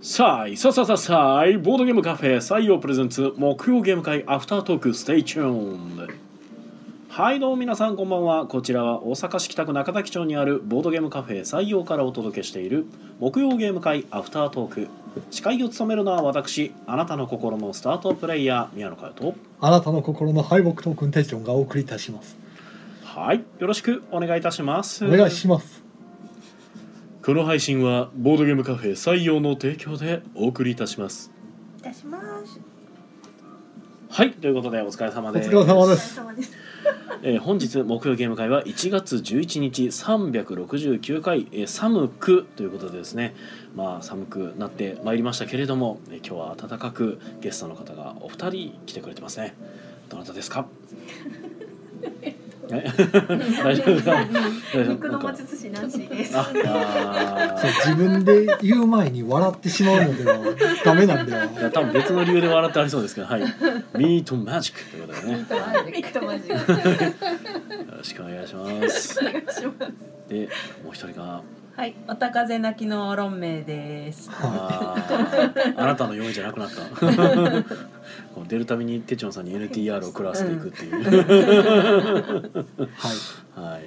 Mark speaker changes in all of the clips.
Speaker 1: さあいさあさあさあさあいボードゲームカフェ採用プレゼンツ木曜ゲーム会アフタートークステイチューンはいどうも皆さんこんばんはこちらは大阪市北区中崎町にあるボードゲームカフェ採用からお届けしている木曜ゲーム会アフタートーク司会を務めるのは私あなたの心のスタートプレイヤー宮野佳代と
Speaker 2: あなたの心の敗北トークンテーションがお送りいたします。
Speaker 1: はいよろしくお願いいたします
Speaker 2: お願いします。
Speaker 1: この配信はボードゲームカフェ採用の提供でお送りいたします
Speaker 3: いたします。
Speaker 1: はいということでお疲れ様
Speaker 2: お
Speaker 1: です
Speaker 2: 疲れ様
Speaker 3: お疲
Speaker 2: で
Speaker 3: れ
Speaker 2: す。
Speaker 3: 様です。
Speaker 1: えー本日木曜ゲーム会は1月11日369回、えー寒くということでですねまあ寒くなってまいりましたけれども、えー今日は暖かくゲストの方がお二人来てくれてますねどなた ですかえ 大丈夫ですか大丈夫
Speaker 3: 肉の
Speaker 1: なん
Speaker 3: 魔
Speaker 1: か
Speaker 3: 術師ナンシーです。
Speaker 1: ああ
Speaker 2: そう
Speaker 1: ー
Speaker 2: 自分で言う前に笑ってしまうので はダメなんだよ。
Speaker 1: いや多分別の理由で笑ってありそうですけどはいミートマジックということでね
Speaker 3: 肉とマジック。お
Speaker 1: よろしくお願いします
Speaker 3: 願いします。
Speaker 1: でもう一人が
Speaker 4: はい、おたかぜ泣きの論名です。
Speaker 1: あーあなたの用意じゃなく なったこう出るたびにテチョンさんに NTR を食らわせていくっていう、
Speaker 2: はい。
Speaker 1: はい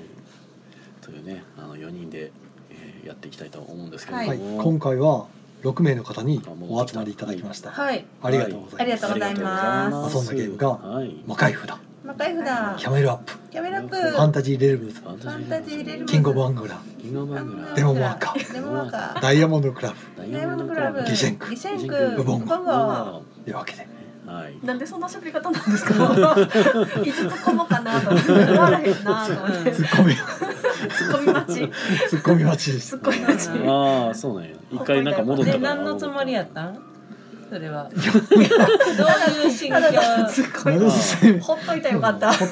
Speaker 1: というねあの4人で、えーやっていきたいと思うんですけれ
Speaker 4: は
Speaker 1: ど
Speaker 4: い
Speaker 2: はい、
Speaker 1: も、
Speaker 2: 今回は6名の方にお集まりいただきました。
Speaker 4: はい、
Speaker 2: ありがとうございます。
Speaker 4: ありがとうございます
Speaker 2: 遊んだゲームが
Speaker 1: はい、
Speaker 2: 魔界札、
Speaker 4: 魔界札、
Speaker 2: キャメルアップ、
Speaker 4: キャメラップ、
Speaker 2: ファンタジーレールブズ
Speaker 1: フ、ァ
Speaker 4: ファンタジーレール
Speaker 2: キングオブアングラ、
Speaker 1: キングオブアングラ
Speaker 2: デモンワーカ
Speaker 4: デモワーカー、
Speaker 2: ダイヤモンドクラ
Speaker 1: ダ
Speaker 4: ダイヤモンドクラブ、
Speaker 2: ギシェンク
Speaker 4: ギシェン
Speaker 1: ギシェンク
Speaker 4: ク、
Speaker 2: ウボンゴ
Speaker 4: ウボゴ
Speaker 2: ブというわけで、
Speaker 1: はい
Speaker 3: なんでそんな喋り方なんですか。5つこもかなと思って。笑わらへんなと思って。
Speaker 2: ツッコ ミ、
Speaker 3: ツッコミ待ち。
Speaker 2: ツッコミ待ちです
Speaker 3: ツ。ッコミ待ち。
Speaker 1: ああそうなんや一回なんか戻った
Speaker 4: で、
Speaker 1: から
Speaker 4: 何のつもりやったん？それ は。どういう心境
Speaker 3: た？だのツッコミ
Speaker 2: 何。の説明
Speaker 3: ほっといたらよかった。
Speaker 2: 本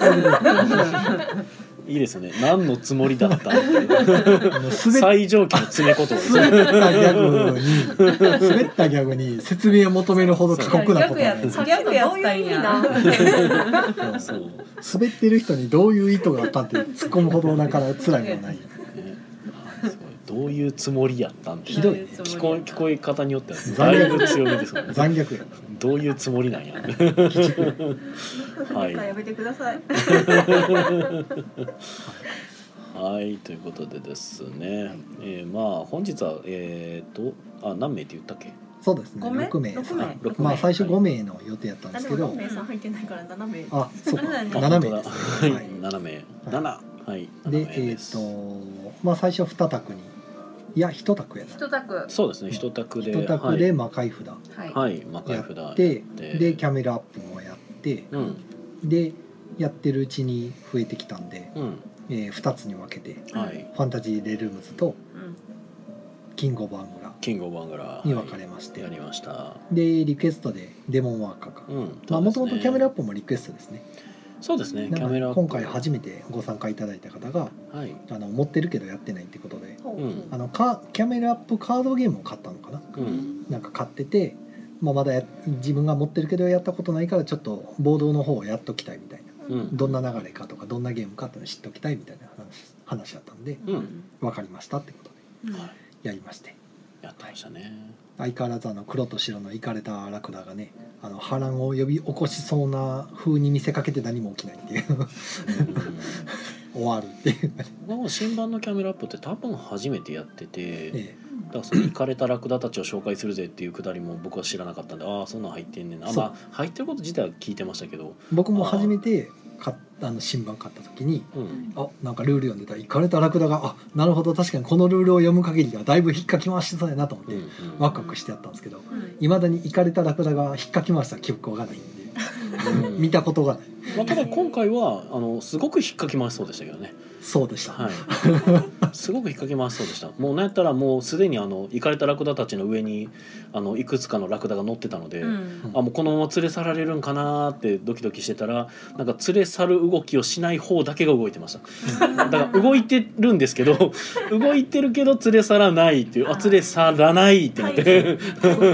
Speaker 2: 当に
Speaker 1: いいですね何のつもりだった
Speaker 2: あの滑っ
Speaker 1: 最上級の詰め言葉ですね
Speaker 2: 滑ったギャグに滑ったギャグに説明を求めるほど過酷なことはない
Speaker 4: そう
Speaker 3: さっきのどういう意味なん。
Speaker 1: そう
Speaker 2: 滑ってる人にどういう意図があったって突っ込むほどなかなか辛いのはない
Speaker 1: ねすごいどういうつもりやったんって
Speaker 2: ひどいね
Speaker 1: 聞こえ聞こえ方によってはだ
Speaker 2: 残
Speaker 1: い
Speaker 2: 虐
Speaker 1: ぶ強めですよね
Speaker 2: 残虐や
Speaker 1: どういうつもり なんや
Speaker 3: なんかやめてください。
Speaker 1: はいということでですね、えー、まあ本日はえっ、とあ何名って言ったっけ
Speaker 2: そうですね
Speaker 4: 五名
Speaker 2: 6名
Speaker 4: 六名
Speaker 2: あ
Speaker 1: 六名
Speaker 2: まあ最初5名の予定やったん
Speaker 3: あ
Speaker 2: で
Speaker 3: ですも
Speaker 2: け
Speaker 3: ロ
Speaker 2: ど
Speaker 3: ンメイさん入ってないから斜め。
Speaker 2: あそうか
Speaker 4: あ
Speaker 1: あ
Speaker 2: 7名です
Speaker 1: 本当だ
Speaker 2: ね
Speaker 1: は
Speaker 2: はいい
Speaker 1: 7名七はい
Speaker 2: で
Speaker 1: 7名
Speaker 2: えっ
Speaker 1: す
Speaker 2: とまあ最初2択にいや1択やな
Speaker 4: 一択。
Speaker 1: そうですね一択で
Speaker 2: 1択で魔界札
Speaker 4: はい。
Speaker 1: はい、はい、魔界
Speaker 2: や
Speaker 1: 札やっ
Speaker 2: って
Speaker 1: て
Speaker 2: でキャメルアップもやって
Speaker 1: うん
Speaker 2: でやってるうちに増えてきたんで、
Speaker 1: うん
Speaker 2: え2つに分けて
Speaker 1: はい
Speaker 2: ファンタジーレルームズと
Speaker 4: うん
Speaker 2: キングオブアングラ
Speaker 1: キングオブアングラ
Speaker 2: に分かれまして、
Speaker 1: やりました
Speaker 2: でリクエストでデモンワーカーか、
Speaker 1: うんそうです
Speaker 2: まあ
Speaker 1: ね
Speaker 2: もともとキャメラアップもリクエストですね
Speaker 1: そうですね
Speaker 2: な
Speaker 1: キャ
Speaker 2: ん
Speaker 1: メラア
Speaker 2: か
Speaker 1: ップ
Speaker 2: 今回初めてご参加いただいた方が
Speaker 1: はい
Speaker 2: あの持ってるけどやってないってことで
Speaker 3: ほう
Speaker 1: うん
Speaker 2: あのかキャメラアップカードゲームを買ったのかな
Speaker 1: うん
Speaker 2: なんか買ってて、まあ、まだや自分が持ってるけどやったことないからちょっとボードの方をやっときたいみたいな
Speaker 1: うん
Speaker 2: どんな流れかとかどんなゲームかっていうのを知っときたいみたいな話話だったんで
Speaker 1: うん
Speaker 2: 分かりましたってことで
Speaker 1: はい
Speaker 2: やりまして
Speaker 1: やってました ね。
Speaker 2: 相変わらずあの黒と白のいかれたラクダがねあの波乱を呼び起こしそうな風に見せかけて何も起きないっていう 終わるっていう、
Speaker 1: でも新版のキャメラアップって多分初めてやってて、
Speaker 2: ええ
Speaker 1: だからその行かれたラクダたちを紹介するぜっていうくだりも僕は知らなかったんで、ああそんなん入ってんねんな。あ
Speaker 2: そう
Speaker 1: まあ入ってること自体は聞いてましたけど、
Speaker 2: 僕も初めて買っあの新聞買った時に
Speaker 1: うん、
Speaker 2: あなんかルール読んでたらいかれたラクダがあなるほど確かにこのルールを読む限りではだいぶ引っかき回してそうやなと思っ
Speaker 1: うん、う
Speaker 2: て
Speaker 1: ん、
Speaker 2: ワクワクしてやったんですけど
Speaker 3: はい
Speaker 2: いまだにいかれたラクダが引っかき回した記憶がないんで
Speaker 1: うん
Speaker 2: 見たことがない
Speaker 1: まあ、ただ今回はあのすごく引っかき回しそうでしたけどね。
Speaker 2: そうでした、
Speaker 1: はい。すごく引っかき回しそうでした。もうなんやったらもうすでにあの行かれたラクダたちの上にあのいくつかのラクダが乗ってたので。
Speaker 4: うん。
Speaker 1: あもうこのまま連れ去られるんかなーってドキドキしてたらなんか連れ去る動きをしない方だけが動いてましただから動いてるんです けど動いてるけど連れ去らないっていうあ連れ去らないってなって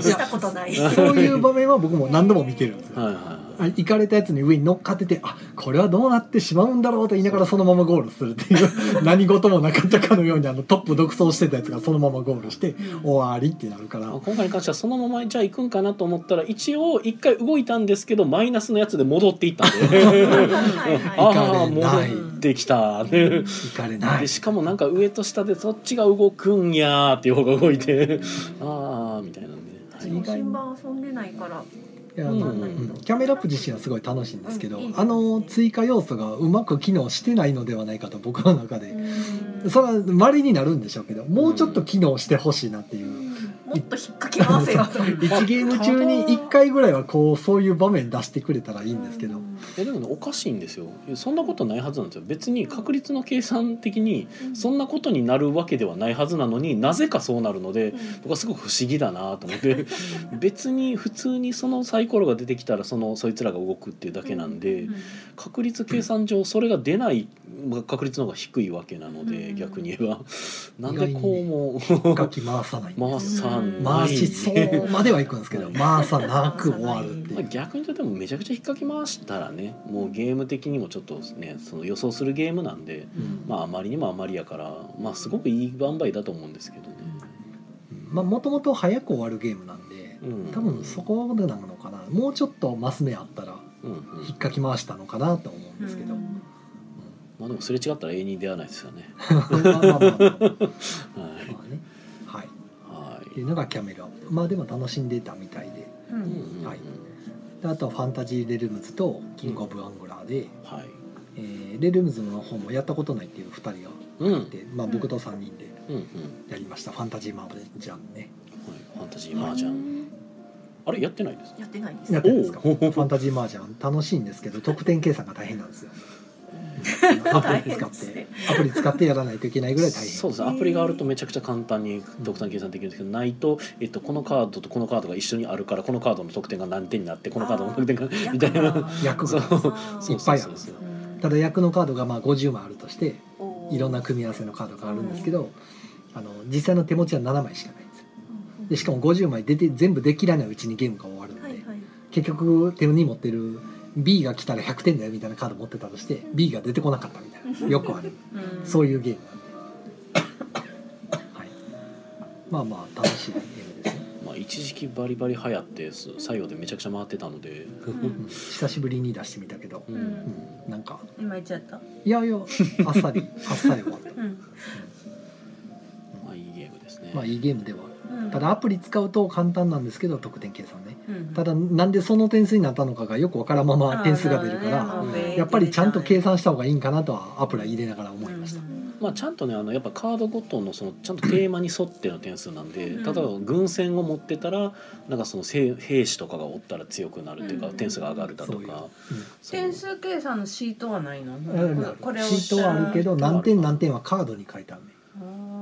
Speaker 3: したことない。
Speaker 2: そういう場面は僕も何度も見てるんですよ
Speaker 1: はいは
Speaker 2: あ行かれたやつに上に乗っかっててあこれはどうなってしまうんだろうと言いながらそのままゴールするっていう 何事もなかったかのようにあのトップ独走してたやつがそのままゴールして終わりってなるから
Speaker 1: あ今回に関してはそのままじゃあ行くんかなと思ったら一応一回動いたんですけどマイナスのやつで戻っていった んで
Speaker 3: はい
Speaker 1: あ
Speaker 3: は
Speaker 1: あ
Speaker 2: 行かれない
Speaker 1: 戻ってきた、ね、
Speaker 2: 行かれな
Speaker 1: で
Speaker 2: い
Speaker 1: しかもなんか上と下でそっちが動くんやーっていう方が動いて ああみたいなんで、はい
Speaker 3: い。もう新版遊んでないから。
Speaker 2: いやあ
Speaker 1: う
Speaker 2: の
Speaker 1: ん
Speaker 2: うんキャメラップ自身はすごい楽しいんですけど、
Speaker 3: うんいいですね
Speaker 2: あの追加要素がうまく機能してないのではないかと僕の中で、
Speaker 3: うん
Speaker 2: それは稀になるんでしょうけどもうちょっと機能してほしいなっていうう、
Speaker 3: んもっと引っ掛け合わせよと。
Speaker 2: 1ゲーム中に1回ぐらいはこうそういう場面出してくれたらいいんですけど、
Speaker 3: うん
Speaker 1: えでもねおかしいんですよそんなことないはずなんですよ別に確率の計算的にそんなことになるわけではないはずなのになぜかそうなるので僕はすごく不思議だなと思って 別に普通にそのサイコロが出てきたらそのそいつらが動くっていうだけなんで、
Speaker 3: うん
Speaker 1: 確率計算上それが出ないまあ確率の方が低いわけなので、
Speaker 3: うん
Speaker 1: 逆に言えばなんでこうも
Speaker 2: 楽器回さないん
Speaker 1: 回
Speaker 2: ですよ
Speaker 1: さん
Speaker 3: 回
Speaker 2: 回しそうまではいくんですけど
Speaker 1: はい
Speaker 2: 回さなく終わるってい
Speaker 1: まあ
Speaker 2: う
Speaker 1: 逆に言うとでもめちゃくちゃ引っ掛け回したらねもうゲーム的にもちょっとねその予想するゲームなんで、
Speaker 2: うん
Speaker 1: まああまりにもあまりやからまあすごくいい塩梅だと思うんですけどね。
Speaker 2: まあもともと早く終わるゲームなんで
Speaker 1: うん、
Speaker 2: 多分そこなのかなもうちょっとマス目あったら
Speaker 1: うんうん
Speaker 2: 引っかき回したのかなと思うんですけど、
Speaker 3: う
Speaker 2: ま
Speaker 3: ん
Speaker 1: まあでもすれ違ったら永遠に出会わないですよね。
Speaker 2: あまあまあまあ
Speaker 1: はい
Speaker 2: まあねはい
Speaker 1: は
Speaker 2: って
Speaker 1: い。
Speaker 2: いうのがキャメラまあでも楽しんでたみたいで
Speaker 3: う
Speaker 1: うん
Speaker 3: ん
Speaker 1: うんうん
Speaker 2: はいであとはファンタジーレルムズとキングオブアングラーで、
Speaker 1: はい。
Speaker 2: えーレルムズの方もやったことないっていう2人が
Speaker 1: うんうん
Speaker 2: いて、まあ、僕と3人で
Speaker 1: うん。はい。
Speaker 2: やりました、ファンタジーマージャンね
Speaker 1: ファンタジーマージャン。あれやってないです。
Speaker 3: やってないんです
Speaker 2: や
Speaker 3: よ
Speaker 2: ってるんですか
Speaker 1: お
Speaker 2: フ
Speaker 1: う
Speaker 2: ァンタジーマージャン楽しいんですけど得点計算が大変なんですよアプリ使
Speaker 3: 大変
Speaker 2: っ
Speaker 3: です
Speaker 2: て
Speaker 3: ね
Speaker 2: アプリ使ってやらないといけないぐらい大
Speaker 1: そう
Speaker 2: 変
Speaker 1: ですねアプリがあるとめちゃくちゃ簡単に得点計算できるんですけど、ないと、えっと、このカードとこのカードが一緒にあるからこのカードの得点が何点になってこのカードの得点がみたいな。
Speaker 2: 役
Speaker 1: そう
Speaker 2: が
Speaker 1: そ
Speaker 2: いうっぱい
Speaker 1: そ
Speaker 2: ある
Speaker 1: う
Speaker 2: んです
Speaker 1: そう
Speaker 2: よただ役のカードがまあ50枚あるとしていろんな
Speaker 3: で
Speaker 2: 組み合わせのカードがあるんですけどあの実際の手持ちは7枚しかないんですよでしかも50枚出て全部できらないうちにゲームが終わるので、
Speaker 3: はいはい
Speaker 2: 結局手に持ってる B が来たら100点だよみたいなカード持ってたとして B が出てこなかったみたいなよくあるそう
Speaker 3: い
Speaker 2: いうゲームなんで、はい、まあまあ楽しいゲームですよ、
Speaker 1: まあ、一時期バリバリ流行って採用でめちゃくちゃ回ってたので、
Speaker 2: うんん、久しぶりに出してみたけど
Speaker 1: う、
Speaker 3: ん
Speaker 2: うん、なんか
Speaker 4: 今言っちゃった。
Speaker 2: いやいやあっさり あっさり終わった
Speaker 3: うん
Speaker 1: まあいいゲームですね、
Speaker 2: まあいいゲームではあ
Speaker 3: うん
Speaker 2: るただアプリ使うと簡単なんですけど得点計算ね
Speaker 4: うん
Speaker 2: ただなんでその点数になったのかがよくわからんまま点数が出るか
Speaker 4: あ
Speaker 2: ら、
Speaker 4: ーなるほどね
Speaker 2: やっぱりちゃんと計算した方がいいんかなとはアプリ入れながら思いました、
Speaker 1: まあ、ちゃんとねあのやっぱカードごとのそのちゃんとテーマに沿っての点数なんで、
Speaker 3: うん
Speaker 1: 例えば軍船を持ってたらなんかそのせい兵士とかがおったら強くなるというか、
Speaker 3: うん
Speaker 1: 点数が上がるだと
Speaker 2: そう
Speaker 1: か
Speaker 2: よ
Speaker 1: そう
Speaker 4: 点数計算のシートはないの
Speaker 2: うん。
Speaker 4: これを
Speaker 2: シートはあるけど
Speaker 1: したら
Speaker 2: 何点何点はカードに書いてあるね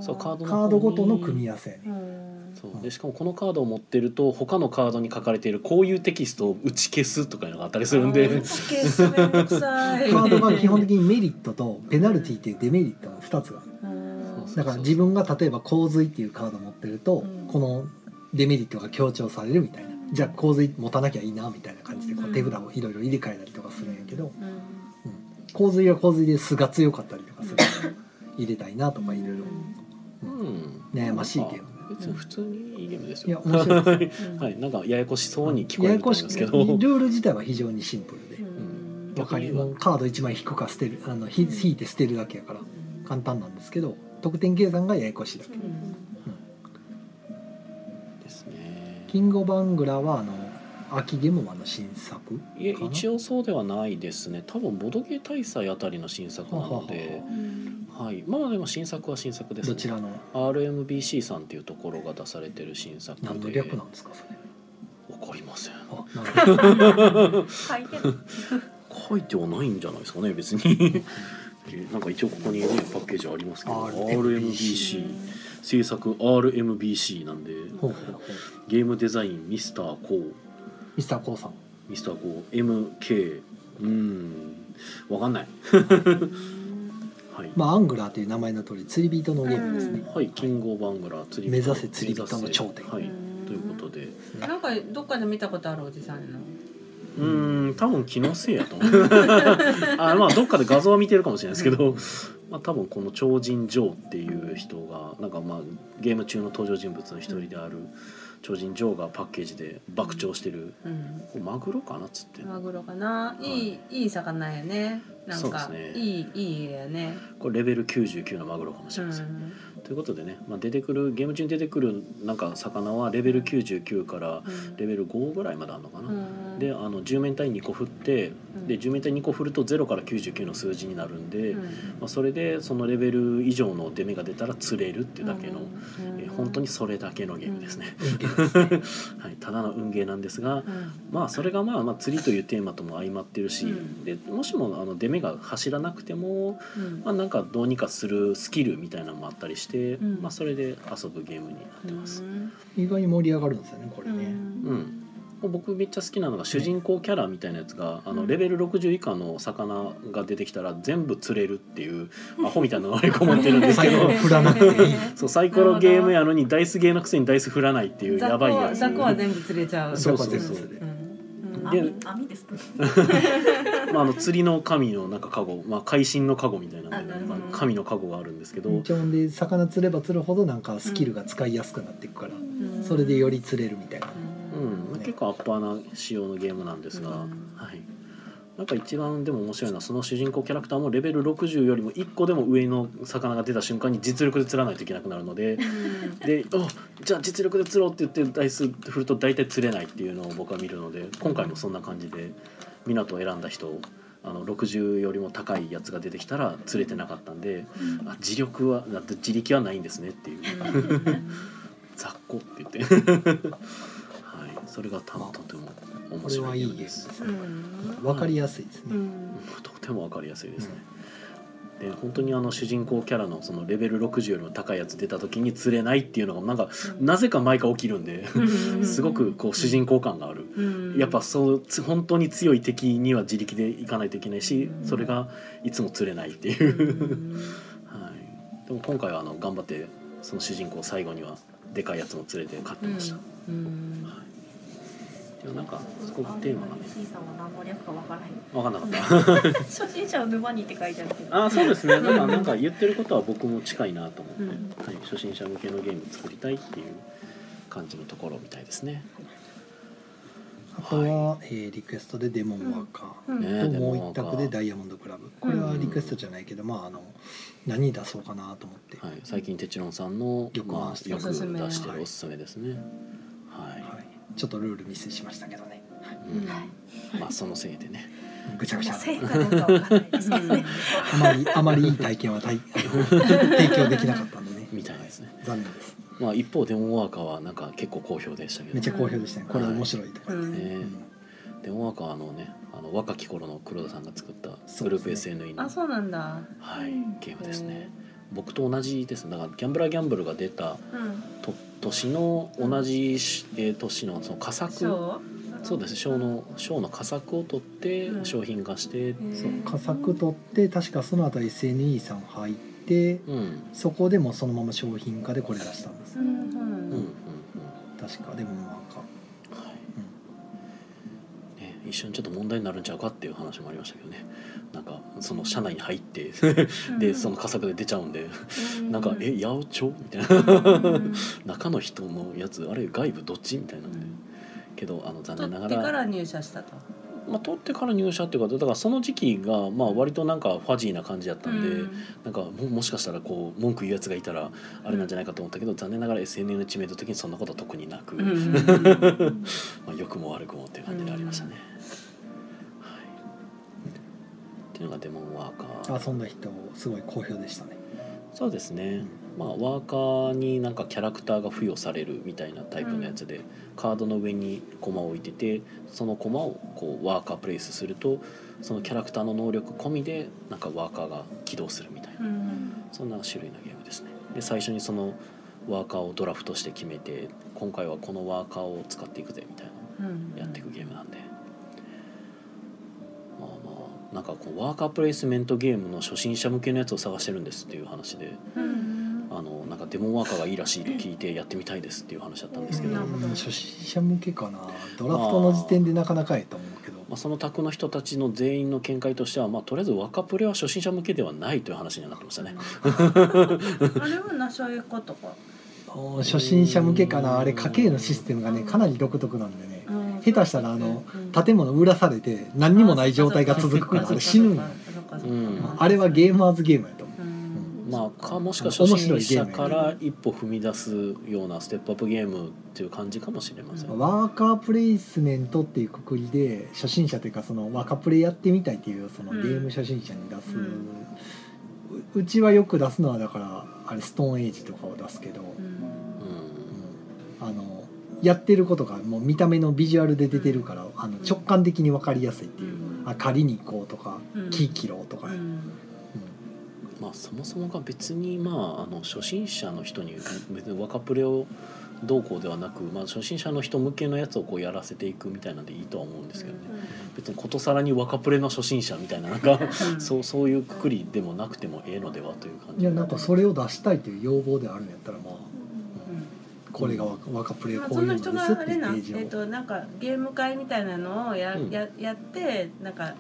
Speaker 1: そうカードの
Speaker 2: カードごとの組み合わせやね
Speaker 1: そうでしかもこのカードを持ってると他のカードに書かれているこういうテキストを打ち消すとかいうのがあったりするんで
Speaker 4: 計算めんどくさい。
Speaker 2: カードが基本的にメリットとペナルティっていうデメリットの2つがあるだから自分が例えば洪水っていうカード持ってると
Speaker 4: うん
Speaker 2: このデメリットが強調されるみたいなじゃあ洪水持たなきゃいいなみたいな感じでこ
Speaker 4: う
Speaker 2: うん手札をいろいろ入れ替えたりとかするんやけど洪水は洪水で素が強かったりとかするから入れたいなとかいろいろ
Speaker 1: うん
Speaker 2: 悩ましいゲーム
Speaker 1: 別に普通にいいゲームです
Speaker 2: いや
Speaker 1: よ
Speaker 2: 面白いです
Speaker 1: はいなんかややこしそうに聞こ
Speaker 2: や
Speaker 1: え
Speaker 2: や
Speaker 1: ると
Speaker 2: こ
Speaker 1: 思うん
Speaker 2: しく
Speaker 1: で
Speaker 2: ル
Speaker 1: すけど
Speaker 2: ール自体は非常にシンプルでわかり
Speaker 1: 逆に言えば
Speaker 2: もうカード1枚引くか捨てるあのひ
Speaker 4: うん
Speaker 2: 引いて捨てるだけやから簡単なんですけど得点計算がややこしいだけ
Speaker 1: ですね
Speaker 2: キングオブアングラーはあの秋ゲームマンの新作
Speaker 1: いえ一応そうではないですね多分ボドゲ大祭あたりの新作なのではいまあでも新作は新作です、ね、
Speaker 2: どちらの
Speaker 1: RMBC さんっていうところが出されてる新作で
Speaker 2: 何の略なんですかそれ
Speaker 1: わかりません
Speaker 2: あなるほど
Speaker 3: 書いてる
Speaker 1: 書いてはないんじゃないですかね別 にえなんか一応ここにねパッケージありますけど
Speaker 2: RMBC
Speaker 1: RMBC 制作 RMBC なんで
Speaker 2: ほうほうほう
Speaker 1: ゲームデザインミスターコー
Speaker 2: ミスターコウさん
Speaker 1: ミスターコー MK うーんわかん ないはい、
Speaker 2: まあアングラーという名前の通り釣り人のゲームですね、
Speaker 1: はい、キングオブアングラー釣り
Speaker 2: 目指せ釣り人の頂点
Speaker 1: 目指せはいということで
Speaker 4: なんかどっかで見たことあるおじさんの。
Speaker 1: うーん多分気のせいやと思う あまあどっかで画像は見てるかもしれないですけど、まあ、多分この超人ジョーっていう人がなんかまあゲーム中の登場人物の一人である超人ジョーがパッケージで爆調してる
Speaker 4: うん
Speaker 1: これマグロかなっつって
Speaker 4: マグロかな、いい、いい魚やね。なん
Speaker 1: そうで
Speaker 4: か
Speaker 1: す、ね
Speaker 4: いい、いい絵やね。
Speaker 1: これレベル99のマグロかもし
Speaker 4: う
Speaker 1: れません、
Speaker 4: ん。
Speaker 1: ということでね、まあ、出てくるゲーム中に出てくるなんか魚はレベル99から
Speaker 4: うん
Speaker 1: レベル5ぐらいまであるのかな、
Speaker 4: うん
Speaker 1: であの10面体2個振って、
Speaker 4: うん
Speaker 1: で10面体2個振ると0から99の数字になるんで、
Speaker 4: うん
Speaker 1: まあ、それでそのレベル以上の出目が出たら釣れるってだけの、
Speaker 4: うん
Speaker 1: えー本当にそれだけのゲームですね、はい、ただの運ゲーなんですが、
Speaker 4: うん
Speaker 1: まあ、それがまあまあ釣りというテーマとも相まってるし、
Speaker 4: うん
Speaker 1: でもしもあの出目が走らなくても、
Speaker 4: うん
Speaker 1: まあ、なんかどうにかするスキルみたいなのもあったりして、
Speaker 4: うん
Speaker 1: まあ、それで遊ぶゲームになってます。
Speaker 2: 意外に盛り上がるんですよねこ
Speaker 4: う
Speaker 2: れ
Speaker 4: ん
Speaker 2: ね、
Speaker 1: うん僕めっちゃ好きなのが主人公キャラみたいなやつが、あ
Speaker 4: う
Speaker 1: の
Speaker 4: ん
Speaker 1: レベル60以下の魚が出てきたら全部釣れるって いうアホみたいなのが割り込まれてるんですけ
Speaker 2: 最
Speaker 1: ど
Speaker 2: 後のフラマ
Speaker 1: そうサイコロゲームやのにダイスゲーのくせにダイス振らないっていう
Speaker 4: 雑
Speaker 1: やばい
Speaker 4: 魚
Speaker 1: やつ
Speaker 4: 雑魚は全部釣れちゃう。
Speaker 1: そうそうそう
Speaker 2: 雑魚は全部釣れる
Speaker 4: うん
Speaker 1: で
Speaker 3: 網網ですか。
Speaker 1: まあ、あの釣りの神のなんかカゴ、まあ、海神のカゴみたいな
Speaker 3: あなるほ
Speaker 1: ま
Speaker 3: ど
Speaker 1: あ神のカゴがあるんですけど、
Speaker 2: 一応で魚釣れば釣るほどなんかスキルが使いやすくなっていくから、
Speaker 4: ん
Speaker 2: それでより釣れるみたいな、
Speaker 1: う
Speaker 4: うん
Speaker 1: んまあ結構アッパーな仕様のゲームなんですが、
Speaker 4: うん
Speaker 1: はい、なんか一番でも面白いのはその主人公キャラクターもレベル60よりも1個でも上の魚が出た瞬間に実力で釣らないといけなくなるので。であじゃあ実力で釣ろうって言ってダイス振ると大体釣れないっていうのを僕は見るので今回もそんな感じで港を選んだ人あの60よりも高いやつが出てきたら釣れてなかったんであ自力はだって自力はないんですねって いう雑魚って言って、 はい、それがたとても面白いゲームです。
Speaker 4: うん
Speaker 2: 分かりやすいです
Speaker 4: う
Speaker 2: ね、
Speaker 4: ん
Speaker 1: とてもわかりやすいですね。で本当にあの主人公キャラのそのレベル60よりも高いやつ出た時に釣れないっていうのがなんかなぜか毎回起きるんで
Speaker 4: うん
Speaker 1: すごくこう主人公感がある。
Speaker 4: うん
Speaker 1: やっぱそうつ本当に強い敵には自力でいかないといけないしそれがいつも釣れないっていうう、
Speaker 4: ん
Speaker 1: はい、でも今回はあの頑張ってその主人公最後にはでかいやつも釣れて勝ってました、
Speaker 4: うん
Speaker 1: でもなんかすごくテーマが ね
Speaker 3: C さんは何の略かわからへん。
Speaker 1: 分かんなかった
Speaker 3: 初心者は沼にって書いてあるけど。
Speaker 1: あーそうですねだからなんか言ってることは僕も近いなと思って、
Speaker 4: うん
Speaker 1: はい、初心者向けのゲーム作りたいっていう感じのところみたいですね、
Speaker 2: あとは、えーリクエストでデモンワーカ
Speaker 4: うん
Speaker 1: ね
Speaker 2: ーと
Speaker 1: デ
Speaker 2: も
Speaker 1: モン
Speaker 2: う
Speaker 1: ワー
Speaker 2: 一
Speaker 1: カー
Speaker 2: 択でダイヤモンドクラブこれはリクエストじゃないけど、まああの何出そうかなと思って、
Speaker 1: はい、最近テチロンさんの
Speaker 2: よく
Speaker 1: ま
Speaker 2: 回し
Speaker 1: あ、
Speaker 2: て
Speaker 1: よ
Speaker 2: る
Speaker 1: く出
Speaker 4: おす
Speaker 1: し
Speaker 4: す
Speaker 1: て
Speaker 2: め
Speaker 1: るおすすめですねはい、
Speaker 2: はい、ちょっとルールミスしましたけどね
Speaker 1: うんまあそのせいでね
Speaker 2: ぐちゃぐちゃ
Speaker 3: 正かどうかわからないです けどね。
Speaker 2: あまりあまりいい体験は体 提供できなかったんでね
Speaker 1: みたいですね
Speaker 2: 残念です
Speaker 1: まあ一方デモワーカーはなんか結構好評でしたけど
Speaker 2: めっちゃ好評でしたねこれ
Speaker 1: はい
Speaker 2: 面白いところで
Speaker 4: うん
Speaker 2: ね、
Speaker 1: ね
Speaker 2: うん
Speaker 1: デモワーカーはあのねあの若き頃の黒田さんが作った
Speaker 2: そ
Speaker 1: グ
Speaker 2: うで
Speaker 1: ル
Speaker 2: す
Speaker 1: ー
Speaker 2: ね
Speaker 1: プ SNE の、
Speaker 4: あそうなんだ
Speaker 1: はい
Speaker 3: うん、
Speaker 1: ゲームですね僕と同じですねだからギャンブラーギャンブルが出た
Speaker 4: うん
Speaker 1: と年の同じし、えー年のその佳作
Speaker 4: そ
Speaker 1: そうです賞の賞の佳作を取って
Speaker 4: うん
Speaker 1: 商品化して
Speaker 4: う
Speaker 2: そう佳作取って確かその後 SNE さん入って
Speaker 1: うんうん
Speaker 2: そこでもうそのまま商品化でこれ出したんです
Speaker 4: うんそうな
Speaker 1: うんん
Speaker 4: だ
Speaker 1: うん
Speaker 2: 確かでもなんか
Speaker 1: はいね、一緒にちょっと問題になるんちゃうかっていう話もありましたけどねなんかその社内に入ってでその佳作で出ちゃうんでなんか「え八百長?」みたいな
Speaker 4: うん
Speaker 1: 中の人のやつあれ外部どっちみたいなんでけどあの残念
Speaker 4: 取
Speaker 1: な
Speaker 4: っ
Speaker 1: が
Speaker 4: て
Speaker 1: ら
Speaker 4: から入社したと
Speaker 1: まあ、取ってから入社っていうかだからその時期がまあ割となんかファジーな感じだったんで、なんかももしかしたらこう文句言うやつがいたらあれなんじゃないかと思ったけど、残念ながら SNN の知名度的にそんなことは特になく、
Speaker 4: うんう
Speaker 1: ま
Speaker 4: んうん
Speaker 1: あ、良くも悪くもっていう感じでありましたね。はい、っていうのがデモンワーカー
Speaker 2: 遊んだ人すごい好評でしたね
Speaker 1: そうですね、まあ、ワーカーになんかキャラクターが付与されるみたいなタイプのやつで、カードの上に駒を置いててその駒をこうワーカープレイスするとそのキャラクターの能力込みでなんかワーカーが起動するみたいな、
Speaker 4: うん
Speaker 1: そんな種類のゲームですね。で最初にそのワーカーをドラフトして決めて今回はこのワーカーを使っていくぜみたいな
Speaker 4: うん
Speaker 1: やっていくゲームなんで、まあまあなんかこうワーカープレイスメントゲームの初心者向けのやつを探してるんですっていう話で。
Speaker 4: うん
Speaker 1: あのなんかデモワーカーがいいらしいと聞いてやってみたいですっていう話だったんですけど、
Speaker 4: なるほど
Speaker 2: うん初心者向けかなドラフトの時点でなかなかやと思うけど、
Speaker 1: まあ、その宅の人たちの全員の見解としては、まあ、とりあえず若プレは初心者向けではないという話にはなってましたね。
Speaker 5: あれはなそういうことか。
Speaker 2: お初心者向けかなあれ家計のシステムがねかなり独特なんでね下手したらあの建物売らされて何にもない状態が続くからあれ死ぬんよ
Speaker 1: うん
Speaker 2: あれはゲーマーズゲームやと思う
Speaker 1: まあ、かもしくは初
Speaker 2: 面白
Speaker 1: 心
Speaker 2: いゲ
Speaker 1: 者
Speaker 2: ームやね
Speaker 1: から一歩踏み出すようなステップアップゲームっていう感じかもしれません。
Speaker 2: ワーカープレイスメントっていうくくりで初心者というかその若プレイやってみたいっていうその
Speaker 5: う
Speaker 2: ゲ
Speaker 5: ん
Speaker 2: ーム初心者に出す、
Speaker 5: う
Speaker 2: うんうちはよく出すのはだからあれストーンエイジとかを出すけど、
Speaker 1: う
Speaker 5: うん
Speaker 2: あのやってることがもう見た目のビジュアルで出てるからあの直感的に分かりやすいっていう、
Speaker 5: ん
Speaker 2: あ狩りに行こうとか
Speaker 5: うん
Speaker 2: 木切ろうとか、
Speaker 5: う
Speaker 2: うん
Speaker 5: ん
Speaker 1: まあ、そもそもが別に、まあ、あの初心者の人に別に若プレをどうこうではなく、まあ、初心者の人向けのやつをこうやらせていくみたいなんでいいとは思うんですけどね別にことさらに若プレの初心者みたいななんか
Speaker 5: うん
Speaker 1: そうそういうくくりでもなくてもええのではという感じ
Speaker 2: いやなんかそれを出したいという要望であるんやったらまあこれが若若プレイ
Speaker 5: まあ
Speaker 2: こ
Speaker 5: そう
Speaker 2: い
Speaker 5: の
Speaker 2: う
Speaker 5: 人
Speaker 2: ので
Speaker 5: が
Speaker 2: す
Speaker 5: あ
Speaker 2: って
Speaker 5: れ
Speaker 2: いうペ
Speaker 5: な、えっ、
Speaker 2: ージを、
Speaker 5: となんかゲーム会みたいなのをや、
Speaker 1: うん
Speaker 5: ややってなんか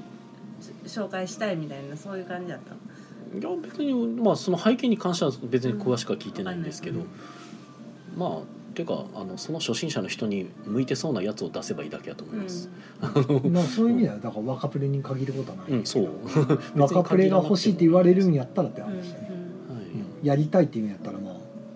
Speaker 5: し紹介したいみたいなそういう感じだった。
Speaker 1: いや別に、まあ、その背景に関しては別に詳しくは聞いてないんですけど、
Speaker 2: うん
Speaker 1: まあっていうかあのその初心者の人に向いてそうなやつを出せばいいだけやと思います。
Speaker 2: まあそういう意味ではだから若プレイに限ることはない、
Speaker 1: うん、そう
Speaker 2: 若プレイが欲しいって言われるん
Speaker 1: や、
Speaker 2: やったらって
Speaker 5: うん
Speaker 2: 話だね、
Speaker 1: は
Speaker 2: うん
Speaker 1: い
Speaker 2: やりたいって言うんやったらまあ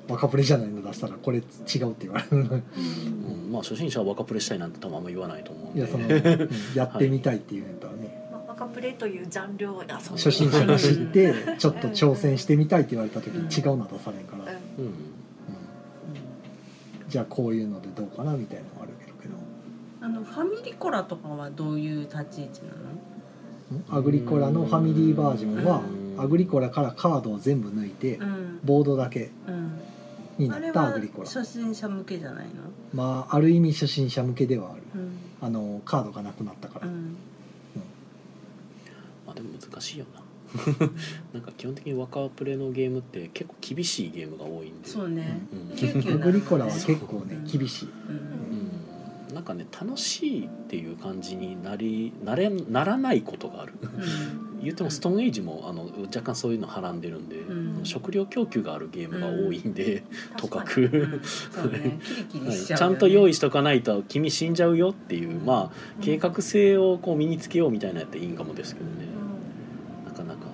Speaker 2: 若プレイじゃないの出したらこれ違うって言われるの
Speaker 5: うん
Speaker 1: うんまあ初心者は若プレイしたいなんて多分あんま言わないと思うん
Speaker 2: い
Speaker 1: で
Speaker 2: やその、うんやってみたいって言うんやったらね、
Speaker 3: まあ、若プレイというジャンルをあそ
Speaker 2: 初心者
Speaker 3: の
Speaker 2: が知ってちょっと挑戦してみたいって言われた時に違うのは出されんから、うん
Speaker 1: うん
Speaker 2: じゃあこういうのでどうかなみたいなのはあるけど
Speaker 5: あのファミリコラとかはどういう立ち位置なの？
Speaker 2: アグリコラのファミリーバージョンは
Speaker 1: うん
Speaker 2: アグリコラからカードを全部抜いて
Speaker 5: うん
Speaker 2: ボードだけ
Speaker 5: うん。
Speaker 2: にな
Speaker 5: あ
Speaker 2: っ
Speaker 5: れ
Speaker 2: たア
Speaker 5: は
Speaker 2: グリコラ
Speaker 5: 初心者向けじゃないの？
Speaker 2: まあある意味初心者向けではある
Speaker 5: うん
Speaker 2: あのカードがなくなったか
Speaker 5: う
Speaker 2: ら、
Speaker 5: ん。
Speaker 1: まあでも難しいよななんか基本的に若プレイのゲームって結構厳しいゲームが多いんで
Speaker 5: そうね。
Speaker 1: うん
Speaker 5: キューキュー
Speaker 2: ア
Speaker 5: な
Speaker 2: グリコラは結構ね
Speaker 5: そう
Speaker 2: 厳しい
Speaker 5: うん
Speaker 1: うんなんかね楽しいっていう感じになりなれならないことがある
Speaker 5: うん
Speaker 1: 言ってもストーンエイジもあの若干そういうのはらんでるんで、
Speaker 5: うん
Speaker 1: 食料供給があるゲームが多いんで、 とかく、
Speaker 5: うん。そうね。キリキリ
Speaker 1: はい
Speaker 5: し
Speaker 1: ち
Speaker 5: ちゃう、ね。
Speaker 1: ゃんと用意しとかないと君死んじゃうよっていう、まあ、計画性をこう身につけようみたいなやっていいんかもですけどね、なかなか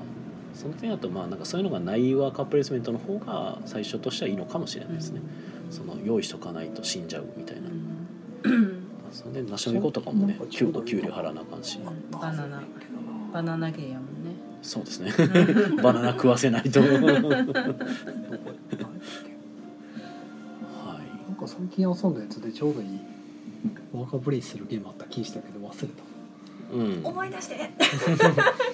Speaker 1: その点だとまあなんかそういうのがないワーカープレイスメントの方が最初としてはいいのかもしれないですね、その用意しとかないと死んじゃうみたいな、
Speaker 5: うん
Speaker 1: それでナショナルとかもね
Speaker 2: そう
Speaker 1: 給料給料払わなあかんし、
Speaker 5: バナナバナナゲーやもんね。
Speaker 1: そうですね バナナ食わせない とはい
Speaker 2: なんか最近遊んだやつでちょうどいいワーカープレイするゲームあった気したけど忘れた
Speaker 1: うん
Speaker 3: 思い出して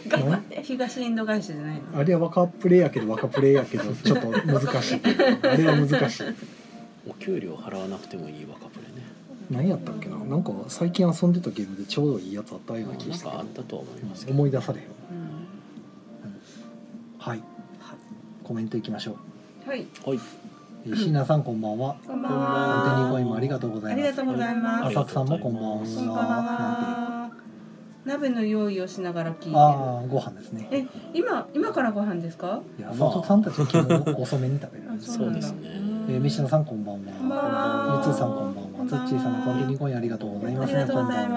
Speaker 5: 頑張って東インド会社じゃないの。
Speaker 2: あれは若プレイやけど若プレイやけどちょっと難 しいあれは難しい
Speaker 1: お給料払わなくてもいい若プレね
Speaker 2: 何やったっけななんか最近遊んでたゲームでちょうどいいやつあったような気
Speaker 1: な
Speaker 2: が
Speaker 1: ん
Speaker 2: した
Speaker 1: か
Speaker 2: け
Speaker 1: あ
Speaker 2: ど
Speaker 1: ったとは思いますけど
Speaker 2: 思い出されへん
Speaker 5: うん
Speaker 2: はいコメントいきましょう
Speaker 5: はい。
Speaker 1: はい
Speaker 2: えー椎名さんこんばんは
Speaker 5: こんば
Speaker 2: お
Speaker 5: ん
Speaker 2: 手
Speaker 5: は。
Speaker 2: に声もありがとうござ
Speaker 5: あ
Speaker 2: い
Speaker 5: り
Speaker 2: ま
Speaker 5: が
Speaker 2: す
Speaker 5: とうございます。
Speaker 2: 浅草さんもこんばんは
Speaker 5: こんばんは。鍋の用意をしながら聞い
Speaker 2: ああご飯ですね
Speaker 5: てる。え、今今からご飯ですか？
Speaker 2: いや佐藤さんたちは昨日遅めに食べるんです
Speaker 5: あ
Speaker 1: そうですね
Speaker 2: えー、シナさんこんばんは
Speaker 5: こんばんは
Speaker 2: ゆつさんこんばん
Speaker 5: こ
Speaker 2: は
Speaker 5: ん
Speaker 2: つ
Speaker 5: ばんは
Speaker 2: っちーさんのコンティニコインありがとうござい
Speaker 5: あ
Speaker 2: ます
Speaker 5: りがとうございま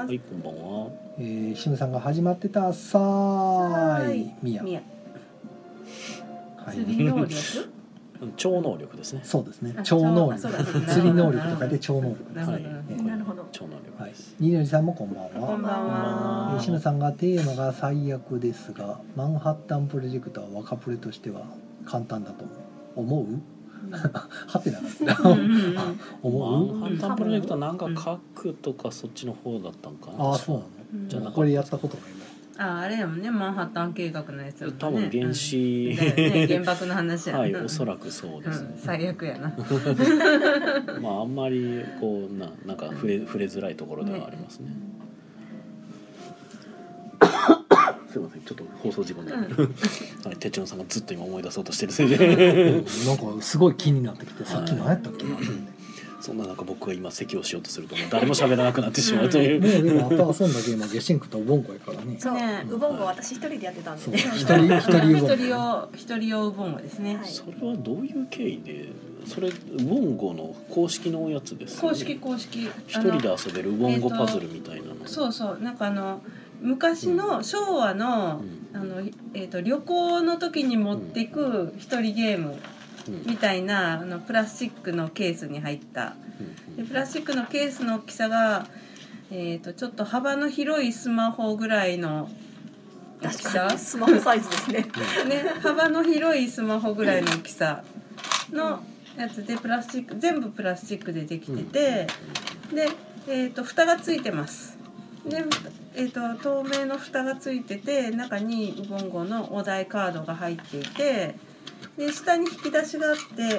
Speaker 1: は
Speaker 5: す。
Speaker 1: いこんばんは
Speaker 2: えー、シムさんが始まってたさーいみや
Speaker 5: みや、
Speaker 2: はい
Speaker 5: 釣り能力？
Speaker 1: うん超能力ですね
Speaker 2: そうですね
Speaker 5: あ
Speaker 2: 超能
Speaker 5: そ
Speaker 2: 力
Speaker 5: うだそう だ
Speaker 2: 釣り能力とかで超能力
Speaker 5: な
Speaker 2: で
Speaker 5: る
Speaker 2: す
Speaker 5: ほ
Speaker 1: は
Speaker 5: ど
Speaker 1: い
Speaker 5: なるほ
Speaker 2: ど
Speaker 3: なるほど
Speaker 1: 超能力
Speaker 2: はい
Speaker 1: です、
Speaker 2: にのりさんもこんばん
Speaker 5: ど。こん
Speaker 2: は
Speaker 5: ばんは。
Speaker 2: 吉野さんがテーマが最悪ですがマンハッタンプロジェクトは若プレとしては簡単だと思う思う はてなですね
Speaker 5: うんうんうん
Speaker 1: マ
Speaker 2: 思う
Speaker 1: ンハッタンプロジェクトはなんか書くとかそっちの方だったんかな
Speaker 2: ああそうなの
Speaker 5: うん
Speaker 1: じゃあな
Speaker 2: これやったことない
Speaker 5: ああれだもんねマンハッタン計画のやつだもんね
Speaker 1: 多分原子
Speaker 5: うんだよね原爆の話やな
Speaker 1: はいおそらくそうです
Speaker 5: うん
Speaker 1: ね、
Speaker 5: 最悪やな
Speaker 1: まああんまりこうななんか触れ触れづらいところではありますねすいませんちょっと放送事故になる、 はい哲郎さんがず っと今思い出そうとしてるせいで
Speaker 2: ななんかすごい気になってきてさっき何やったっけな
Speaker 1: そんな中僕が今席をしようとするともう誰も喋らなくなってしまうとい
Speaker 2: も
Speaker 1: う
Speaker 2: うでもあと遊んだゲームはゲシンクとウボンコやからね
Speaker 3: そう、
Speaker 5: ね
Speaker 3: ウボンゴ私一人でやってたんで
Speaker 2: そう
Speaker 3: ね
Speaker 2: 一人一人ウボ
Speaker 5: 一
Speaker 2: ン
Speaker 5: 人
Speaker 2: コ
Speaker 5: 用一人用ボンゴですね、
Speaker 3: はい
Speaker 1: それはどういう経緯でそれウボンゴの公式のやつですよね
Speaker 5: 公式公式
Speaker 1: 一
Speaker 5: あ
Speaker 1: 人
Speaker 5: の
Speaker 1: で遊べるウボンゴパズルみたいなの、
Speaker 5: そうそうなんかあの昔の昭和の,、
Speaker 1: うん
Speaker 5: あのえー、と旅行の時に持ってく一人ゲーム
Speaker 1: うんうん
Speaker 5: みたいなあのプラスチックのケースに入ったでプラスチックのケースの大きさが、えー、とちょっと幅の広いスマホぐらいの大き
Speaker 3: 確
Speaker 5: さ
Speaker 3: かにスマホサイズですね
Speaker 5: ね、幅の広いスマホぐらいの大きさのやつでプラスチック全部プラスチックでできてて、で、えー、と蓋がついてますで、えー、と透明の蓋がついてて中にウボンゴのお題カードが入っていてで下に引き出しがあって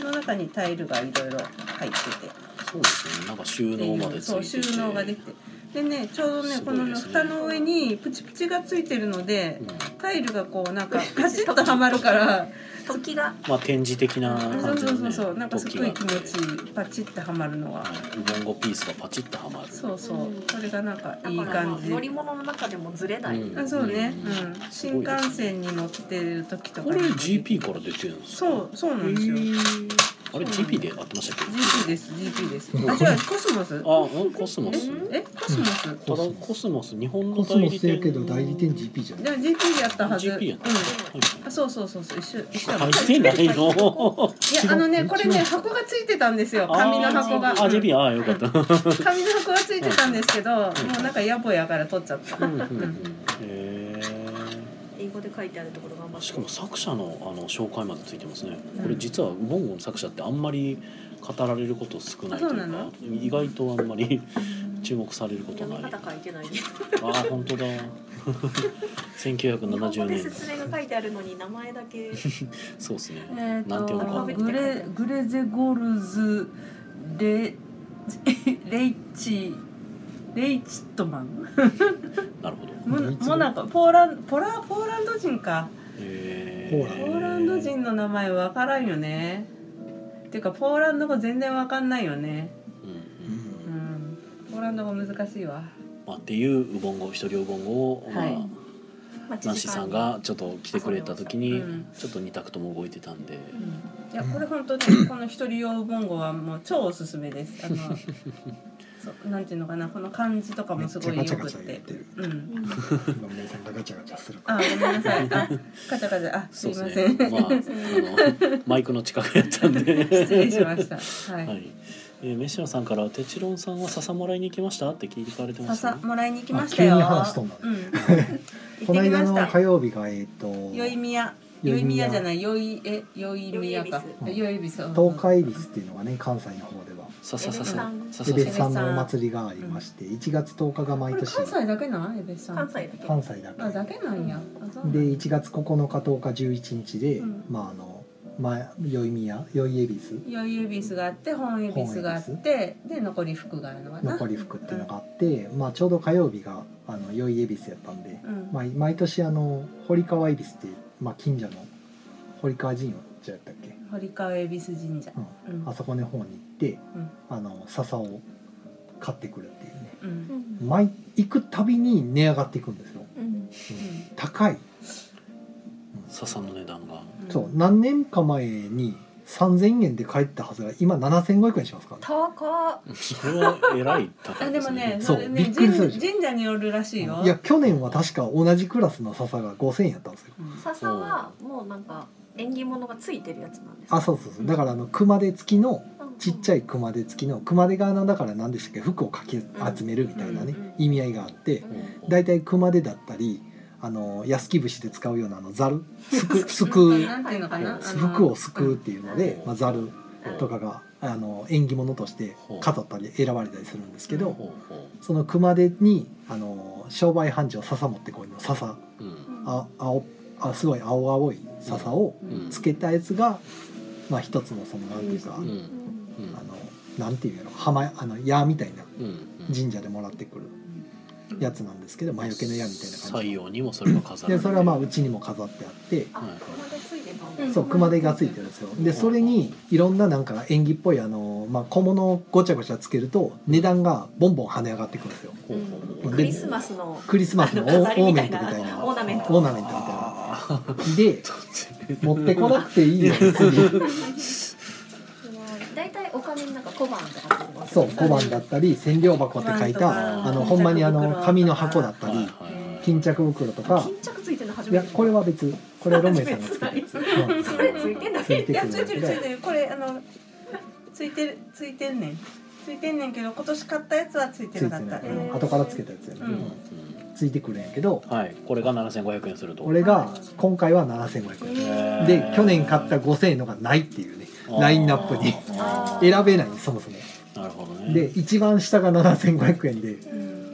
Speaker 5: この中にタイルがいろいろ入ってて
Speaker 1: そうですねなんか収納までついてて
Speaker 5: そう収納ができてでねちょうどね
Speaker 1: す
Speaker 5: こ
Speaker 1: ごい
Speaker 5: の
Speaker 1: ですね
Speaker 5: 蓋の上にプチプチがついてるので
Speaker 1: うん、
Speaker 5: タイルがこうな んかカチッとはまるから
Speaker 3: 時が
Speaker 1: まあ展示的な
Speaker 5: そ
Speaker 1: 感
Speaker 5: う
Speaker 1: じ
Speaker 5: そ
Speaker 1: の、
Speaker 5: う
Speaker 1: ね、
Speaker 5: そうそうなんかすっごい気持ち
Speaker 1: 時があって
Speaker 5: いいパチッとはまるのは
Speaker 1: はいウボンゴピースがパチッとはまる
Speaker 5: そうそう
Speaker 3: うん
Speaker 5: それがなんか
Speaker 3: だ
Speaker 5: いい
Speaker 3: からま
Speaker 5: 感
Speaker 3: あ
Speaker 5: じ
Speaker 3: 乗り物の中でもずれない、
Speaker 1: うん
Speaker 5: あそうね
Speaker 1: うん
Speaker 5: うん新幹線に乗ってる時とか
Speaker 1: これ GP から出てるんですか
Speaker 5: そうそうなんですよ
Speaker 1: へーあれ
Speaker 5: そう
Speaker 1: GP で合ってましたっけ
Speaker 5: GP です GP です
Speaker 2: うん
Speaker 5: あじゃあコスモス
Speaker 1: あうんコスモス
Speaker 5: ええコスモス
Speaker 1: ただコスモス日本の
Speaker 2: コスモ
Speaker 1: 代
Speaker 2: ス
Speaker 1: 理
Speaker 2: や
Speaker 1: 店
Speaker 2: けど代理店 GP じゃ
Speaker 5: で
Speaker 2: ない
Speaker 5: も GP やったはず
Speaker 1: GP やった
Speaker 5: うん
Speaker 1: はい
Speaker 5: あそうそうそうそう一緒一緒
Speaker 1: 入ってないの
Speaker 5: いやあのねこれね箱がついてたんですよ紙の箱が
Speaker 1: あーあ GP あーよかった
Speaker 5: 紙の箱がついてたんですけどもうなんか野暮やから取っちゃった
Speaker 1: うんうんうんへー
Speaker 3: 英語で書いてあるところがま
Speaker 1: しかも作者のあの紹介までついてますねこれ実はウボンゴの作者ってあんまり語られること少ないという
Speaker 5: あそうな
Speaker 1: か
Speaker 5: の
Speaker 1: 意外とあんまり 注目されること
Speaker 3: 読
Speaker 1: ない
Speaker 3: み方書いてないです
Speaker 1: ああ本 当だ
Speaker 3: 日本語
Speaker 1: 1970
Speaker 3: で
Speaker 1: 年
Speaker 3: 説明が書いてあるのに名前だけ
Speaker 1: そうですね、
Speaker 4: えっ
Speaker 1: なんて読む
Speaker 4: と
Speaker 1: か
Speaker 4: グレグレゼゴルズレ レイチレイチットマン
Speaker 1: なるほど
Speaker 5: も
Speaker 2: ドイツ語
Speaker 5: もうなんかポーランポラポーランド人か
Speaker 1: へ
Speaker 2: ポーラ
Speaker 5: ポーランド人の名前わからんよねっていうかポーランド語全然わかんないよね
Speaker 1: うんうん
Speaker 2: う
Speaker 5: う
Speaker 2: ん
Speaker 5: んポーランド語難しいわ
Speaker 1: まあ、っていうウボンゴ一人ウボンゴを、
Speaker 5: はい
Speaker 1: まあ、
Speaker 3: 待ち
Speaker 1: ナンシーさんがちょっと来てくれた時に、
Speaker 5: うん
Speaker 1: ちょっと二択とも動いてたんで、
Speaker 5: いやこれ本 当ねこの一人用ボンゴはもう超おすすめですあのそうなんていうのかなこの漢字とか
Speaker 2: め
Speaker 5: も
Speaker 2: っ
Speaker 5: す
Speaker 2: ち
Speaker 5: ご
Speaker 2: ゃ
Speaker 5: い
Speaker 2: ガチ
Speaker 5: よ
Speaker 2: ャガ
Speaker 5: くっ
Speaker 2: チャ言っ
Speaker 5: て
Speaker 2: てる
Speaker 5: うん
Speaker 3: うん
Speaker 2: 今皆さんがガチャガチャする
Speaker 5: あ、ごめんなさ い。あ、カチャカチャ、あ、す
Speaker 1: そう
Speaker 5: いま
Speaker 1: で
Speaker 5: せ
Speaker 1: すね
Speaker 5: ん。
Speaker 1: まああ のマイクの近くやったんで
Speaker 5: 失礼しました。はい。
Speaker 1: はいえー、メシアさんから「テチロンさんは笹もらいに行きました?」って聞かれてました
Speaker 5: 笹
Speaker 1: ね。
Speaker 5: もらいに行きましたよ。
Speaker 2: あ急に話しとんだ
Speaker 5: うん。
Speaker 2: この
Speaker 5: 行ってき
Speaker 2: 間
Speaker 5: まし
Speaker 2: の火
Speaker 5: た。
Speaker 2: 曜日がえっと
Speaker 5: よいみや。
Speaker 2: よ
Speaker 5: よ
Speaker 2: い
Speaker 5: い
Speaker 2: み
Speaker 5: み
Speaker 2: や
Speaker 5: やじゃない、よい、え、よいみやか。よいびそ。
Speaker 2: 東海恵比寿っていうのがね関西の方では
Speaker 1: さささ
Speaker 3: エベさ
Speaker 1: さ
Speaker 3: ん
Speaker 1: さ
Speaker 2: エ
Speaker 1: さ
Speaker 2: ベ
Speaker 5: さ
Speaker 1: さ
Speaker 5: ん
Speaker 2: さんのお祭りがありまして1月10日が
Speaker 5: こ
Speaker 2: 毎
Speaker 5: れ
Speaker 2: 年
Speaker 5: 関西だけなん、えべさん。
Speaker 3: 関西だけ
Speaker 2: 関西だ
Speaker 5: あ、だ
Speaker 2: け
Speaker 5: けなんや。あ、そうなん
Speaker 2: で
Speaker 5: だ。
Speaker 2: 1月9日10日11日で、
Speaker 5: うん
Speaker 2: まああの前宵宮宵恵比寿
Speaker 5: よいエビスがあって、本エビスがあって、で、残り服があるのかな。
Speaker 2: 残り服っていうのがあって、まあ、ちょうど火曜日があの宵恵比寿やったんで、
Speaker 5: うん。
Speaker 2: まあ、毎年あの堀川恵比寿っていう、まあ、近所の堀川神社やったっけ、
Speaker 5: 堀川恵比寿神社。
Speaker 2: う
Speaker 5: うん
Speaker 2: ん、あ。そこの方に行って、
Speaker 5: うん
Speaker 2: あの笹を買ってくるっていうね
Speaker 5: うん。うん
Speaker 3: うん
Speaker 2: 毎行くたびに値上がっていくんですよ
Speaker 3: うん
Speaker 2: 高い、
Speaker 1: 笹の値段が
Speaker 5: うん
Speaker 2: そう何年か前に3,000円で帰ったはずが今7,500円しますからね
Speaker 3: 高っ
Speaker 1: それはえらい高
Speaker 5: あ
Speaker 1: いで
Speaker 5: でも
Speaker 1: す
Speaker 5: ね
Speaker 1: ね。
Speaker 5: そ
Speaker 2: そう
Speaker 5: れね
Speaker 2: びっくりする
Speaker 5: 神神社によるらしいよ
Speaker 2: いや去年は確か同じクラスの笹が5,000円やったんですよ
Speaker 3: 笹はもうなんか縁起物がついてるやつなんです
Speaker 2: あそうそうそうだからあの熊手付きのちっちゃ
Speaker 3: い
Speaker 2: い熊手付きの熊手側のだから何でしたっけ服をかき集めるみたいなね
Speaker 3: うんうん
Speaker 2: 意味合いがあって
Speaker 1: うん
Speaker 2: 大体熊手だったりあの安木節で使うようなあのざるすくすくう
Speaker 5: なんていうのかなあの
Speaker 2: 服をすくうっていうので
Speaker 1: うん
Speaker 2: まあざるとかがあの縁起物として飾ったり選ばれたりするんですけど
Speaker 1: ほうほ
Speaker 2: その熊手にあの商売繁盛笹持ってこいの笹
Speaker 1: ううん
Speaker 2: あ青あすごい青々い笹を
Speaker 1: うん
Speaker 2: つけたやつがまあ一つのそのなんていうか。
Speaker 1: うんうん
Speaker 2: あのなんていうんやろ浜あの矢みたいな
Speaker 1: うんうん
Speaker 2: 神社でもらってくるやつなんですけど魔除けの矢みたいな感
Speaker 1: 採
Speaker 2: じ
Speaker 1: 用にもそれが飾られ
Speaker 2: で
Speaker 1: て
Speaker 2: それはまあうちにも飾ってあって
Speaker 3: あ、ここまでついてたん
Speaker 2: そう熊手がついてるんですよでそれにいろんななんか縁起っぽいあの、まあ、小物をごちゃごちゃつけると値段がボンボン跳ね上がってくるんですよ
Speaker 1: ほうほうほう
Speaker 3: クリスマスの
Speaker 2: クリスマスのオ
Speaker 3: あの飾
Speaker 2: ー
Speaker 3: り
Speaker 2: オー
Speaker 3: みた
Speaker 2: メン
Speaker 3: い
Speaker 2: ト
Speaker 3: な
Speaker 2: みたいな
Speaker 3: オーナメント
Speaker 2: オーナメントみた いな
Speaker 1: あー
Speaker 2: で持ってこなくていいよ別に
Speaker 3: 大体お金の中小判とかってこと
Speaker 2: そう小判だったり千両箱って書いたあのほんまにあの紙の箱だった
Speaker 1: はいはい
Speaker 2: り
Speaker 1: はい
Speaker 2: 巾着袋とか
Speaker 3: 巾着ついてるの初
Speaker 2: い
Speaker 3: め
Speaker 2: や
Speaker 3: て
Speaker 2: これは別これはロメイさんが作ってる
Speaker 3: 別
Speaker 2: うん
Speaker 3: それついてんだ
Speaker 2: つい
Speaker 3: け
Speaker 2: てく
Speaker 5: いや
Speaker 2: る
Speaker 5: ついてるついて
Speaker 2: で
Speaker 5: るこれあのついてるついてんねんついてんねんけど今年買ったやつはついて
Speaker 2: つい
Speaker 5: な
Speaker 2: て
Speaker 5: かった
Speaker 2: ない、
Speaker 3: えー
Speaker 2: 後からつけたやつやね、
Speaker 5: うん
Speaker 1: う
Speaker 2: ついてくるんやけど
Speaker 1: んはいこれが7500円すると
Speaker 2: 俺が今回は7500円
Speaker 1: へー
Speaker 2: で去年買った5000円のがないっていうね
Speaker 1: あー
Speaker 2: ラインナップに
Speaker 1: あー
Speaker 2: 選べないそもそも
Speaker 1: なるほどね
Speaker 2: で一番下が7500円で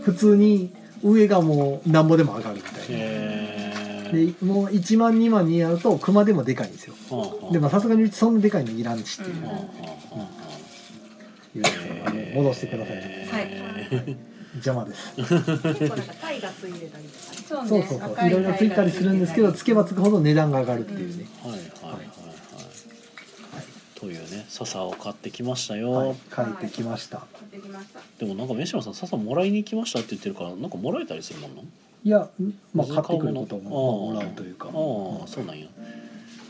Speaker 2: 普通に上がもうなんぼでも上がるみたいな
Speaker 1: へー
Speaker 2: でもう1万2万にやると熊でもでかいんですよ
Speaker 1: はあはあ
Speaker 2: でもさすがにうちそんなでかいのいらんしっていう
Speaker 1: はあはあは
Speaker 2: いうやつなので戻してくださいね
Speaker 1: あはあ
Speaker 3: はい
Speaker 1: はい
Speaker 2: 邪魔です
Speaker 3: 結構なんかタイがついてたりとか
Speaker 5: そう
Speaker 2: そう
Speaker 5: ね
Speaker 2: そうそう
Speaker 5: 赤
Speaker 2: いろいろついたりするんですけどつけばつくほど値段が上がるっていうね
Speaker 1: はいはいはいはいというね笹を買ってきましたよ、
Speaker 2: はい書いてきました
Speaker 5: 買ってきました
Speaker 1: でもなんか飯野さん笹もらいに行きましたって言ってるからなんかもらえたりするもんなん
Speaker 2: いや、んまあ、買ってくることもまあもらうというか
Speaker 1: ああ
Speaker 2: うん
Speaker 1: そうなんや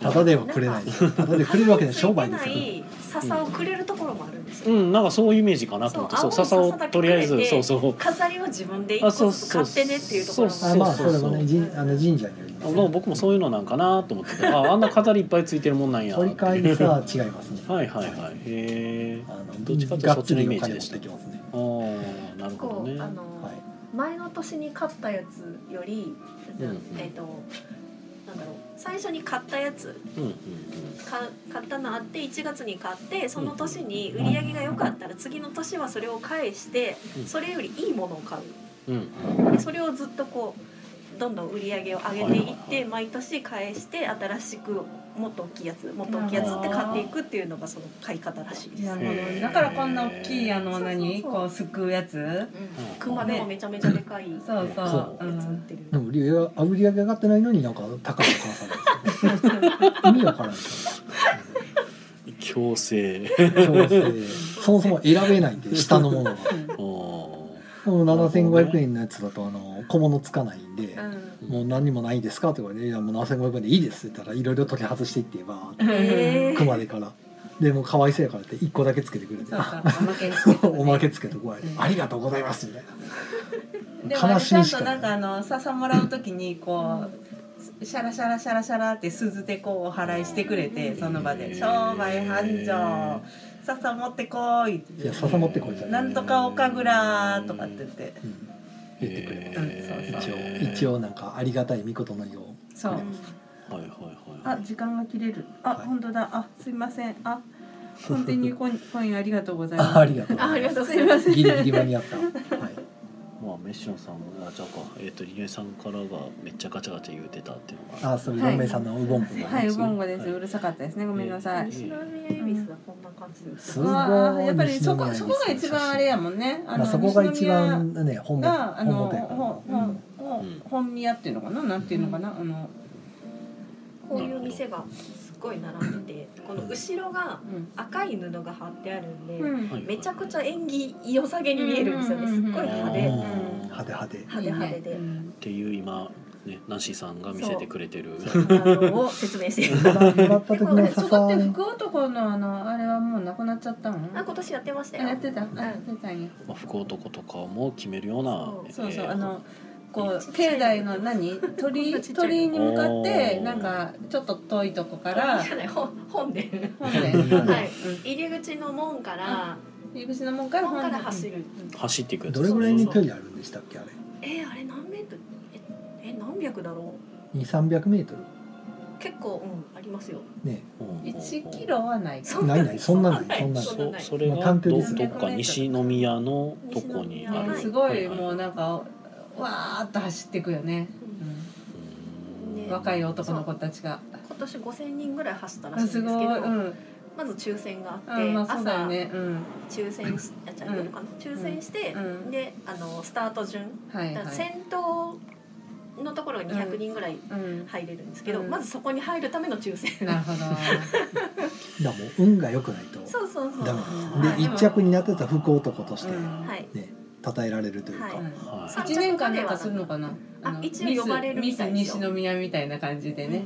Speaker 2: ただではくれないですよただでくれるわけない商売です
Speaker 3: つ
Speaker 2: よ
Speaker 3: いてない笹をくれるところもあるんです
Speaker 1: う
Speaker 3: よ、
Speaker 1: んなんかそういうイメージかなと思ってそ
Speaker 3: そうう
Speaker 1: 笹を
Speaker 3: 青い笹だけ
Speaker 1: とりあえ
Speaker 3: く
Speaker 1: ず
Speaker 3: れて
Speaker 1: そうそう
Speaker 3: 飾りは自分で
Speaker 1: あ
Speaker 3: 一
Speaker 1: そ
Speaker 3: 個
Speaker 1: う
Speaker 3: ずつ
Speaker 1: そう
Speaker 3: 買ってねっていうところも
Speaker 1: そう
Speaker 2: あまあそれ
Speaker 1: そ
Speaker 2: も
Speaker 1: う
Speaker 2: ねじんあの神社により
Speaker 1: なん
Speaker 2: ます
Speaker 1: か僕もそういうのなんかなと思っててああんな飾りいっぱいついてるもんなんや
Speaker 2: 取り替えさは違いますね
Speaker 1: はいはいはいへえ
Speaker 2: あの
Speaker 1: どっちかっていうと
Speaker 2: が
Speaker 1: そ
Speaker 2: っ
Speaker 1: っち
Speaker 2: つ
Speaker 1: のイ
Speaker 2: り
Speaker 1: メ
Speaker 2: お
Speaker 1: ージで
Speaker 2: 金持っ
Speaker 1: した
Speaker 2: てきますね
Speaker 1: ああなる
Speaker 3: 結
Speaker 1: ほど
Speaker 3: 構
Speaker 1: ね
Speaker 3: あの、
Speaker 2: はい
Speaker 3: 前の年に買ったやつより、
Speaker 1: うんうん
Speaker 3: えっ、となんだろう最初に買ったやつ
Speaker 1: うんうん
Speaker 3: か買ったのあって1月に買ってその年に売り上げが良かったら次の年はそれを返して
Speaker 1: うん
Speaker 3: それよりいいものを買
Speaker 1: うんうん
Speaker 3: うでそれをずっとこうどんどん売り上げを上げてい
Speaker 1: は
Speaker 3: っ
Speaker 1: いはいは
Speaker 3: て毎年返して新しくもっと大きいやつもっと大きいやつって買っていくっていうのがその買い方らしいです。
Speaker 5: な
Speaker 3: うん
Speaker 5: るほ
Speaker 1: へー
Speaker 5: どだからこんな大きいあの
Speaker 3: そうそうそう
Speaker 5: 何こうすくうやつ
Speaker 3: 熊でもめちゃめちゃでかいやつ
Speaker 5: そうそう、
Speaker 1: そう
Speaker 5: ん、
Speaker 3: 売ってる
Speaker 2: でも売り上げ売り上げ上がってないのになんか高いお母さ んですよ意味わからんです
Speaker 1: うん強制
Speaker 2: よね強制そもそも選べないんで下の ものが
Speaker 1: あー
Speaker 2: もう7500円のやつだとあの小物つかないんで、
Speaker 3: うん
Speaker 2: もう何もないですかって言われて「いやもう7500円でいいです」って言ったらいろいろ解き外していって言えば
Speaker 3: えー
Speaker 2: 熊手からでもうかわいそうやからって1個だけつけてくれて「
Speaker 5: そうかおまけにしてくれ る
Speaker 2: おまけつけとこうや
Speaker 5: うん
Speaker 2: ありがとうございます」みたい
Speaker 5: で
Speaker 2: 悲
Speaker 5: も
Speaker 2: し
Speaker 5: ちゃ
Speaker 2: み
Speaker 5: ん
Speaker 2: しか
Speaker 5: と
Speaker 2: ない
Speaker 5: なんかあの笹もらうときにこうシャラシャラシャラシャラって鈴でこうお祓いしてくれてその場
Speaker 1: へ
Speaker 5: で「
Speaker 1: ー
Speaker 5: 商売繁盛笹持ってこい」って
Speaker 2: な「いや笹持ってこい」じゃ
Speaker 5: な
Speaker 2: ない、
Speaker 5: んとかおかぐら」とかって言って
Speaker 2: うん、
Speaker 1: へ
Speaker 2: 言ってくれます、
Speaker 5: うんそう
Speaker 1: え
Speaker 2: 一応一応なんかありがたい御事のよう
Speaker 5: そう
Speaker 1: はいはいはい
Speaker 5: あ時間が切れるあ、
Speaker 2: はい
Speaker 5: 本当だあすいませんあ 本当にコインコインありがとうござい
Speaker 2: ああ
Speaker 5: ま
Speaker 2: りがとうご
Speaker 3: あ
Speaker 2: ざ
Speaker 3: あ
Speaker 2: い
Speaker 3: りがとう
Speaker 5: す
Speaker 3: ご
Speaker 5: す
Speaker 3: ざいま。
Speaker 5: いますせん
Speaker 2: ギリギリ間に合った、はい、
Speaker 1: まあメッシュンさんあじゃあかえっ、とりえさんからがめっちゃガチャガチャ言うてたっていうのが
Speaker 2: あそう4名さんのウボンボが
Speaker 5: はい、ウボンゴです。
Speaker 1: はいう
Speaker 5: るさかったですね。ごめんなさい。
Speaker 3: 西宮恵比寿はこんな感じです。
Speaker 2: す
Speaker 5: う
Speaker 2: ごい
Speaker 5: わあやっぱりそこそこが一番あれやもんね。あ
Speaker 2: ま
Speaker 5: の
Speaker 2: あ、そこが
Speaker 5: 西
Speaker 2: 一
Speaker 5: 宮
Speaker 2: 番ね本
Speaker 5: があ
Speaker 2: 本
Speaker 5: の
Speaker 2: 元やから
Speaker 5: ほほ
Speaker 2: うん
Speaker 5: ほ
Speaker 1: うん
Speaker 5: 本宮っていうのかな、なんていうのかな、あの、
Speaker 3: こういう店がすっごい並んでて、この後ろが
Speaker 5: うん
Speaker 3: 赤い布が貼ってあるんで、
Speaker 5: うん
Speaker 1: はい
Speaker 3: めちゃくちゃ縁起良さげに見えるんですよね。すっごい派
Speaker 1: う
Speaker 3: 手
Speaker 1: ん。
Speaker 2: 派手派手
Speaker 3: 派手派手で
Speaker 5: いいねうん
Speaker 1: っていう今ねナンシーさんが見せてくれてる
Speaker 3: あのを説明してる。
Speaker 2: もらった時
Speaker 5: あ
Speaker 2: の
Speaker 5: れそこ
Speaker 2: 笹
Speaker 5: って
Speaker 2: ね
Speaker 5: 福男のあのあれはもうなくなっちゃったの？
Speaker 3: あ今年やってました
Speaker 5: あ
Speaker 3: よ。
Speaker 5: やってた、あやってたんや。
Speaker 1: まあ福男とかも決めるような
Speaker 3: そう
Speaker 5: そうそう、
Speaker 1: えー
Speaker 5: あのこ
Speaker 3: ちっ
Speaker 5: う
Speaker 3: ちゃい
Speaker 5: 境内の何鳥
Speaker 3: ちっちゃい
Speaker 5: 鳥居に向かっ
Speaker 1: お
Speaker 5: て
Speaker 1: ー
Speaker 5: なんかちょっと遠いとこか
Speaker 3: あ
Speaker 5: ら
Speaker 3: じゃない本本で。
Speaker 5: 本殿
Speaker 3: はい
Speaker 5: うん
Speaker 3: 入り口の門から
Speaker 5: 入り口の門から
Speaker 3: 門
Speaker 5: 本
Speaker 3: から
Speaker 5: 殿
Speaker 3: 走る。
Speaker 1: 走っていくやつ
Speaker 2: どれぐらいの距離あるんでしたっけあれ
Speaker 3: えーあれ何メートル？ええ何百だろう。
Speaker 2: 2 3 0 0ル
Speaker 3: 結構うんありますよ。
Speaker 2: ね
Speaker 5: 一キロは ないか。
Speaker 3: そん
Speaker 2: ないないそんなない
Speaker 3: そ
Speaker 2: そん
Speaker 3: ん
Speaker 2: なな
Speaker 3: な
Speaker 2: い
Speaker 3: そんな
Speaker 1: そ
Speaker 3: ない。
Speaker 1: それが
Speaker 2: まあ短距
Speaker 1: ど
Speaker 2: 離
Speaker 5: です
Speaker 1: どっか西宮のとこにあ
Speaker 3: は
Speaker 1: る
Speaker 3: い
Speaker 5: すごい
Speaker 1: は
Speaker 5: もうなんかわーっと走っていくよね。
Speaker 3: う
Speaker 1: うん
Speaker 3: ん
Speaker 5: う
Speaker 3: ね
Speaker 5: ん若い男の子たちが。
Speaker 3: 今年5000人ぐらい走ったらしいん
Speaker 5: あ
Speaker 3: ですけ
Speaker 5: す
Speaker 3: ど
Speaker 5: ごい。うん。
Speaker 3: まず抽選があって、
Speaker 5: あまあそうだよね。うん。
Speaker 3: 朝抽選しあじゃあ
Speaker 5: うん
Speaker 3: 夜かな抽選して、
Speaker 5: うん
Speaker 3: であのスタート順
Speaker 5: はい
Speaker 3: だ
Speaker 5: は
Speaker 3: から
Speaker 5: い。
Speaker 3: 先頭のところが200人ぐらい
Speaker 5: うん
Speaker 3: 入れるんですけど、
Speaker 5: うん
Speaker 3: まずそこに入るための抽選
Speaker 4: なるほど。
Speaker 2: だからもう運が良くないと
Speaker 3: そうそうそう
Speaker 2: ダメ
Speaker 3: は
Speaker 2: で
Speaker 3: い
Speaker 2: すで一着になってた福男として
Speaker 5: うん
Speaker 3: はい
Speaker 2: ね称えられるというか、
Speaker 3: はい
Speaker 4: うん
Speaker 1: は
Speaker 3: さ
Speaker 5: 一年間なんかするのかな。
Speaker 3: あ
Speaker 5: の
Speaker 3: 一応呼ばれるみたいで
Speaker 5: ミ
Speaker 3: すよ
Speaker 5: スミス西宮みたいな感じでね。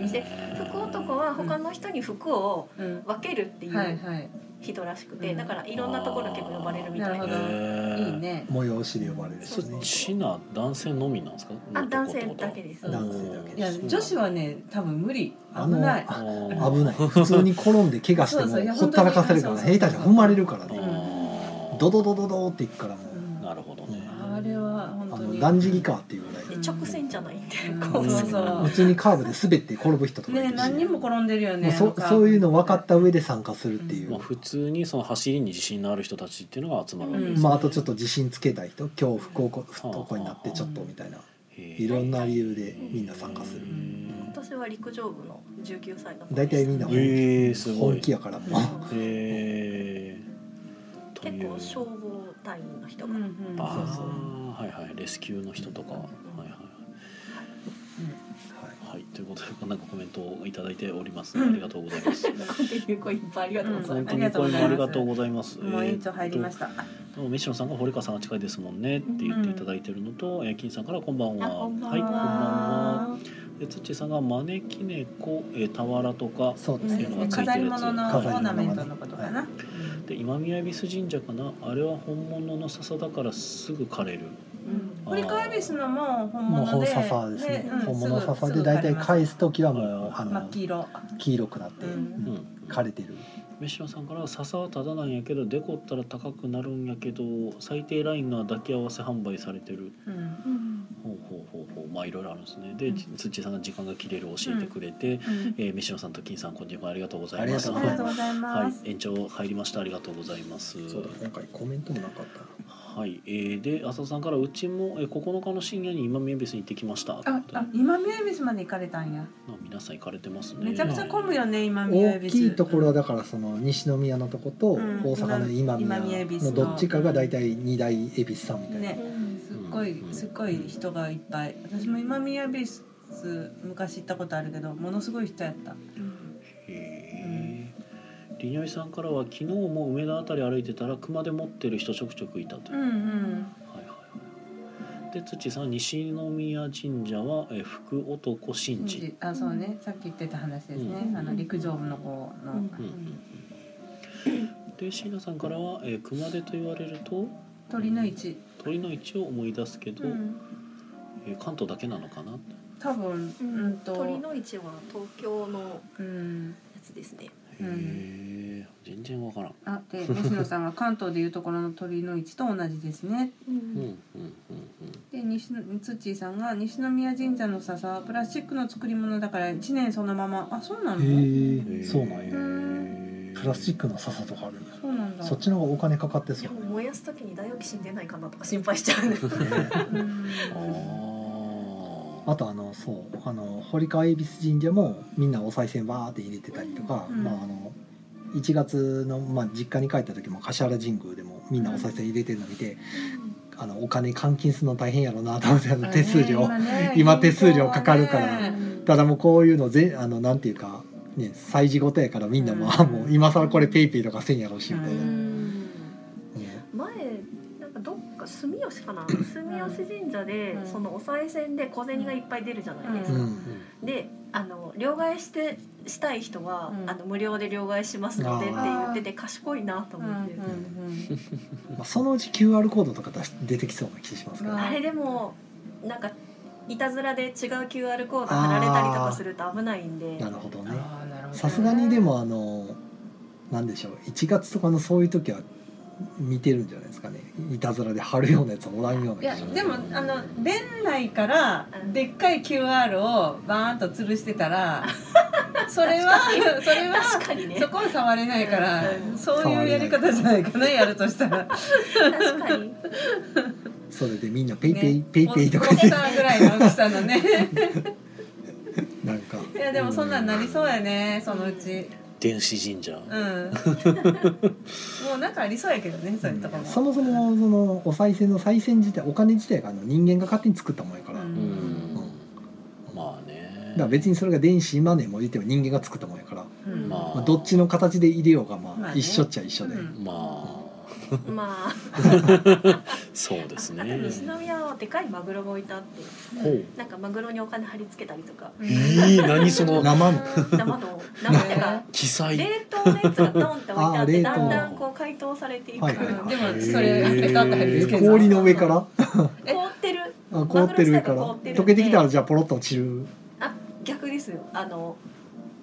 Speaker 1: い
Speaker 3: で
Speaker 1: へー
Speaker 3: 福男は他の人に服を
Speaker 5: うん。
Speaker 3: 分けるってい
Speaker 5: はいうはい。
Speaker 3: 人らしくて、
Speaker 5: うん
Speaker 3: だからいろんなところ結構呼ばれるみたいな
Speaker 5: なるほど
Speaker 1: へー
Speaker 5: いいね。
Speaker 2: 催しで呼ばれるし
Speaker 1: そ
Speaker 2: ね
Speaker 1: っちな男性のみなんですか
Speaker 3: あ男性だけです
Speaker 5: うん
Speaker 2: 男性だけ
Speaker 5: いや女子
Speaker 1: は
Speaker 5: はね多分無理
Speaker 2: あ
Speaker 5: 危
Speaker 2: の
Speaker 5: ない。
Speaker 2: あ
Speaker 1: 危
Speaker 2: 危ない普通に転んで怪我して
Speaker 5: そうそういや
Speaker 2: もほったらかされるから
Speaker 5: 本
Speaker 2: 下
Speaker 5: 当に
Speaker 2: 手じゃ踏まれるからね
Speaker 1: あ
Speaker 2: ドドドドドーっていくからもう、
Speaker 5: うん
Speaker 1: なるほどね
Speaker 5: あれは本
Speaker 2: あ
Speaker 5: 当
Speaker 2: の
Speaker 5: に。
Speaker 2: 断食かっていうぐらい、
Speaker 3: で直線じゃないんで、
Speaker 5: うん
Speaker 3: こう
Speaker 5: そうそ
Speaker 2: 普通にカーブで滑って転ぶ人と
Speaker 5: う。
Speaker 2: かいる
Speaker 5: ね
Speaker 2: し
Speaker 5: 何人も転んでるよ
Speaker 2: もう
Speaker 5: ね。
Speaker 2: そ
Speaker 5: なんか
Speaker 2: そういうの分かった上で参加するっていう、
Speaker 1: まあ普通にその走りに自信のある人たちっていうのが集まるわけです
Speaker 5: うん
Speaker 2: まあ、あとちょっと自信つけたい人今日不幸こ不登校になってちょっとみたいな
Speaker 1: へ
Speaker 2: い
Speaker 1: ー
Speaker 2: ろんな理由でみんな参加する
Speaker 1: うん
Speaker 3: 私は陸上部の19歳の子
Speaker 2: 大体みんな
Speaker 1: へーすごい
Speaker 2: 本気やからもう
Speaker 1: へーと
Speaker 3: 結
Speaker 1: いう
Speaker 3: 構消防隊員の人
Speaker 5: うん
Speaker 3: が、
Speaker 5: うん。
Speaker 1: あ
Speaker 2: そうそう
Speaker 1: ーはいはいレスキューの人とかはいはい
Speaker 2: はい
Speaker 1: はい、ということで、なんかコメントをいただいております。ありがとうございます。
Speaker 3: コンテンツいっぱいありがとうござい
Speaker 1: 本
Speaker 3: ま
Speaker 1: 当にこ
Speaker 3: す。
Speaker 1: れもありがとうございます。
Speaker 5: もう委員長入りま
Speaker 1: し
Speaker 5: した。あ
Speaker 1: た。西野さんが堀川さんが近いですもんねって言っていただいてるのと、えー金さんからこんばんは。
Speaker 3: あこんばんは
Speaker 1: はい、こんばんは。で、土さんが招き猫、えー、俵とか。
Speaker 2: そうです
Speaker 5: そう
Speaker 1: い
Speaker 5: で
Speaker 1: う
Speaker 5: す
Speaker 1: のが
Speaker 2: ね
Speaker 5: ね
Speaker 1: つい
Speaker 5: 飾
Speaker 1: て
Speaker 5: り
Speaker 1: るやつ。
Speaker 5: 物のオ
Speaker 2: 飾り物
Speaker 5: ーナメントのことかな。
Speaker 2: は
Speaker 1: で、今宮恵比寿神社かな、あれは本物の笹だから、すぐ枯れる。
Speaker 5: 振り返りすのも本
Speaker 2: もう
Speaker 5: 物
Speaker 2: 本
Speaker 5: で、
Speaker 2: 笹ですね
Speaker 5: うん
Speaker 2: 本物
Speaker 5: すぐ
Speaker 2: 笹で大体返
Speaker 5: す
Speaker 2: す時はも
Speaker 1: う
Speaker 2: うんあ
Speaker 5: ぐ枯れます
Speaker 2: の
Speaker 5: 真っ黄色。
Speaker 2: 黄色くなって、
Speaker 5: うん
Speaker 1: う
Speaker 2: うん
Speaker 1: ん。
Speaker 2: 枯れてる
Speaker 1: 飯野さんから「笹はただなんやけどデコったら高くなるんやけど最低ラインのは抱き合わせ販売されてる
Speaker 5: うん」
Speaker 1: ほうほうほうほうまあいろいろあるんですねで、
Speaker 5: うん
Speaker 1: 土井さんが時間が切れる教えてくれて、えー飯野さんと金さんこんにちはありがとうございます
Speaker 2: あ
Speaker 5: ありがとうござい
Speaker 1: は
Speaker 5: ま
Speaker 1: い
Speaker 5: す。、
Speaker 1: 延長入りましたありがとうございます
Speaker 2: 今回コメントもなかった
Speaker 1: はい、えー、で浅田さんからうちも、えー、9日の深夜に今宮別に行ってきました
Speaker 5: あ、あ、今宮恵比寿まで行かれたんや。
Speaker 1: まあ皆さん行かれてますね
Speaker 5: めちゃくちゃ混むよね、今宮
Speaker 2: 大
Speaker 5: 恵比寿。
Speaker 2: きいところはだからその西宮のとこと大
Speaker 5: うん
Speaker 2: 阪の今宮
Speaker 5: 今宮恵比寿
Speaker 2: の
Speaker 5: の
Speaker 2: どっちかが大体二大恵比寿さんみたいな、
Speaker 5: ねすっごい、すっごい人がいっぱい。私も今宮恵比寿。昔行ったことあるけどものすごい人やった
Speaker 1: へえりにおいさんからは昨日も梅田あたり歩いてたら熊で持ってる人ちょくちょくいたと
Speaker 5: うんうん
Speaker 1: はいはいはい。で土さん西宮神社はえー福男神事。
Speaker 5: あそうねさっき言ってた話ですね、
Speaker 3: うん
Speaker 5: あの陸上部の方の、
Speaker 3: うん
Speaker 1: うんうんうんで椎名さんからは、えー熊手と言われると
Speaker 5: 鳥の位置、
Speaker 1: 鳥の位置を思い出すけど、
Speaker 5: うん、
Speaker 1: えー関東だけなのかな。
Speaker 5: 多分
Speaker 3: う
Speaker 5: うんんと
Speaker 3: 鳥の市は東京のや
Speaker 5: うん
Speaker 3: つですね。
Speaker 1: へ
Speaker 5: うん
Speaker 1: え、全然わからん。
Speaker 5: あで西野さんが関東でいうところの鳥の位置と同じですね
Speaker 1: うんうんうん
Speaker 5: で西のツッチーさんが西宮神社の笹はプラスチックの作り物だから1年そのままあそうなの
Speaker 1: うん。へー
Speaker 2: そうなんや
Speaker 1: へー
Speaker 2: プラスチックの笹とかあるんや
Speaker 5: そうなんだ
Speaker 2: そっちの方がお金かかって
Speaker 3: い
Speaker 2: そ
Speaker 3: や
Speaker 2: う
Speaker 3: もう燃やすときにダイオキシン出ないかなとか心配しちゃうね。
Speaker 5: うん
Speaker 1: あー
Speaker 2: あとあのそうあの堀川恵比寿神社もみんなお賽銭バーって入れてたりとか、
Speaker 5: うん
Speaker 2: まああの1月の、まあ、実家に帰った時も橿原神宮でもみんなお賽銭入れてるの見て、あのお金換金するの大変やろうなと思ってあ の手数料、
Speaker 5: あね
Speaker 2: 今手数料かかるから
Speaker 5: 銀行はね
Speaker 2: ただもうこういうのぜあのなんていうかね催事ごとやからみんなも、
Speaker 5: うん
Speaker 2: あもう今更これペイペイとかせんやろうしみたいな、ね
Speaker 5: うん
Speaker 3: 前なんかどっか住吉 かな住吉神社で
Speaker 5: うん
Speaker 3: そのお賽銭で小銭がいっぱい出るじゃないです
Speaker 2: う
Speaker 3: か。
Speaker 2: ん、
Speaker 3: であの両替してしたい人は、
Speaker 5: うん
Speaker 3: あの無料で両替しますのでって言ってて賢いなと
Speaker 5: うん
Speaker 3: 思って、
Speaker 5: うん
Speaker 2: まあ、そのうち QR コードとか出し出てきそうな気しますから、
Speaker 5: うん
Speaker 3: あれでもなんかいたずらで違う QR コード貼られたりとかすると危ないんで
Speaker 2: なるほど
Speaker 5: うん
Speaker 2: ね
Speaker 5: あーなるほどね
Speaker 2: さすがにでもあのなんでしょう1月とかのそういう時は見てるんじゃないですかねいたずらで貼るようなやつおらんよう
Speaker 5: い
Speaker 2: な
Speaker 5: や
Speaker 2: 気します
Speaker 5: でもあの店内からでっかい QR をバーンと吊るして たらそれはそれは
Speaker 3: 確かにね
Speaker 5: そこは触れないから
Speaker 3: うん
Speaker 5: そういうやり方じゃないかなやるとしたら
Speaker 3: 確かに
Speaker 2: それでみんなペイペイ、
Speaker 5: ね
Speaker 2: ペイペイとか
Speaker 5: 大き
Speaker 2: で
Speaker 5: さぐらいの大きさ のね
Speaker 2: なんか
Speaker 5: いやでもそんなんなりそうやねそのうち
Speaker 1: 電子神 社。
Speaker 5: うんもうなんかありそうやけどねそういうとこも
Speaker 2: そもそもそのお賽銭の賽銭自体お金自体があの人間が勝手に作ったもんやから、
Speaker 5: う
Speaker 1: うんん。
Speaker 2: から別にそれが電子マネーも言っても人間が作ったもんやから、
Speaker 5: うん
Speaker 1: ま
Speaker 2: まあ、どっちの形で入れようがま
Speaker 5: ま
Speaker 2: あ
Speaker 5: あね
Speaker 2: 一緒っちゃ一緒で、
Speaker 5: うん
Speaker 1: ま
Speaker 3: まあ
Speaker 1: あそうです
Speaker 3: あと
Speaker 1: ね
Speaker 3: 西宮はでかいマグロもいたって
Speaker 1: ほう
Speaker 3: なんかマグロにお金貼り付けたりと か
Speaker 5: うん
Speaker 1: いい何その
Speaker 2: 生の
Speaker 3: 生の生ってか
Speaker 1: 記載
Speaker 3: 冷凍のやつがドンって置いてあっ
Speaker 2: あー
Speaker 3: て
Speaker 2: 冷凍
Speaker 3: だんだんこう解凍されていく、
Speaker 2: はいはいはい
Speaker 4: でもそれペタッと貼り
Speaker 2: え
Speaker 4: 付け
Speaker 2: ー
Speaker 4: る
Speaker 2: 氷の上からあ
Speaker 3: え凍ってる
Speaker 2: 凍ってる上から
Speaker 3: マグロ自体が凍ってるんで
Speaker 2: 溶けてきたらじゃあポロッと落ちる
Speaker 3: 逆ですよあの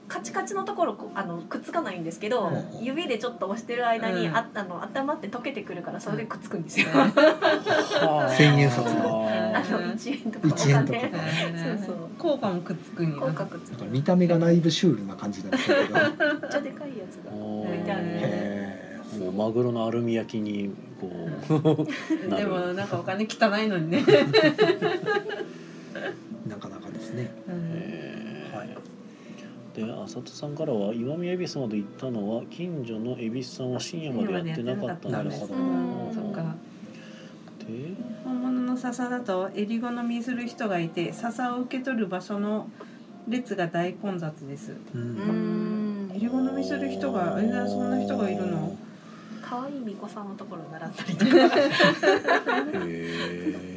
Speaker 3: カチカチのところこうあのくっつかないんですけど、
Speaker 2: うん
Speaker 3: 指でちょっと押してる間に、
Speaker 5: うん
Speaker 3: ああの温まって溶けてくるからそれでくっつくん ですよ、
Speaker 2: 千円札
Speaker 3: あ
Speaker 1: の
Speaker 3: の1円とかお
Speaker 2: 一円とか
Speaker 3: 金そうそう
Speaker 5: 効果もくっつくんや
Speaker 3: 口角つ
Speaker 2: なんか
Speaker 3: く
Speaker 2: 見た目が内部シュールな感じなんですけど
Speaker 3: めっちゃでかいやつが置いてあるね
Speaker 2: へー
Speaker 1: もうマグロのアルミ焼きにこな
Speaker 5: で
Speaker 1: る
Speaker 5: もなんかお金汚いのにね、
Speaker 2: なかなかですね
Speaker 1: う、えーで浅田さんからは石見恵比寿まで行ったのは近所の恵比寿さんは深夜までやってなかったな
Speaker 5: な
Speaker 1: る
Speaker 5: る
Speaker 1: ほ
Speaker 5: ほ
Speaker 1: ど
Speaker 5: ど
Speaker 1: で
Speaker 5: そっか本物の笹だと襟好みする人がいて笹を受け取る場所の列が大混雑です
Speaker 2: う
Speaker 3: うんん
Speaker 5: 襟好みする人がえーそんな人がいるの
Speaker 3: 可愛い巫女さんのところ習ったりとか
Speaker 1: へ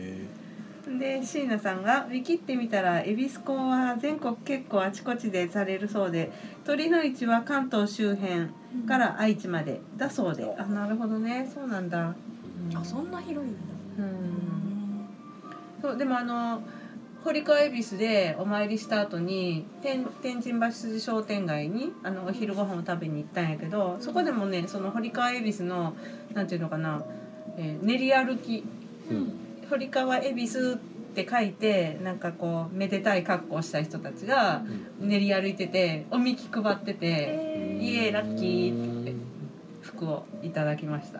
Speaker 5: で椎名さんが「ウィキってみたら恵比寿港は全国結構あちこちでされるそうで鳥の市は関東周辺から愛知までだそうであなるほどねそうなんだ
Speaker 1: ー
Speaker 3: あそんな広いんだ
Speaker 5: うんそうでもあの堀川恵比寿でお参りした後に天天神橋筋商店街にあのお昼ご飯を食べに行ったんやけどそこでもねその堀川恵比寿のなんていうのかな、えー練り歩き
Speaker 1: うん
Speaker 5: 堀川恵比寿って書いてなんかこうめでたい格好をした人たちが練り歩いてておみき配ってて
Speaker 3: え
Speaker 5: いえラッキーって服をいただきました。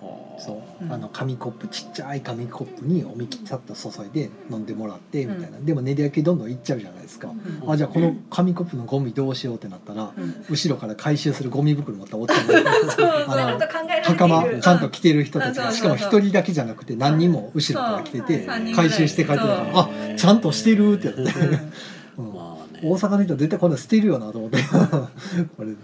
Speaker 1: はあ
Speaker 2: そう
Speaker 5: うん
Speaker 2: あの紙コップちっちゃい紙コップにおみきさっと注いで飲んでもらってみたいな、でも練り焼きどんどんいっちゃうじゃないですか、
Speaker 1: うん
Speaker 2: あじゃあこの紙コップのゴミどうしようってなったら
Speaker 5: うん
Speaker 2: 後ろから回収するゴミ袋持ったおっちゃんがいて
Speaker 3: そんなこと
Speaker 2: あ
Speaker 3: 考えられ
Speaker 2: の
Speaker 3: ている
Speaker 2: 袴ちゃんと着てる人たち
Speaker 5: う
Speaker 2: が
Speaker 5: ん
Speaker 2: しかも一人だけじゃなくて何人も後ろから来てて
Speaker 1: そうそうそう
Speaker 2: 回収して帰ってたか
Speaker 1: そう
Speaker 2: らあちゃんとしてるってなって、
Speaker 5: うん
Speaker 2: うん
Speaker 1: まあね
Speaker 2: 大阪の人は絶対こんなん捨てるよなと思ってこれ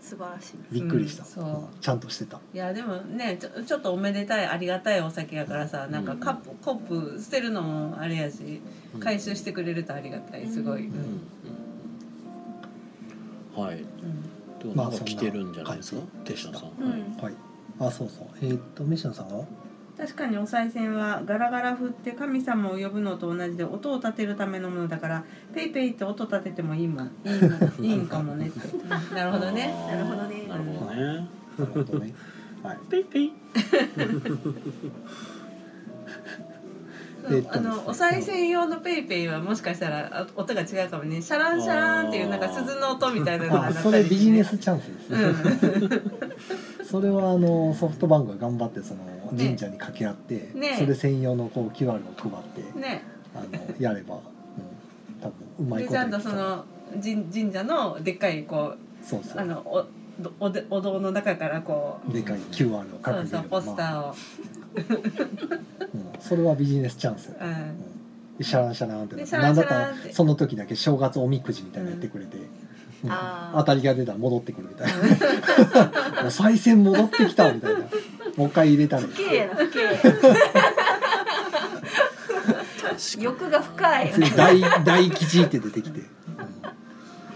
Speaker 3: 素晴らしい
Speaker 2: びっくりした、
Speaker 5: うんそう
Speaker 2: ちゃんとしてた
Speaker 5: いやでもねちょちょっとおめでたいありがたいお酒やからさなんかカップ、コップ捨てるのもあれやし回収してくれるとありがたいすごい、う
Speaker 1: うんんうんはいでもな
Speaker 2: ま
Speaker 1: ん
Speaker 2: あ
Speaker 1: か
Speaker 2: そんな
Speaker 1: 来てるんじゃないですか
Speaker 2: 感じ
Speaker 1: テシャさん
Speaker 3: う
Speaker 1: はい
Speaker 3: ん
Speaker 2: はいあそうそうえーっと飯野さん が
Speaker 5: 確かにお賽銭はガラガラ振って神様を呼ぶのと同じで音を立てるためのものだからペイペイって音立ててもいいもんいいもんいいんかもねって なるほどね
Speaker 1: あー
Speaker 3: なるほどね
Speaker 1: なるほどね
Speaker 2: なるほどねはい
Speaker 1: ピッピッ
Speaker 5: そう
Speaker 2: えっと
Speaker 5: あのお賽銭用のペイペイはもしかしたらあ音が違うかもねシャランシャランっていうなんか鈴の音みたいなのが鳴
Speaker 2: あ
Speaker 5: ったりして
Speaker 2: それビジネスチャンスです
Speaker 5: う
Speaker 2: ね、
Speaker 5: ん
Speaker 2: それはあのソフトバンクが頑張ってその神社に掛け合って、
Speaker 5: ね
Speaker 2: それ専用のこう QR を配って、
Speaker 5: ね
Speaker 2: あのやれば、うん、多分うまい
Speaker 5: で
Speaker 2: こ
Speaker 5: ち
Speaker 2: と
Speaker 5: ゃん
Speaker 2: で
Speaker 5: と
Speaker 2: き
Speaker 5: そ
Speaker 2: た
Speaker 5: の神神社のでっかいこ
Speaker 2: そうそう
Speaker 5: うあのおどおでお堂の中からこう
Speaker 2: でかい QR を
Speaker 5: そ
Speaker 2: 各
Speaker 5: う
Speaker 2: 自
Speaker 5: そうポスタ
Speaker 2: まあ
Speaker 5: ーを、
Speaker 2: うん、それはビジネスチャンス、
Speaker 5: う
Speaker 2: うん
Speaker 5: ん、
Speaker 2: でシャランシャランってなっ
Speaker 5: で
Speaker 2: て
Speaker 5: シャラ
Speaker 2: なん
Speaker 5: ン
Speaker 2: だ
Speaker 5: シャ
Speaker 2: った
Speaker 5: ラン
Speaker 2: ら
Speaker 5: って
Speaker 2: その時だけ正月おみくじみたいなのやってくれて、うん
Speaker 3: あー
Speaker 2: 当たりが出たら戻ってくるみたいな お賽銭戻ってきたみたいなもう一回入れたり
Speaker 3: 綺麗な風
Speaker 1: 確
Speaker 3: 景 欲が深い
Speaker 2: 次大大吉って出てきて、うん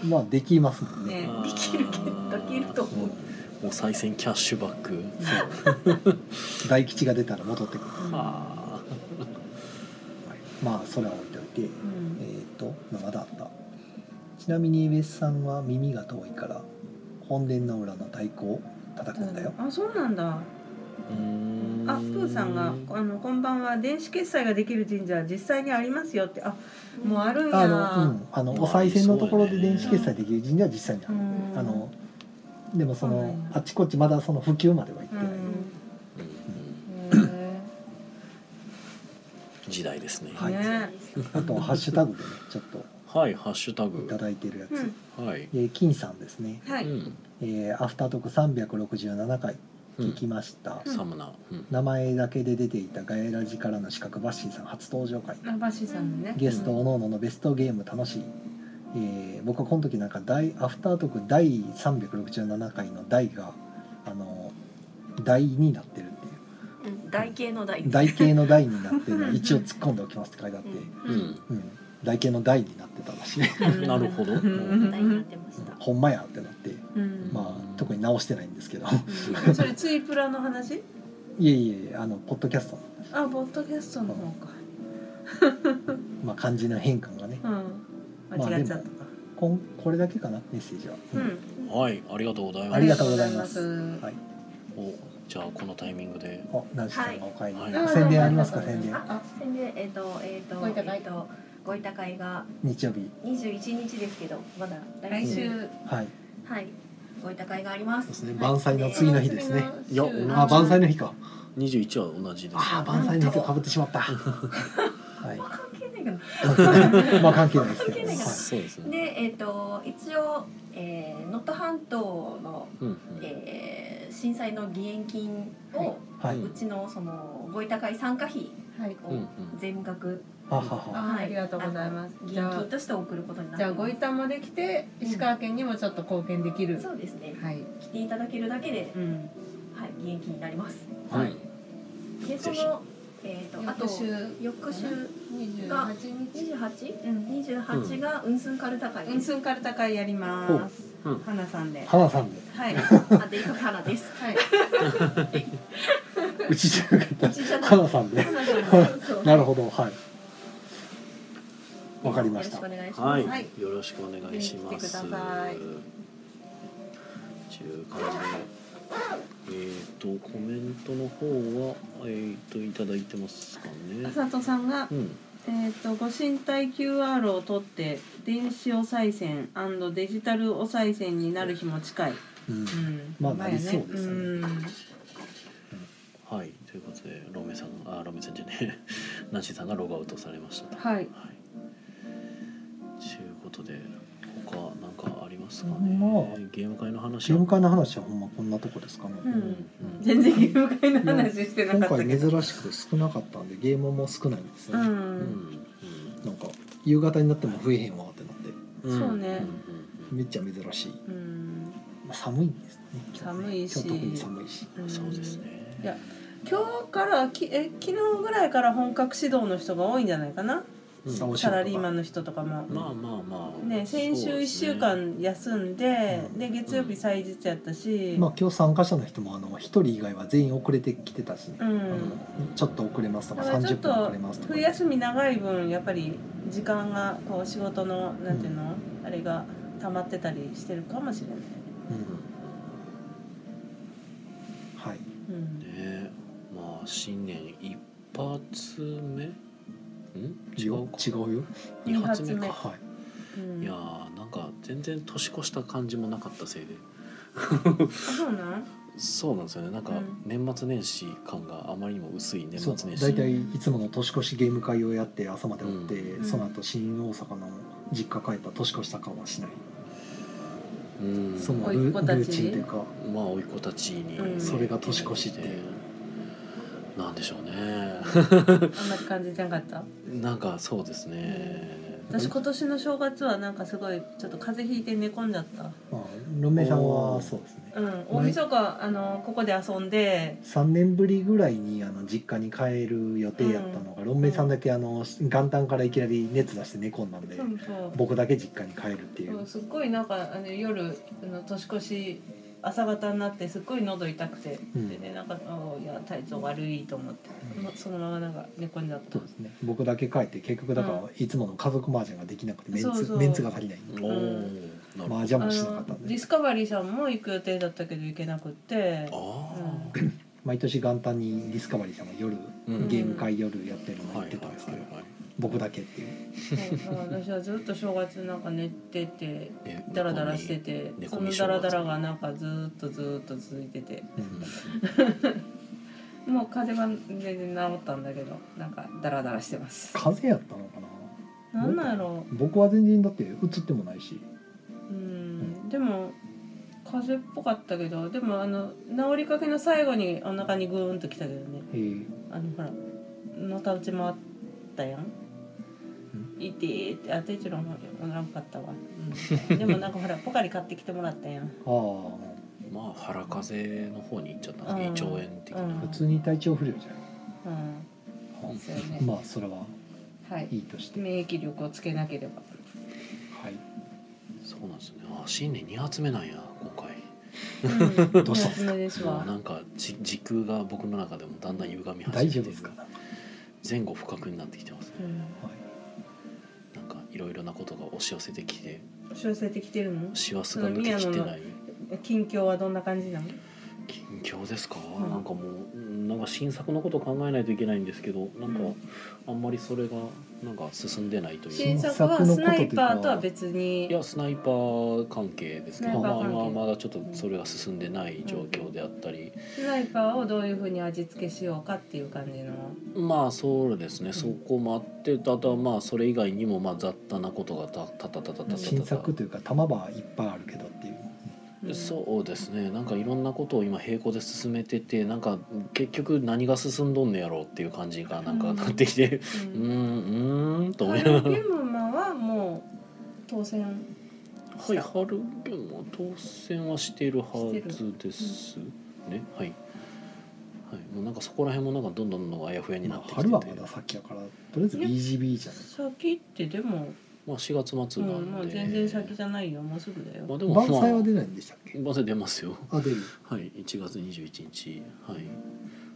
Speaker 2: まあできますもんね
Speaker 5: ね
Speaker 1: に
Speaker 3: できるけどできると思う
Speaker 1: お賽銭キャッシュバック
Speaker 2: 大吉が出たら戻ってくる、
Speaker 1: あ
Speaker 2: まあそれは置いておいて、
Speaker 5: うん
Speaker 2: えっ、とまだあったちなみにベスさんは耳が遠いから本殿の裏の太鼓を叩くんだよ、
Speaker 5: あそうなんだ
Speaker 1: ーうーん
Speaker 5: あプーさんが「あのこんばんは電子決済ができる神社は実際にありますよ」ってあもうあるんや
Speaker 2: あのうんあのお賽銭のところで電子決済できる神社は実際にある、
Speaker 5: うん
Speaker 2: あのでもそ
Speaker 5: そうな
Speaker 2: の
Speaker 5: んや
Speaker 2: あちこちまだその普及までは行って
Speaker 5: う
Speaker 2: ない、
Speaker 5: ん
Speaker 1: うん
Speaker 5: へ
Speaker 1: 時代ですね
Speaker 5: ー
Speaker 2: はい
Speaker 5: ね
Speaker 2: あとはハッシュタグでねちょっと
Speaker 1: はいハッシュタ
Speaker 2: い
Speaker 1: グ
Speaker 2: ただいてるやつ、
Speaker 5: うん
Speaker 1: はい
Speaker 2: えー金さんですね
Speaker 5: はい、
Speaker 1: うん
Speaker 2: えーアフタートーク367回、聞きました、
Speaker 1: サムナ、うん
Speaker 2: 名前だけで出ていたガエラジからの資格バッシーさん初登場会
Speaker 4: ナバシさんのね
Speaker 2: ゲストおのおののベストゲーム楽しい、えー僕はこの時なんか大アフタートーク第367回の「大」があの「大」になってるっていう
Speaker 3: うん台形の台
Speaker 2: 「台形の大」になってるのを一応突っ込んでおきますって書いてあって、
Speaker 1: う
Speaker 3: うん
Speaker 1: ん
Speaker 2: うん、台形の「大」になってたらしい
Speaker 1: なるほど
Speaker 4: うんうん
Speaker 3: 台になってました
Speaker 2: ほんまやってなって
Speaker 4: うん
Speaker 2: まあ特に直してないんですけど
Speaker 5: それツイプラの話
Speaker 2: いえいえあのポッドキャストの、
Speaker 5: あポッドキャストの方か
Speaker 2: まあ、漢字の変換がね
Speaker 5: うん間違えちゃったか、
Speaker 2: こんこれだけかなメッセージは、うん
Speaker 5: うん
Speaker 1: はいありがとうございま
Speaker 2: あ
Speaker 1: す
Speaker 2: りがとうございます
Speaker 5: ありがとうございます
Speaker 2: はい
Speaker 1: おじゃあこのタイミングで
Speaker 2: おナンシーさんがお帰り、
Speaker 1: はい
Speaker 5: はい
Speaker 2: 宣伝ありますか宣伝
Speaker 3: あ宣伝えっ、とえっ、と
Speaker 5: ご委託会
Speaker 3: えっとご委託会が
Speaker 2: 日曜日
Speaker 3: 21日ですけどまだ来
Speaker 5: 来
Speaker 3: 週、
Speaker 5: 週
Speaker 2: はい
Speaker 3: はいご委託会がありま
Speaker 2: そう
Speaker 3: す
Speaker 2: ですね
Speaker 3: はい
Speaker 2: 晩祭の次の日ですね
Speaker 1: いや
Speaker 5: 週
Speaker 2: あ晩祭の日か
Speaker 1: 21は同じです
Speaker 2: ああ晩祭の日とかぶってしまったは
Speaker 3: 関係ないけど
Speaker 2: いまあ関係ないですけど
Speaker 3: 関係ないか
Speaker 2: は
Speaker 3: ら
Speaker 1: そうですね
Speaker 3: でえっ、と一応えー能登、半島の、
Speaker 1: うんうん
Speaker 3: えー震災の義援金を、
Speaker 5: はいう
Speaker 2: い、はいう
Speaker 3: うんちのそのご委託会参加費
Speaker 5: はい
Speaker 1: うんう
Speaker 3: を
Speaker 1: ん
Speaker 3: 全額、
Speaker 2: あはは
Speaker 5: あありがとうございます
Speaker 3: 義
Speaker 5: じゃ
Speaker 3: 援
Speaker 5: あ
Speaker 3: 金として送ることになっ
Speaker 5: じ
Speaker 3: て
Speaker 5: ゃあ
Speaker 3: ます
Speaker 5: ご遺体もできて石川県にもちょっと貢献できる、
Speaker 3: そうですね
Speaker 5: はい、
Speaker 3: 来ていただけるだけで、
Speaker 5: うん、
Speaker 3: はい、義援金になります
Speaker 1: はい
Speaker 3: でそ
Speaker 1: ぜひ
Speaker 3: の、えー、とあと
Speaker 5: 翌週
Speaker 3: 翌週
Speaker 5: 28日
Speaker 3: 28?28
Speaker 5: うん
Speaker 3: がうんすんかるた会
Speaker 5: うん
Speaker 3: です、
Speaker 5: すんかるた会やります
Speaker 1: ほううん
Speaker 5: 花さんで
Speaker 2: 花さんで
Speaker 5: はい
Speaker 3: あでいく花 です
Speaker 5: はいう
Speaker 2: ちじゃなかっ
Speaker 3: うちじゃ
Speaker 2: た
Speaker 3: ない
Speaker 2: 花さんで
Speaker 5: 花さ
Speaker 2: は
Speaker 5: んで
Speaker 2: いなるほどはい わかりました
Speaker 3: よろしくお願いしま
Speaker 1: は
Speaker 3: す、
Speaker 1: い、
Speaker 5: はい
Speaker 1: よろしくお願いします。
Speaker 5: ぜひ来てください
Speaker 1: 中間で、えー、とコメントの方はえー、といただいてますかね。
Speaker 5: 佐藤さんが
Speaker 1: うん、
Speaker 5: えー、とご身体 QR を取って電子お賽銭デジタルお賽銭になる日も近い、
Speaker 2: うん
Speaker 5: うん、
Speaker 2: まあなりそうですね
Speaker 5: うん
Speaker 1: はいということでロメさんあロメさんじゃねえ ナンシーさんがログアウトされましたと。はい。
Speaker 5: はい
Speaker 1: ということで他なんかありますかね。
Speaker 2: まあ
Speaker 1: ゲーム会の話
Speaker 2: ゲ
Speaker 1: は。
Speaker 2: ーム会の話はほんまこんなとこですかね、
Speaker 5: う
Speaker 1: うんん
Speaker 5: 全然ゲーム会の話してなか
Speaker 2: 今
Speaker 5: った
Speaker 2: 回
Speaker 5: けど
Speaker 2: 珍しく少なかったんでゲームも少ないんです
Speaker 5: う
Speaker 2: よね、
Speaker 1: うん
Speaker 5: ん
Speaker 2: なんか夕方になっても増えへんわってなって
Speaker 1: うんうん
Speaker 5: そうね
Speaker 1: うん
Speaker 2: めっちゃ珍しい、
Speaker 5: うん
Speaker 2: まあ、寒いんですね今日ね
Speaker 5: 寒いし
Speaker 2: 今日特に寒いし
Speaker 5: うん
Speaker 1: そうですね。
Speaker 5: いや今日からきえ昨日ぐらいから本格指導の人が多いんじゃないかな
Speaker 1: うん
Speaker 2: そう
Speaker 5: サラリーマンの人とかも。
Speaker 1: まあまあまあ。
Speaker 5: ね、先週1週間休んで
Speaker 2: うん
Speaker 5: で月曜日祭日やったし、
Speaker 2: まあ、今日参加者の人もあの1人以外は全員遅れてきてたしね、
Speaker 5: う
Speaker 2: あ
Speaker 5: ん、
Speaker 2: のちょっと遅れますとか
Speaker 5: だからち
Speaker 2: 30
Speaker 5: ょっと
Speaker 2: 分遅れますとか
Speaker 5: 冬休み長い分やっぱり時間がこう仕事のなんていうの、あれが溜まってたりしてるかもしれない、
Speaker 2: うんはい
Speaker 5: うん
Speaker 1: ねまあ新年一発目ん違
Speaker 2: 違
Speaker 1: う
Speaker 2: う
Speaker 1: か
Speaker 2: 違うよ、
Speaker 1: 二発目
Speaker 5: 二
Speaker 1: か
Speaker 5: 発
Speaker 2: はい
Speaker 5: うん、
Speaker 1: いやーなんか全然年越した感じもなかったせいで
Speaker 5: あそうなん
Speaker 1: そうなんですよねなんか
Speaker 5: うん
Speaker 1: 年末年始感があまりにも薄い年
Speaker 2: そう
Speaker 1: 末年
Speaker 2: 大
Speaker 1: 始
Speaker 2: 体いつもの年越しゲーム会をやって朝までおって、
Speaker 1: うん
Speaker 2: その後新大阪の実家帰った年越した感はしない、
Speaker 1: うん
Speaker 2: その
Speaker 5: 甥
Speaker 2: ル
Speaker 5: っ子
Speaker 2: ル
Speaker 5: たち
Speaker 2: ーチンというか
Speaker 1: まあ甥っ子たちに、
Speaker 5: うん
Speaker 2: それが年越しっていう
Speaker 1: なんでしょうね
Speaker 5: あんまり感じてなかった
Speaker 1: なんかそうですね
Speaker 5: 私今年の正月はなんかすごいちょっと風邪ひいて寝込んじゃった
Speaker 2: まあルメさん
Speaker 1: おー
Speaker 2: はそうですね
Speaker 5: うん大晦日あのここで遊んで
Speaker 2: 3年ぶりぐらいにあの実家に帰る予定やったのが、ロンメイさんだけあの元旦からいきなり熱出して寝込んだんで、
Speaker 5: そうそう
Speaker 2: 僕だけ実家に帰るっていう、
Speaker 5: うんすっごいなんかあの夜あの年越し朝方になってすっごい喉痛くて、
Speaker 2: うん
Speaker 5: でねなんかあいや体調悪いと思って、
Speaker 2: うん
Speaker 5: もうそのままなんか寝込んじゃった
Speaker 2: そうですね僕だけ帰って結局だから
Speaker 5: う
Speaker 2: いつもの家族麻雀ができなくてメンツ
Speaker 5: そうそう
Speaker 2: メンツが足りない
Speaker 1: おおーなるほど
Speaker 2: 麻雀
Speaker 5: あ
Speaker 2: もしなかった
Speaker 5: の
Speaker 2: ん
Speaker 5: デ
Speaker 2: で
Speaker 5: ィスカバリーさんも行く予定だったけど行けなくって
Speaker 1: ああ
Speaker 2: 毎年元旦にディスカバリーさんが夜
Speaker 1: うん
Speaker 2: ゲーム会夜やってるのを
Speaker 1: は
Speaker 2: やっ
Speaker 1: い
Speaker 2: て
Speaker 1: はい
Speaker 2: たんですけど、
Speaker 1: はいはい
Speaker 2: 僕だけっていう
Speaker 5: そうそう私はずっと正月なんか寝てて
Speaker 1: え
Speaker 5: ダラダラしてて
Speaker 1: 猫
Speaker 5: その
Speaker 1: に
Speaker 5: ダラダラがなんかずーっとずーっと続いててもう風邪は全然治ったんだけどなんかダラダラしてます
Speaker 2: 風邪やったのかな
Speaker 5: なんなんやろう
Speaker 2: 僕は全然だって映ってもないし
Speaker 5: うんでも風邪っぽかったけどでもあの治りかけの最後にお腹にグーンときたけどね
Speaker 2: えー
Speaker 5: あのほらのたうち回ったやんいてーってあてちろんおらんか ったわ、うん、でもなんかほらポカリ買ってきてもらったやん
Speaker 2: あ
Speaker 1: まあ腹風邪の方に行っちゃったね
Speaker 5: うん
Speaker 1: 胃腸炎的な、
Speaker 2: あ普通に体調不良じゃ
Speaker 5: う
Speaker 2: なんい、
Speaker 5: そうよね
Speaker 2: まあそれは
Speaker 5: はい
Speaker 2: いいとして
Speaker 5: 免疫力をつけなければ
Speaker 2: はい
Speaker 1: そうなんですねあ新年2発目なんや今回
Speaker 5: うん
Speaker 2: どうしたんですか
Speaker 5: おすすめです
Speaker 1: も
Speaker 5: わ
Speaker 1: うなんかじ時空が僕の中でもだんだん歪み始めて
Speaker 2: 大丈夫ですか、
Speaker 1: 前後不覚になってきてますね
Speaker 5: うん
Speaker 2: はい、
Speaker 1: なんかいろいろなことが押し寄せてきて
Speaker 5: 調整できてるの
Speaker 1: 師走が抜けきてない
Speaker 5: 近況はどんな感じなの
Speaker 1: 近況ですか、
Speaker 5: ん
Speaker 1: なんかもううんなんか新作のこと考えないといけないんですけどなんか
Speaker 5: うん
Speaker 1: あんまりそれがなんか進んでないという
Speaker 5: 新
Speaker 1: か
Speaker 5: 作はスナイパーとは別に
Speaker 1: いやスナイパー関係ですけ
Speaker 5: スナ
Speaker 1: ど、
Speaker 5: イパ
Speaker 1: ま
Speaker 5: ー
Speaker 1: あ、
Speaker 5: 関係
Speaker 1: 今はまだちょっとそれが進んでない状況であったり、
Speaker 5: スナイパーをどういうふうに味付けしようかっていう感じの
Speaker 1: まあそうですね、そこもあってあとはまあそれ以外にもまあ雑多なことがたたたたたたたた
Speaker 2: 新作というか玉はいっぱいあるけどっていう
Speaker 5: うん
Speaker 1: そうですねなんかいろんなことを今並行で進めててなんか結局何が進んどんねやろうっていう感じがなんかなってきて
Speaker 5: う
Speaker 1: うんう
Speaker 5: ん
Speaker 1: ーんと思い
Speaker 5: 春
Speaker 1: ながら
Speaker 5: ゲームマはもう当選
Speaker 1: はい春ゲームは当選はしてるはずですねはい、はい、もうなんかそこら辺もなんかどんどんどんどんあやふやにな
Speaker 2: ま
Speaker 1: っ
Speaker 2: あ
Speaker 1: てきてて、
Speaker 2: 春
Speaker 1: ま
Speaker 2: はまだ先やからとりあえず BGB じゃない
Speaker 5: 先ってでも、
Speaker 1: あ、4月
Speaker 5: う
Speaker 1: 末
Speaker 5: ん、
Speaker 1: なんで、
Speaker 5: もう全然先じゃないよもうすぐだ
Speaker 1: まあ
Speaker 5: よ
Speaker 1: でもまあ
Speaker 2: 万歳は出ないんでしたっけ
Speaker 1: 万歳出ますよ
Speaker 2: あ出る
Speaker 1: はい、1月21日、はい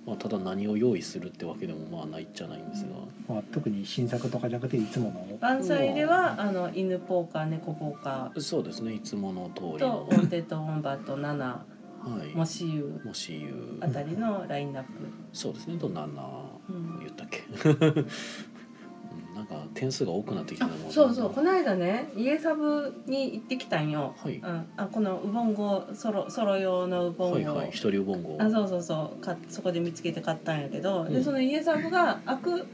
Speaker 1: まあ、ただ何を用意するってわけでもまあないっちゃないんですが、
Speaker 2: まあ、特に新作とかじゃなくていつもの
Speaker 5: 万歳ではあの犬ポーカー猫ポーカ
Speaker 1: そうですねいつもの通
Speaker 5: ー
Speaker 1: り
Speaker 5: と
Speaker 1: の
Speaker 5: オンデッドオンバット7
Speaker 1: はい、
Speaker 5: もしゆう
Speaker 1: もし言
Speaker 5: あ
Speaker 1: う
Speaker 5: たりのラインナップ、
Speaker 1: そうですねと7
Speaker 5: うん
Speaker 1: 言ったっけ うんなんか点数が多くなってきた
Speaker 5: あ
Speaker 1: のも
Speaker 5: そうそうこの間ね家サブに行ってきたんよ、
Speaker 1: はい
Speaker 5: うん、あこのウボンゴソロソロ用のウボンゴ、
Speaker 1: はいはい一人ぼんご
Speaker 5: あそうそうそうかそこで見つけて買ったんやけど、
Speaker 1: う
Speaker 5: で
Speaker 1: ん
Speaker 5: その家サブが開く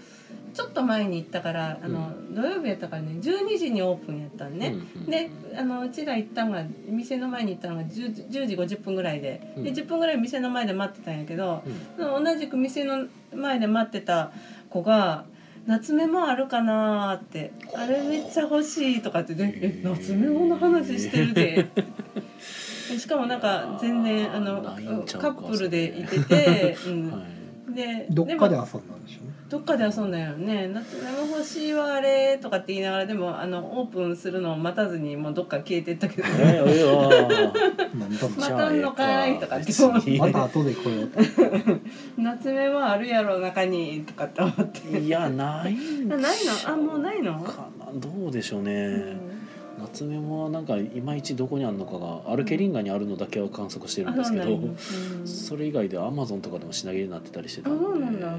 Speaker 5: ちょっと前に行ったからあの、土曜日やったからね12時にオープンやったんね、
Speaker 1: うんうん
Speaker 5: であのうちら行ったんが店の前に行ったんが 10, 10時50分ぐらいで,、で
Speaker 1: うん
Speaker 5: 10分ぐらい店の前で待ってたんやけど、
Speaker 1: うん
Speaker 5: 同じく店の前で待ってた子が「夏目もあるかな」って「あれめっちゃ欲しい」とかってね「
Speaker 1: へ
Speaker 5: え
Speaker 1: ー
Speaker 5: 夏目もの話してるで」しかもなんか全然あの
Speaker 1: ないんちゃう
Speaker 5: カ
Speaker 1: か
Speaker 5: ップルでいて て、うん
Speaker 1: はい、
Speaker 5: で
Speaker 2: どっかで
Speaker 5: も
Speaker 2: 遊んだんでしょうね
Speaker 5: どっかで遊んだよね「夏目も欲しいわあれ」とかって言いながらでもあのオープンするのを待たずにもうどっか消えてったけ ど、
Speaker 1: えー、えー、
Speaker 2: 何とも
Speaker 5: またんのかいとかって
Speaker 1: じゃあええ
Speaker 2: また後で来ようと
Speaker 5: 夏目もあるやろ中に」とかって思って。
Speaker 1: 別にいやないん
Speaker 5: あないのあもうないの、
Speaker 1: かなどうでしょうね、
Speaker 5: うん
Speaker 1: 夏目もなんかいまいちどこにあるのかがアルケリンガにあるのだけは観測してるんですけど、それ以外でアマゾンとかでも品切れになってたりしてたんで
Speaker 5: あそうなんだ
Speaker 1: う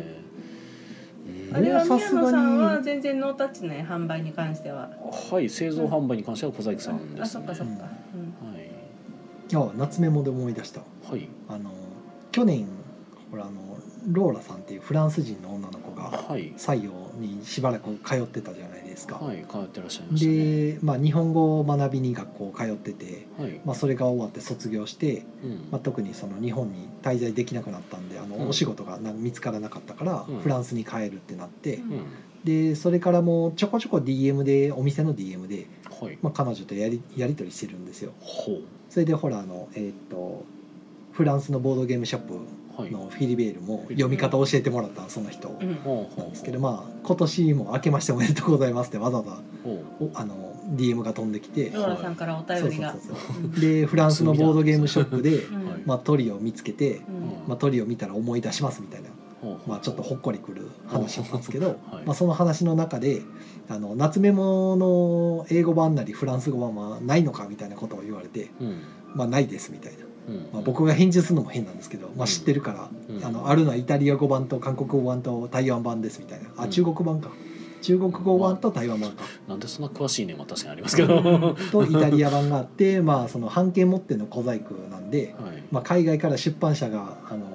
Speaker 1: ん
Speaker 5: あれは
Speaker 2: さ
Speaker 5: 宮
Speaker 2: すがに
Speaker 5: 野さんは全然ノータッチね販売に関しては。
Speaker 1: はい製造販売に関しては小細工さんで
Speaker 5: あ
Speaker 1: す
Speaker 5: そっ
Speaker 1: ね
Speaker 5: かそっか。
Speaker 1: はい
Speaker 2: あ夏メモで思い出したわ
Speaker 1: はい
Speaker 2: あの去年ほらあのローラさんっていうフランス人の女の子が
Speaker 1: はい
Speaker 2: 採用にしばらく通ってたじゃないですか、
Speaker 1: はい帰ってらっしゃいましたね
Speaker 2: で、まあ、日本語を学びに学校通ってて、
Speaker 1: はい、
Speaker 2: まあ、それが終わって卒業して、
Speaker 1: うん
Speaker 2: まあ、特にその日本に滞在できなくなったんであの、
Speaker 1: うん
Speaker 2: お仕事がな見つからなかったから、
Speaker 1: うん
Speaker 2: フランスに帰るってなって、
Speaker 5: う
Speaker 1: うん
Speaker 2: でそれからもうちょこちょこ DM でお店の DM で、
Speaker 1: はい
Speaker 2: まあ、彼女とやりやり取りしてるんですよ
Speaker 1: ほ
Speaker 2: それでほらあのえーっとフランスのボードゲームショップ
Speaker 1: うはい
Speaker 2: のフィリベールも読み方教えてもらったその人
Speaker 5: うんうん
Speaker 1: ほうほ
Speaker 2: なん
Speaker 1: う
Speaker 2: ですけどまあ今年も明けましておめでとうございますってわざわざ
Speaker 1: ほう
Speaker 2: おあの DM が飛んできて
Speaker 5: ローラさんからお便りが。
Speaker 2: そうそうそう
Speaker 5: うん
Speaker 2: そうでフランスのボードゲームショップで、
Speaker 5: うん
Speaker 1: はい
Speaker 2: まあ、トリを見つけて、
Speaker 5: うん
Speaker 2: まあ、トリを見たら思い出しますみたいな、
Speaker 1: ほうほう
Speaker 2: まあ、ちょっとほっこりくる話なんですけど、
Speaker 1: はい
Speaker 2: まあ、その話の中であの夏メモの英語版なりフランス語版はないのかみたいなことを言われて、
Speaker 1: うん
Speaker 2: まあ、ないですみたいな。
Speaker 1: うん
Speaker 2: まあ、僕が返事するのも変なんですけど、まあ、知ってるから、
Speaker 1: うん
Speaker 2: あのあるのはイタリア語版と韓国語版と台湾版ですみたいなあ
Speaker 1: うん
Speaker 2: 中国版か中国語版と台湾版か
Speaker 1: なんでそんな詳しいねまあ確かにありますけどは
Speaker 2: とイタリア版があって、 まあ、その版権持っての小細工なんで、
Speaker 1: い
Speaker 2: まあ、海外から出版社があの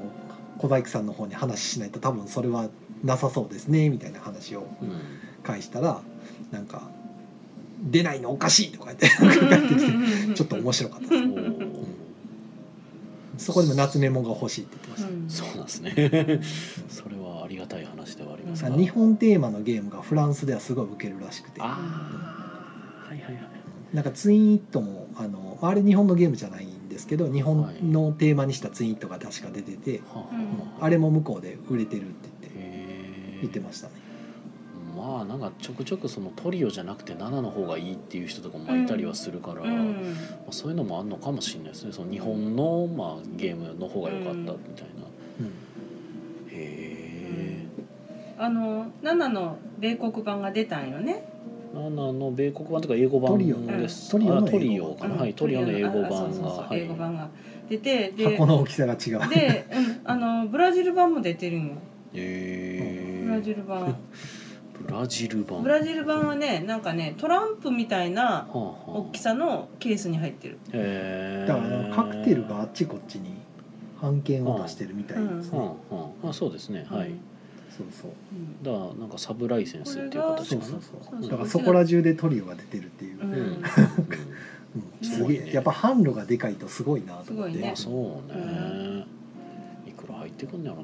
Speaker 2: 小細工さんの方に話しないと多分それはなさそうですねみたいな話を
Speaker 1: うん
Speaker 2: 返したらなんか「出ないのおかしい」とか言ってなんか返ってきてちょっと面白かったです。
Speaker 1: ほう
Speaker 2: そこでも夏メモが欲しいって言ってました、
Speaker 1: そうなんですね それはありがたい話ではありますが
Speaker 2: なんか日本テーマのゲームがフランスではすごい受けるらしくて
Speaker 1: ああはいはいはい
Speaker 2: なんかツインイットもあのあれ日本のゲームじゃないんですけど日本のテーマにしたツインイットが確か出てて、
Speaker 1: はあ
Speaker 5: うん
Speaker 2: あれも向こうで売れてるって言
Speaker 1: へ
Speaker 2: って
Speaker 1: え
Speaker 2: 言ってましたね
Speaker 1: まあなんかちょくちょくそのトリオじゃなくて7の方がいいっていう人とかもいたりはするから、ま
Speaker 5: ん
Speaker 1: あ、そういうのもあるのかもしれないですねその日本の、まあ、ゲームの方が良かったみたいな、へ
Speaker 5: あの7の米国版が出たんよね。
Speaker 1: え7の米国版とか英語
Speaker 2: トリオ
Speaker 1: 版です
Speaker 2: トリオ
Speaker 1: あ
Speaker 2: の英語版
Speaker 1: トリオかな、
Speaker 5: うん
Speaker 1: はいトリオの英語版が
Speaker 5: あそうそうそう
Speaker 1: はい
Speaker 5: 英語版が出て
Speaker 2: うん
Speaker 5: で
Speaker 2: 箱の大きさが違う
Speaker 5: で、うん、あのブラジル版も出てるんよ。
Speaker 1: へえ
Speaker 5: ブラジル版。
Speaker 1: ブラジル版
Speaker 5: ブラジル版はねなんかねトランプみたいな
Speaker 1: はあはあ
Speaker 5: 大きさのケースに入ってる。
Speaker 1: へえ
Speaker 2: だからあのカクテルがあっちこっちに半券を出してるみたいです
Speaker 1: は
Speaker 2: ね、
Speaker 1: あはああそうですねはい、
Speaker 5: うん
Speaker 2: そうそう
Speaker 5: うん
Speaker 1: だからなんかサブライセンスっていう形
Speaker 2: そ
Speaker 1: か
Speaker 2: う
Speaker 1: な
Speaker 2: そうそう
Speaker 1: うん
Speaker 2: だからそこら中でトリオが出てるっていう、
Speaker 5: う
Speaker 1: うんんうん
Speaker 2: うん
Speaker 1: す
Speaker 2: す
Speaker 1: ごい
Speaker 2: げ
Speaker 1: ね
Speaker 2: え、やっぱ販路がでかいとすごいなと思って、
Speaker 5: すごいね
Speaker 1: まあそうねいくら入ってくんやろ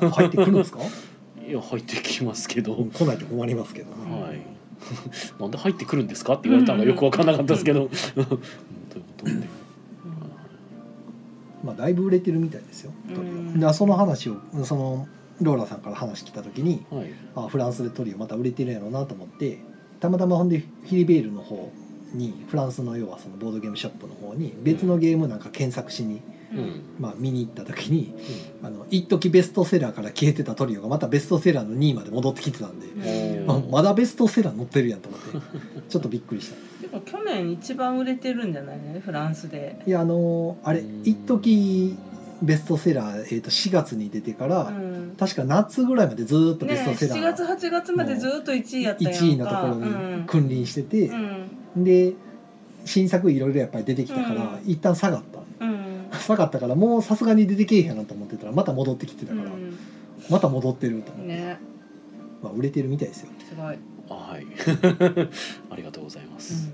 Speaker 1: な
Speaker 2: 入ってくるんですか、
Speaker 1: いや入ってきますけど、
Speaker 2: うん、来ないと困りますけど、
Speaker 5: ん
Speaker 1: はい なんで入ってくるんですかって言われたのがよく分かんなかったですけど、うん、どういうことっていう
Speaker 2: まあ、だいぶ売れてるみたいですよトリオ、
Speaker 5: うん
Speaker 2: だからその話をそのローラさんから話来た時に
Speaker 1: はい
Speaker 2: あフランスでトリオまた売れてるんやろうなと思ってたまたまほんでヒリベールの方にフランスの要はそのボードゲームショップの方に別のゲームなんか検索しに、
Speaker 1: うん、
Speaker 2: まあ、見に行った時にあの一時ベストセラーから消えてたトリオがまたベストセラーの2位まで戻ってきてたんで、
Speaker 1: うん
Speaker 2: あまだベストセラー載ってるやんと思って ちょっとびっくりした
Speaker 5: でも去年一番売れてるんじゃないねフランスで。
Speaker 2: いやあのーあれ一時ベストセラー、えー、と4月に出てから、
Speaker 5: うん
Speaker 2: 確か夏ぐらいまでずーっとベ
Speaker 5: ね
Speaker 2: ストセラ
Speaker 5: 7月
Speaker 2: ー
Speaker 5: 8月までずっと1位やったやんか。
Speaker 2: 1位のところ
Speaker 5: うん
Speaker 2: に君臨してて
Speaker 5: う、ん
Speaker 2: で新作いろいろやっぱり出てきたから、
Speaker 5: うん
Speaker 2: 一旦下がった
Speaker 5: うん
Speaker 2: 下がったからもうさすがに出てけえへんなと思ってたらまた戻ってきてたから、
Speaker 5: う
Speaker 2: また戻ってると思っ
Speaker 5: ん
Speaker 2: て、
Speaker 5: ね
Speaker 2: まあ、売れてるみたいですよ
Speaker 5: すごい。
Speaker 1: あはい ありがとうございます、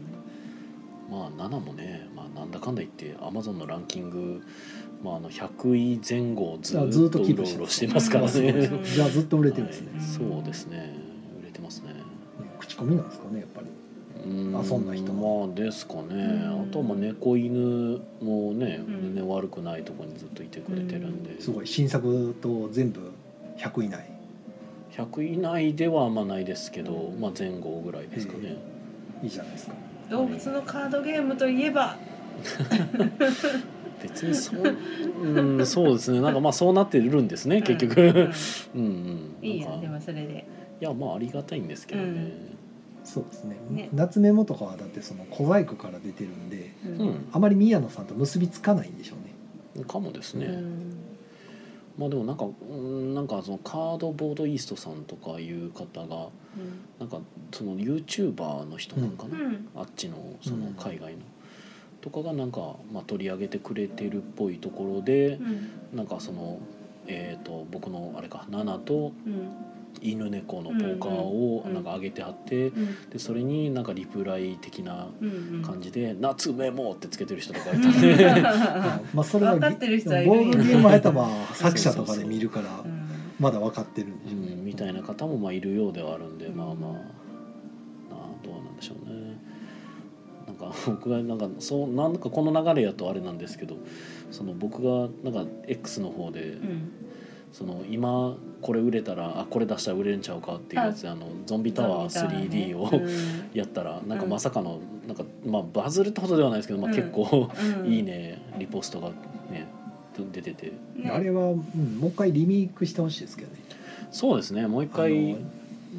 Speaker 5: う
Speaker 1: まあ7もね、まあ、なんだかんだ言ってアマゾンのランキング、まあ、あの100位前後をず
Speaker 2: あ
Speaker 1: ー
Speaker 2: ずー
Speaker 1: っ
Speaker 2: っ
Speaker 1: と
Speaker 2: と
Speaker 1: う
Speaker 2: キー
Speaker 1: ろ
Speaker 2: プ
Speaker 1: うろし
Speaker 2: して
Speaker 1: て
Speaker 2: ます
Speaker 1: ますからね、
Speaker 5: うん
Speaker 2: じゃあずっと売れてるんですね、
Speaker 1: はいそうですね売れてますね
Speaker 2: 口コミなんですかねやっぱり
Speaker 1: うん
Speaker 2: あそんな人
Speaker 1: まあですかね、
Speaker 5: うん
Speaker 1: あとはまあ猫犬もね、
Speaker 5: ん
Speaker 1: 全然悪くないところにずっといてくれてるんで、
Speaker 2: すごい新作と全部100以内
Speaker 1: 100以内ではあんまないですけど、まあ、前後ぐらいですかね、
Speaker 2: いいじゃないですか
Speaker 5: ん動物のカードゲームといえば。
Speaker 1: 別にそう、うん、そうですねなんかまあそうなってるんですね結局、
Speaker 5: う
Speaker 1: うんん、
Speaker 5: うん
Speaker 1: うん
Speaker 5: いい
Speaker 1: な
Speaker 5: や
Speaker 1: ん
Speaker 5: で
Speaker 1: か
Speaker 5: もそれで。
Speaker 1: いやまあありがたいんですけどね、
Speaker 2: そうですね
Speaker 5: ね
Speaker 2: 夏メモとかはだってその小細工から出てるんで
Speaker 5: う
Speaker 1: うん
Speaker 2: あまり宮野さんと結びつかないんでしょうね
Speaker 1: かもです
Speaker 5: う
Speaker 1: ね、
Speaker 5: ん
Speaker 1: まあでもなんかうんなんかそのカードボードイーストさんとかいう方がなんかその YouTuber の人なんか
Speaker 5: う
Speaker 1: な、
Speaker 5: ん
Speaker 1: あっちのその
Speaker 2: うん
Speaker 1: 海外の、とかがなんか、まあ、取り上げてくれてるっぽいところで
Speaker 5: う、ん
Speaker 1: なんかその、えー、と僕のあれかナナと
Speaker 5: うん
Speaker 1: 犬猫のポーカーを
Speaker 5: うんうん
Speaker 1: なんか上げてはって、
Speaker 5: うん
Speaker 1: でそれになんかリプライ的な
Speaker 5: うんうん
Speaker 1: 感じで「夏メモ」ってつけてる人とかいたんで。
Speaker 2: まあそれは
Speaker 5: 分かってる人はいる
Speaker 2: ボ
Speaker 5: よ
Speaker 2: ードゲームはやったら作者とかで見るから
Speaker 5: うん
Speaker 2: まだ分かってるんで
Speaker 1: う
Speaker 2: しょうね
Speaker 1: ん、みたいな方もまあいるようではあるんで、
Speaker 5: うん
Speaker 1: まあまあなあどうなんでしょうねなんか僕がなんかそうなんかこの流れやとあれなんですけどその僕がなんか X の方で、
Speaker 5: うん
Speaker 1: その今これ売れたらあこれ出したら売れんちゃうかっていうや つあのゾンビタワー 3D を、
Speaker 5: ゾンビタワーね
Speaker 1: やったらなんか
Speaker 5: うん
Speaker 1: まさかの、なんかまあバズるってことではないですけど、まあ、
Speaker 5: うん
Speaker 1: 結構、
Speaker 5: うんうん
Speaker 1: いいねリポストがね出てて
Speaker 5: ね
Speaker 2: あれは、うん、もう一回リメイクしてほしいですけどね
Speaker 1: そうですねもう一回
Speaker 2: あの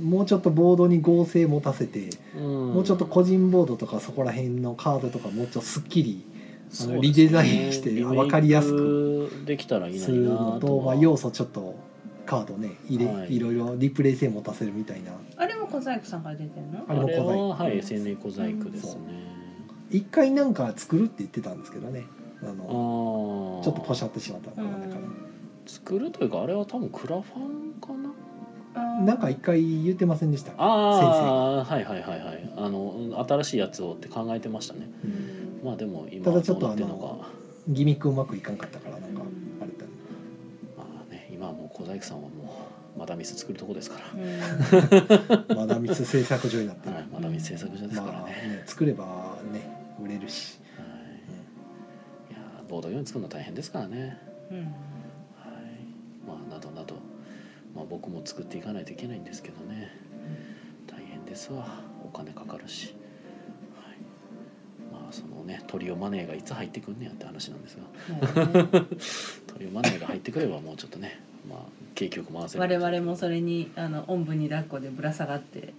Speaker 2: もうちょっとボードに合成持たせて、
Speaker 1: も
Speaker 2: もうちょっと個人ボードとかそこら辺のカードとかもうちょっとすっきり
Speaker 1: そうですね
Speaker 2: リデザインして
Speaker 1: リメイク
Speaker 2: わかりやすく
Speaker 1: できたらいいな
Speaker 2: するのと、まあ、要素ちょっとカードね入れ、
Speaker 1: はい
Speaker 2: い、ろいろリプレイ性持たせるみたいな
Speaker 5: あれも小細工さんから出てんの
Speaker 1: あれ
Speaker 2: あれも小細
Speaker 1: は
Speaker 2: 工
Speaker 1: はい SNE 小細工ですね
Speaker 2: 一回なんか作るって言ってたんですけどねあの
Speaker 1: ち
Speaker 2: ちょっとポシャってしまったのかななんか
Speaker 1: 作るというかあれは多分クラファンかな
Speaker 2: なんか一回言ってませんでした
Speaker 1: ああはいはいはいはいあの新しいやつをって考えてましたねまあでも今
Speaker 2: ただちょっ
Speaker 1: ど
Speaker 2: と
Speaker 1: うなってんのか
Speaker 2: ギミックうまくいかんかったからなんかあれだよね
Speaker 1: まあね今はもう小細工さんはもうまだ店作るとこですから、
Speaker 2: まだ密製作所になってる
Speaker 1: はい、まだ店製作所ですから
Speaker 2: まあ
Speaker 1: ね、
Speaker 2: ね作ればね売れるし
Speaker 1: はい、いやーボードゲーム作るの大変ですからね、
Speaker 5: うん
Speaker 1: はい、まあなどなど、まあ、僕も作っていかないといけないんですけどね大変ですわお金かかるし、はい、まあそのねトリオマネーがいつ入ってくんねやって話なんですがトリオマネーが入ってくればもうちょっとねまあ景気よく回せる
Speaker 5: 我々もそれにあのおんぶに抱っこでぶら下がって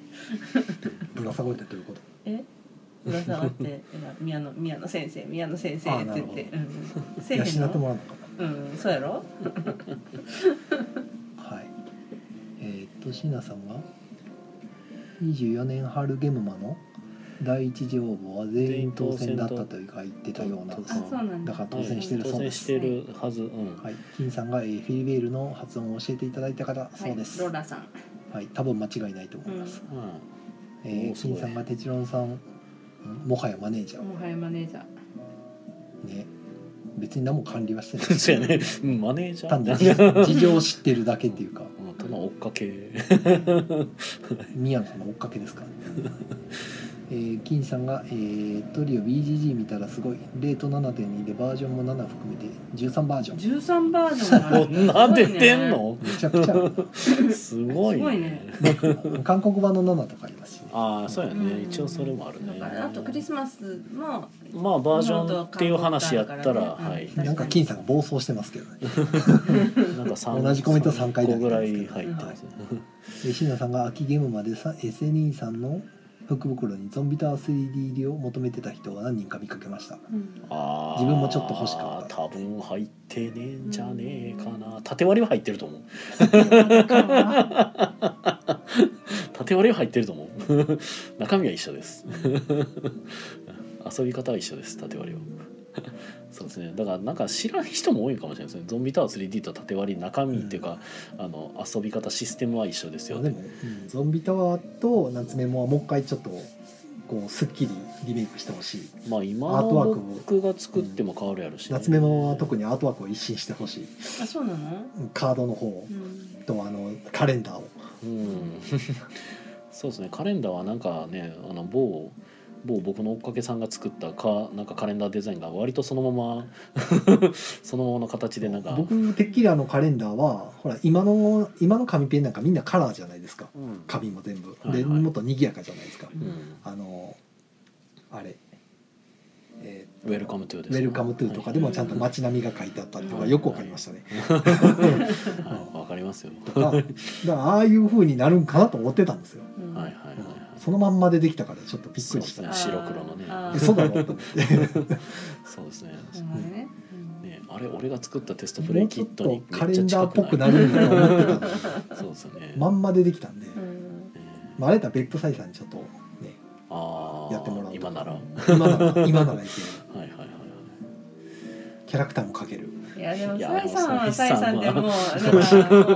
Speaker 2: ぶら下がってということ
Speaker 5: えぶら下がってえら宮野宮野先生宮野先生
Speaker 2: あ
Speaker 5: っ
Speaker 2: ー
Speaker 5: て
Speaker 2: なる
Speaker 5: 言っ
Speaker 2: ほど
Speaker 5: てうんせえへん
Speaker 2: 養って
Speaker 5: の
Speaker 2: もらうのか
Speaker 5: うんそうやろ
Speaker 2: なはいえーっと椎名さんが24年春ゲムマの第一次応募は全員当選だったというか言ってたよう
Speaker 1: 全
Speaker 2: な
Speaker 1: 員当
Speaker 5: あ
Speaker 1: 選
Speaker 5: そうなん
Speaker 2: だ
Speaker 5: だ
Speaker 2: から当選してるそう
Speaker 1: 当
Speaker 2: で
Speaker 1: 選
Speaker 2: す
Speaker 1: してるはず、うん
Speaker 2: はい、金さんが、えーフィリベールの発音を教えていただいた方、そうです。
Speaker 5: ロ
Speaker 2: は
Speaker 5: ラさん
Speaker 2: い、多分間違いないと思います。
Speaker 1: う
Speaker 2: え
Speaker 1: お
Speaker 2: ー
Speaker 1: ーすごい
Speaker 2: 金さんがテチロンさん、んもはやマネージャ
Speaker 5: もはやマネージャー
Speaker 2: ーね。別に何も管理はしてない
Speaker 1: ん、。そうやねうんマネージャー
Speaker 2: 単に事事情を知ってるだけっていうか、
Speaker 1: うんただ追っかけ
Speaker 2: 宮野さんの追っかけですから、ね。 えー金さんが、えートリオ BGG 見たらすごいレート7.2でバージョンも7含めて13バージョン
Speaker 4: 十三バージョンがあ
Speaker 1: も
Speaker 4: る
Speaker 1: うなんで出んの
Speaker 2: めちゃ くちゃ
Speaker 1: すごい
Speaker 4: すごいね
Speaker 2: なんか韓国版の7とかありますしね
Speaker 1: ああそうやね、
Speaker 4: うん
Speaker 1: 一応それもあるね
Speaker 5: だからあとクリスマスも
Speaker 1: まあバージョンっていう話やったら、
Speaker 5: ノートは
Speaker 1: はい
Speaker 5: 買い物
Speaker 2: なんか金さんが暴走してますけど ね
Speaker 1: なんか三
Speaker 2: 同じコメント三回
Speaker 1: 個ぐらい入ってますね、
Speaker 2: で椎名さんが秋ゲームまでさ SNE さんの福袋にゾンビタワー 3D 入りを求めてた人は何人か見かけました
Speaker 1: あー
Speaker 2: 自分もちょっと欲しかった
Speaker 1: 多分入ってねえんじゃねえかな縦割りは入ってると思う縦割りは入ってると思う中身は一緒です遊び方は一緒です縦割りはそうですねだからなんか知らん人も多いかもしれないですねゾンビタワー 3D と縦割り中身っていうか、あの遊び方システムは一緒ですよ
Speaker 2: で
Speaker 1: ね
Speaker 2: も、うんゾンビタワーと夏メモはもう一回ちょっとこうすっきりリメイクしてほしい
Speaker 1: まあ今
Speaker 2: アートワー
Speaker 1: の
Speaker 2: クも
Speaker 1: 僕が作っても変わるやろし、
Speaker 2: 夏メモは特にアートワークを一新してほしい
Speaker 5: あそうなの
Speaker 2: カードの方
Speaker 5: うん
Speaker 2: とあのカレンダーを
Speaker 1: うん、そうですねカレンダーはなんかねあの某某僕の追っかけさんが作ったかなんかカレンダーデザインが割とそのま まそのままの形でなんか、
Speaker 2: 僕てっきりあのカレンダーはほら今の今の紙ペンなんかみんなカラーじゃないですか
Speaker 1: うん
Speaker 2: カビも全部
Speaker 1: は
Speaker 2: で
Speaker 1: いはい
Speaker 2: もっと賑やかじゃないですか
Speaker 1: うん
Speaker 2: あのあれえー
Speaker 1: ウェルカムトゥー
Speaker 2: ウ
Speaker 1: ですね、
Speaker 2: ェルカムトゥーとかでもちゃんと街並みが書いてあったりとか
Speaker 1: うん
Speaker 2: よくわかりまし たね。
Speaker 1: はいはいわかりますよ、
Speaker 2: とかだからああいう風になるんかなと思ってたんですよ。
Speaker 5: うん
Speaker 1: はいはいはいはい
Speaker 2: そのまんまでできたからちょっとびっくりし
Speaker 1: そう
Speaker 2: た。
Speaker 1: ですね白黒のね
Speaker 5: あー
Speaker 2: えそうだろうと思って。
Speaker 1: そうですね
Speaker 5: ほんまにねうん
Speaker 1: ねあれ俺が作ったテストプレイ
Speaker 2: もう
Speaker 1: キ
Speaker 2: ちょ
Speaker 1: ッ
Speaker 2: っ
Speaker 1: トに
Speaker 2: と
Speaker 1: め
Speaker 2: カ
Speaker 1: っ
Speaker 2: レ
Speaker 1: ちゃ
Speaker 2: ンダー
Speaker 1: 近
Speaker 2: っ
Speaker 1: く
Speaker 2: ぽ
Speaker 1: ない
Speaker 2: くなるんかと思ってたのに
Speaker 1: そうですね、
Speaker 2: まんまでできたんで、
Speaker 5: うん
Speaker 1: ね
Speaker 2: まあ、あれだったらベッドサイさんにちょっとね
Speaker 1: あ
Speaker 2: やってもらう
Speaker 1: あ
Speaker 2: と
Speaker 1: 今ならはい
Speaker 2: 今なら今ならいける
Speaker 1: はいはいはい
Speaker 2: キャラクターも描け る。
Speaker 5: いやでも
Speaker 1: いや
Speaker 5: サイさんはサ
Speaker 1: サ
Speaker 5: イ
Speaker 1: イ
Speaker 5: さ
Speaker 1: さ
Speaker 5: ん
Speaker 1: ん
Speaker 5: で
Speaker 1: は
Speaker 5: も うなんか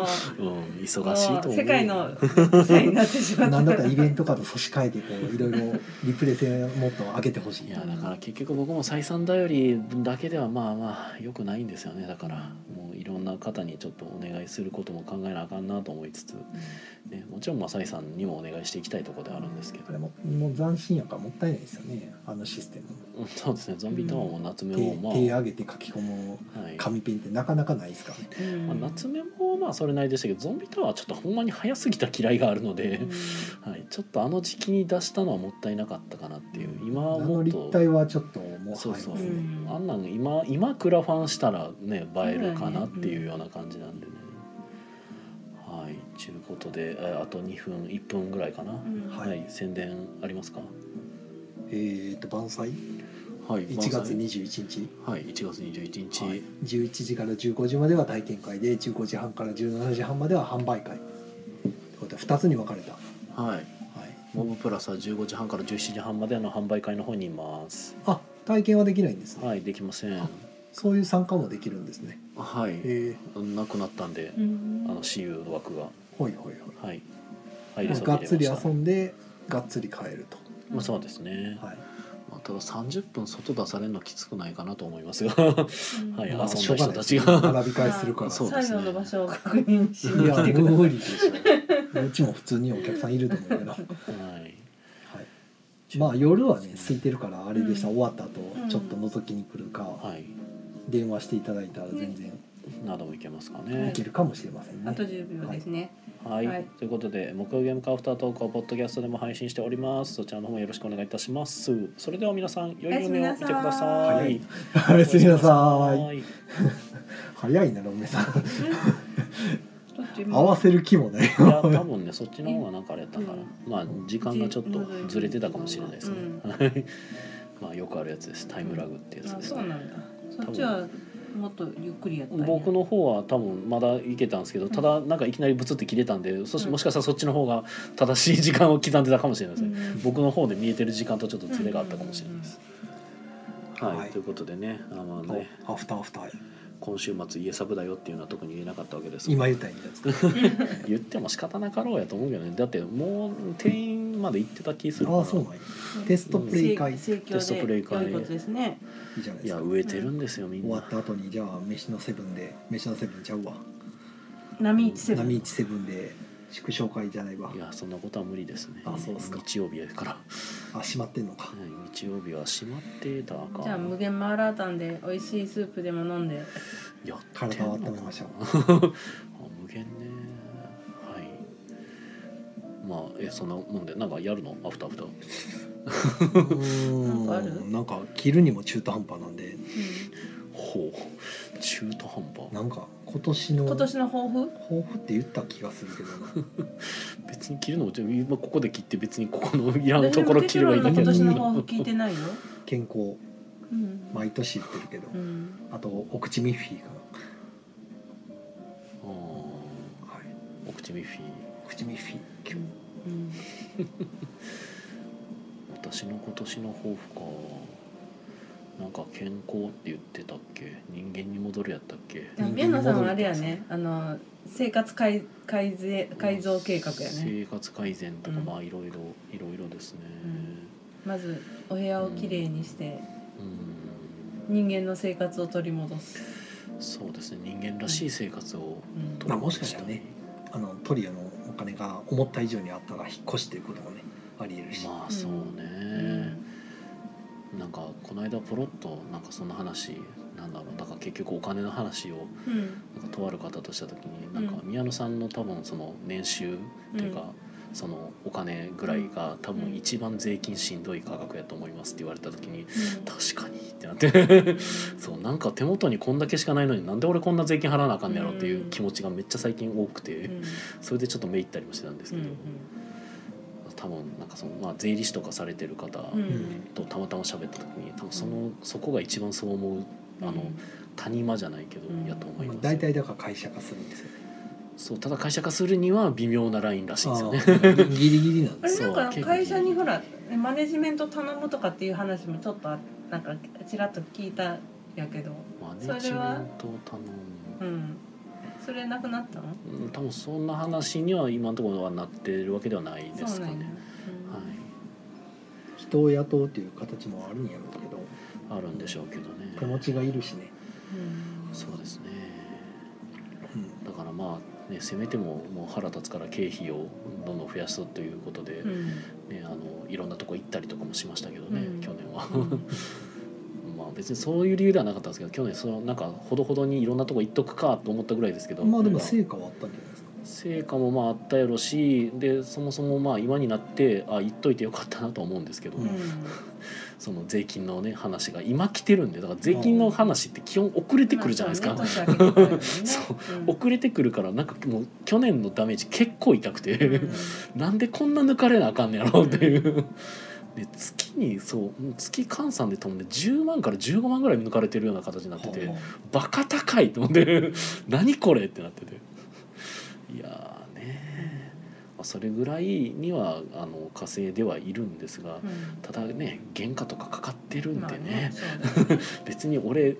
Speaker 5: もう
Speaker 1: うん忙しいと思う
Speaker 5: もう世界のサイになってしまった
Speaker 2: なんだったらイベントカード差し替えてこういろいろリプレイ性をもっと上げてほし
Speaker 1: い
Speaker 2: い。
Speaker 1: やだから結局僕も採算頼りだけではまあまあ良くないんですよねだからもういろんな方にちょっとお願いすることも考えなあかんなと思いつつ、ね、もちろんまあ採算にもお願いしていきたいところではあるんですけ
Speaker 2: あ
Speaker 1: ど、
Speaker 2: れももう斬新やからもったいないですよねあのシステム
Speaker 1: うんそうですねゾンビタワーも夏目
Speaker 2: 手
Speaker 1: もまあ、
Speaker 2: 手上げて書き込む
Speaker 1: はい
Speaker 2: 紙ペンってなかなかないですからね
Speaker 5: うん
Speaker 1: まあ、夏目もまあそれなりでしたけどゾンビタワーはちょっとほんまに早すぎた嫌いがあるので、はい、ちょっとあの時期に出したのはもったいなかったかなっていう今
Speaker 2: あ
Speaker 1: はも
Speaker 2: の
Speaker 1: っ
Speaker 2: 立
Speaker 1: と
Speaker 2: 体はちょっともう
Speaker 1: そうそう
Speaker 2: 入りますね
Speaker 5: うん
Speaker 1: あんなん今今クラファンしたらね映えるかなっていうような感じなんでね。はいちゅうことでえあと2分1分ぐらいかな、
Speaker 5: ん
Speaker 1: はい、宣伝ありますか
Speaker 2: えーっと晩祭
Speaker 1: はい
Speaker 2: 1月21日
Speaker 1: はい1月21日、
Speaker 2: はい11時から15時までは体験会で15時半から17時半までは販売会ということで2つに分かれた、は
Speaker 1: はい、
Speaker 2: い、
Speaker 1: モブプラスは15時半から17時半までの販売会の方にいます
Speaker 2: あ体験はできないんですね、
Speaker 1: はいできません
Speaker 2: あそういう参加もできるんですね
Speaker 1: はい、
Speaker 2: え
Speaker 1: なくなったんで、
Speaker 5: うん
Speaker 1: あの私有枠が
Speaker 2: ー、ほいほいほい
Speaker 1: はい入りそうに
Speaker 2: がっ
Speaker 1: 入れま
Speaker 2: つり
Speaker 1: した
Speaker 2: 遊んでがっつり帰ると、
Speaker 1: まあ、そうですね、
Speaker 2: はい、
Speaker 1: まあ、ただ30分外出されるのきつくないかなと思い ますがは
Speaker 2: ま
Speaker 1: い
Speaker 2: あ
Speaker 1: 遊んだ
Speaker 2: しょうが
Speaker 1: 人た
Speaker 2: ないで
Speaker 1: ち
Speaker 2: すね
Speaker 1: が
Speaker 2: 並び替えするから
Speaker 1: そうですね
Speaker 5: 作業の場所を確認し
Speaker 2: い
Speaker 5: に
Speaker 2: や
Speaker 5: 来てくだ
Speaker 2: 無理でしょううちも普通にお客さんいると思うけ ど、は
Speaker 1: はい
Speaker 2: い、まあ夜はね空いてるからあれでした、終わった後ちょっと覗きに来るか、
Speaker 1: はい
Speaker 2: 電話していただいたら全然
Speaker 1: などもいけますか
Speaker 2: い
Speaker 1: ね
Speaker 2: けるかもしれませんね、
Speaker 5: さいあと10秒ですね、
Speaker 1: はい、
Speaker 5: はい
Speaker 1: ということで木曜ゲームカウンタートークをポッドキャストでも配信しておりますそちらの方もよろしくお願いいたしますそれでは皆さん良い夢を見てください
Speaker 2: はい、すみなさい。
Speaker 1: い
Speaker 2: 早いな、ロンメさん。
Speaker 5: ちょっと今
Speaker 2: 合わせる気もない。
Speaker 1: いや多分ねそっちの方がなんかあれやったから、まあ時間がちょっとずれてたかもしれないですね、はいまあよくあるやつですタイムラグってやつ
Speaker 5: あ
Speaker 1: です
Speaker 5: そう
Speaker 1: ね
Speaker 5: なんだ
Speaker 4: そっちはもっとゆっくりやったんや
Speaker 1: 僕の方は多分まだいけたんですけどただなんかいきなりブツって切れたんでそし
Speaker 5: うん
Speaker 1: もしかしたらそっちの方が正しい時間を刻んでたかもしれないですね、
Speaker 5: うん
Speaker 1: 僕の方で見えてる時間とちょっとズレがあったかもしれないです、
Speaker 2: うんうんうん
Speaker 1: はい、ということでねあまあね
Speaker 2: アフターアフター。
Speaker 1: 今週末家サブだよっていうのは特に言えなかったわけです
Speaker 2: 今言ったらいいんじゃないですか。
Speaker 1: 言っても仕方なかろうやと思うけどねだってもう定員まで行ってた気するから
Speaker 2: ああ、そうなんや。テストプレイ会い
Speaker 4: 盛況で
Speaker 1: テストプレイ会
Speaker 4: 良いことですね
Speaker 2: いじゃない
Speaker 1: い
Speaker 2: です
Speaker 1: や
Speaker 2: か。
Speaker 1: 植えてるんですよみん
Speaker 2: 終わ
Speaker 1: な
Speaker 2: った後に、じゃあ、飯のセブンで、飯のセブンちゃうわ。
Speaker 4: 波一セブン
Speaker 2: 波一セブンで、祝勝会じゃないわ
Speaker 1: い。やそんなことは無理ですね
Speaker 2: あそうっすか
Speaker 1: 日曜日やから、は
Speaker 2: あ、閉まってんのか。
Speaker 1: い、日曜日は閉まってたか
Speaker 5: じゃあ無限マーラータンで美味しいスープでも飲んで
Speaker 1: やってんの
Speaker 2: 体を温めましょう。
Speaker 1: あ無限ねはいまあえそんなもんでなんかやるのアフターアフター
Speaker 2: う
Speaker 5: なんかあ
Speaker 2: ーん
Speaker 5: る
Speaker 2: なんか、着るにも中途半端なんで、
Speaker 1: ほう中途半端
Speaker 2: なんか、今年の。
Speaker 5: 今年の抱負
Speaker 2: 抱負って言った気がするけどな。
Speaker 1: 別に切るのも今ここで切って別にここのいらん
Speaker 5: 私
Speaker 1: とこ
Speaker 5: も
Speaker 1: ろ
Speaker 5: テ
Speaker 1: 切
Speaker 5: チ
Speaker 1: れ
Speaker 5: ロ
Speaker 1: ばい
Speaker 5: ン
Speaker 1: い
Speaker 5: の
Speaker 1: だけど
Speaker 5: 今年の抱負聞いてないよ、
Speaker 2: 健康、
Speaker 5: うん
Speaker 2: 毎年言ってるけど
Speaker 5: う。ん、
Speaker 2: あと、お口ミッフィーか
Speaker 1: あー
Speaker 2: な。はい。
Speaker 1: お口ミッフィー
Speaker 2: 口ミッフィー今
Speaker 5: うん
Speaker 1: 私の今年の抱負かなんか健康って言ってたっけ人間に戻るやったっけ
Speaker 5: でもビアノさんはあれやねあの生活改改善改造計画やね
Speaker 1: 生活改善とか、
Speaker 5: うん
Speaker 1: まあいろいろいろいろですね
Speaker 5: まずお部屋をきれいにして
Speaker 1: うん
Speaker 5: 人間の生活を取り戻す、
Speaker 1: そうですね人間らしい生活を
Speaker 5: うん
Speaker 1: 取
Speaker 2: ま
Speaker 1: り
Speaker 2: あ
Speaker 1: 戻
Speaker 2: もしかした
Speaker 1: い
Speaker 2: らねあのトリアのお金が思った以上にあったら引っ越しということもねありえるし、
Speaker 1: まあそう
Speaker 5: う
Speaker 1: ね、
Speaker 5: ん
Speaker 1: なんかこの間ポロッとなんかそんな話なんだろうだから結局お金の話を
Speaker 5: う
Speaker 1: な
Speaker 5: ん
Speaker 1: んかとある方とした時になんか
Speaker 5: う
Speaker 1: 宮野さんの多分その年収っていうか、そのお金ぐらいが多分一番税金しんどい価格やと思いますって言われた時に確かにってなって そうなんか手元にこんだけしかないのになんで俺こんな税金払わなあかんねやろっていう気持ちがめっちゃ最近多くて、
Speaker 5: うんうん
Speaker 1: それでちょっとめいったりもしてたんです
Speaker 5: う
Speaker 1: けど、
Speaker 5: ん
Speaker 1: 多分なんかその、まあ、税理士とかされてる方
Speaker 5: うん
Speaker 1: とたまたま喋った時に多分そのそこが一番そう思うあの谷間じゃないけど、
Speaker 5: うん
Speaker 1: やと思い
Speaker 2: まあ
Speaker 1: ます、
Speaker 2: 大体だから会社化するんですよね
Speaker 1: そうただ会社化するには微妙なラインらしいんですよね。
Speaker 2: ああ ギリギリなん
Speaker 5: あ
Speaker 2: で
Speaker 5: れ
Speaker 2: す
Speaker 1: そう
Speaker 5: なん
Speaker 1: 結
Speaker 5: か
Speaker 1: 構
Speaker 5: 会社にほらマネジメント頼むとかっていう話もちょっとあなんかちらっと聞いたやけど、
Speaker 1: マネ
Speaker 5: れは
Speaker 1: ジメントを頼
Speaker 5: うん、それなくなったの？
Speaker 1: む、うん、多分そんな話には今のところはなってるわけではないで
Speaker 5: そう
Speaker 1: す
Speaker 5: な
Speaker 1: か
Speaker 5: んや
Speaker 1: ね。。
Speaker 5: うん
Speaker 1: はい、
Speaker 2: 人を雇うっていう形もあるんやろうけど
Speaker 1: あるんでしょうけど
Speaker 2: 手持
Speaker 1: ね。
Speaker 2: ちがいるしね、
Speaker 5: うん
Speaker 1: そうですね。
Speaker 2: うん
Speaker 1: だからまあねせめてももう腹立つから経費をどんどん増やすということで、
Speaker 5: うん
Speaker 1: ねあのいろんなとこ行ったりとかもしましたけどね、
Speaker 5: うん
Speaker 1: 去年は。
Speaker 5: うん
Speaker 1: まあ別にそういう理由ではなかったんですけど去年そのなんかほどほどにいろんなとこ行っとくかと思ったぐらいですけど
Speaker 2: まあでも成果はあったんじゃないですか
Speaker 1: 成果もまああったやろしでそもそもまあ今になってあ言っといてよかったなと思うんですけど、
Speaker 2: う
Speaker 5: うん
Speaker 2: ん
Speaker 1: その税金のね話が今来てるんでだから税金の話って基本遅れてくるじゃないですか、
Speaker 5: まあそうね年明けてからね
Speaker 1: そ
Speaker 5: うん
Speaker 1: 遅れてくるからなんかもう去年のダメージ結構痛くて、
Speaker 5: うん
Speaker 1: なんでこんな抜かれなあかんねやろっていう。で月にそう月換算で多分ね10万から15万ぐらい抜かれてるような形になってて、
Speaker 2: は
Speaker 1: バカ高 いと思って何これってなってていやーねあ、それぐらいにはあの稼いではいるんですが
Speaker 4: うん
Speaker 1: ただね原価とかかかってるん
Speaker 4: まあ
Speaker 1: でね,、
Speaker 4: ね
Speaker 1: 別に俺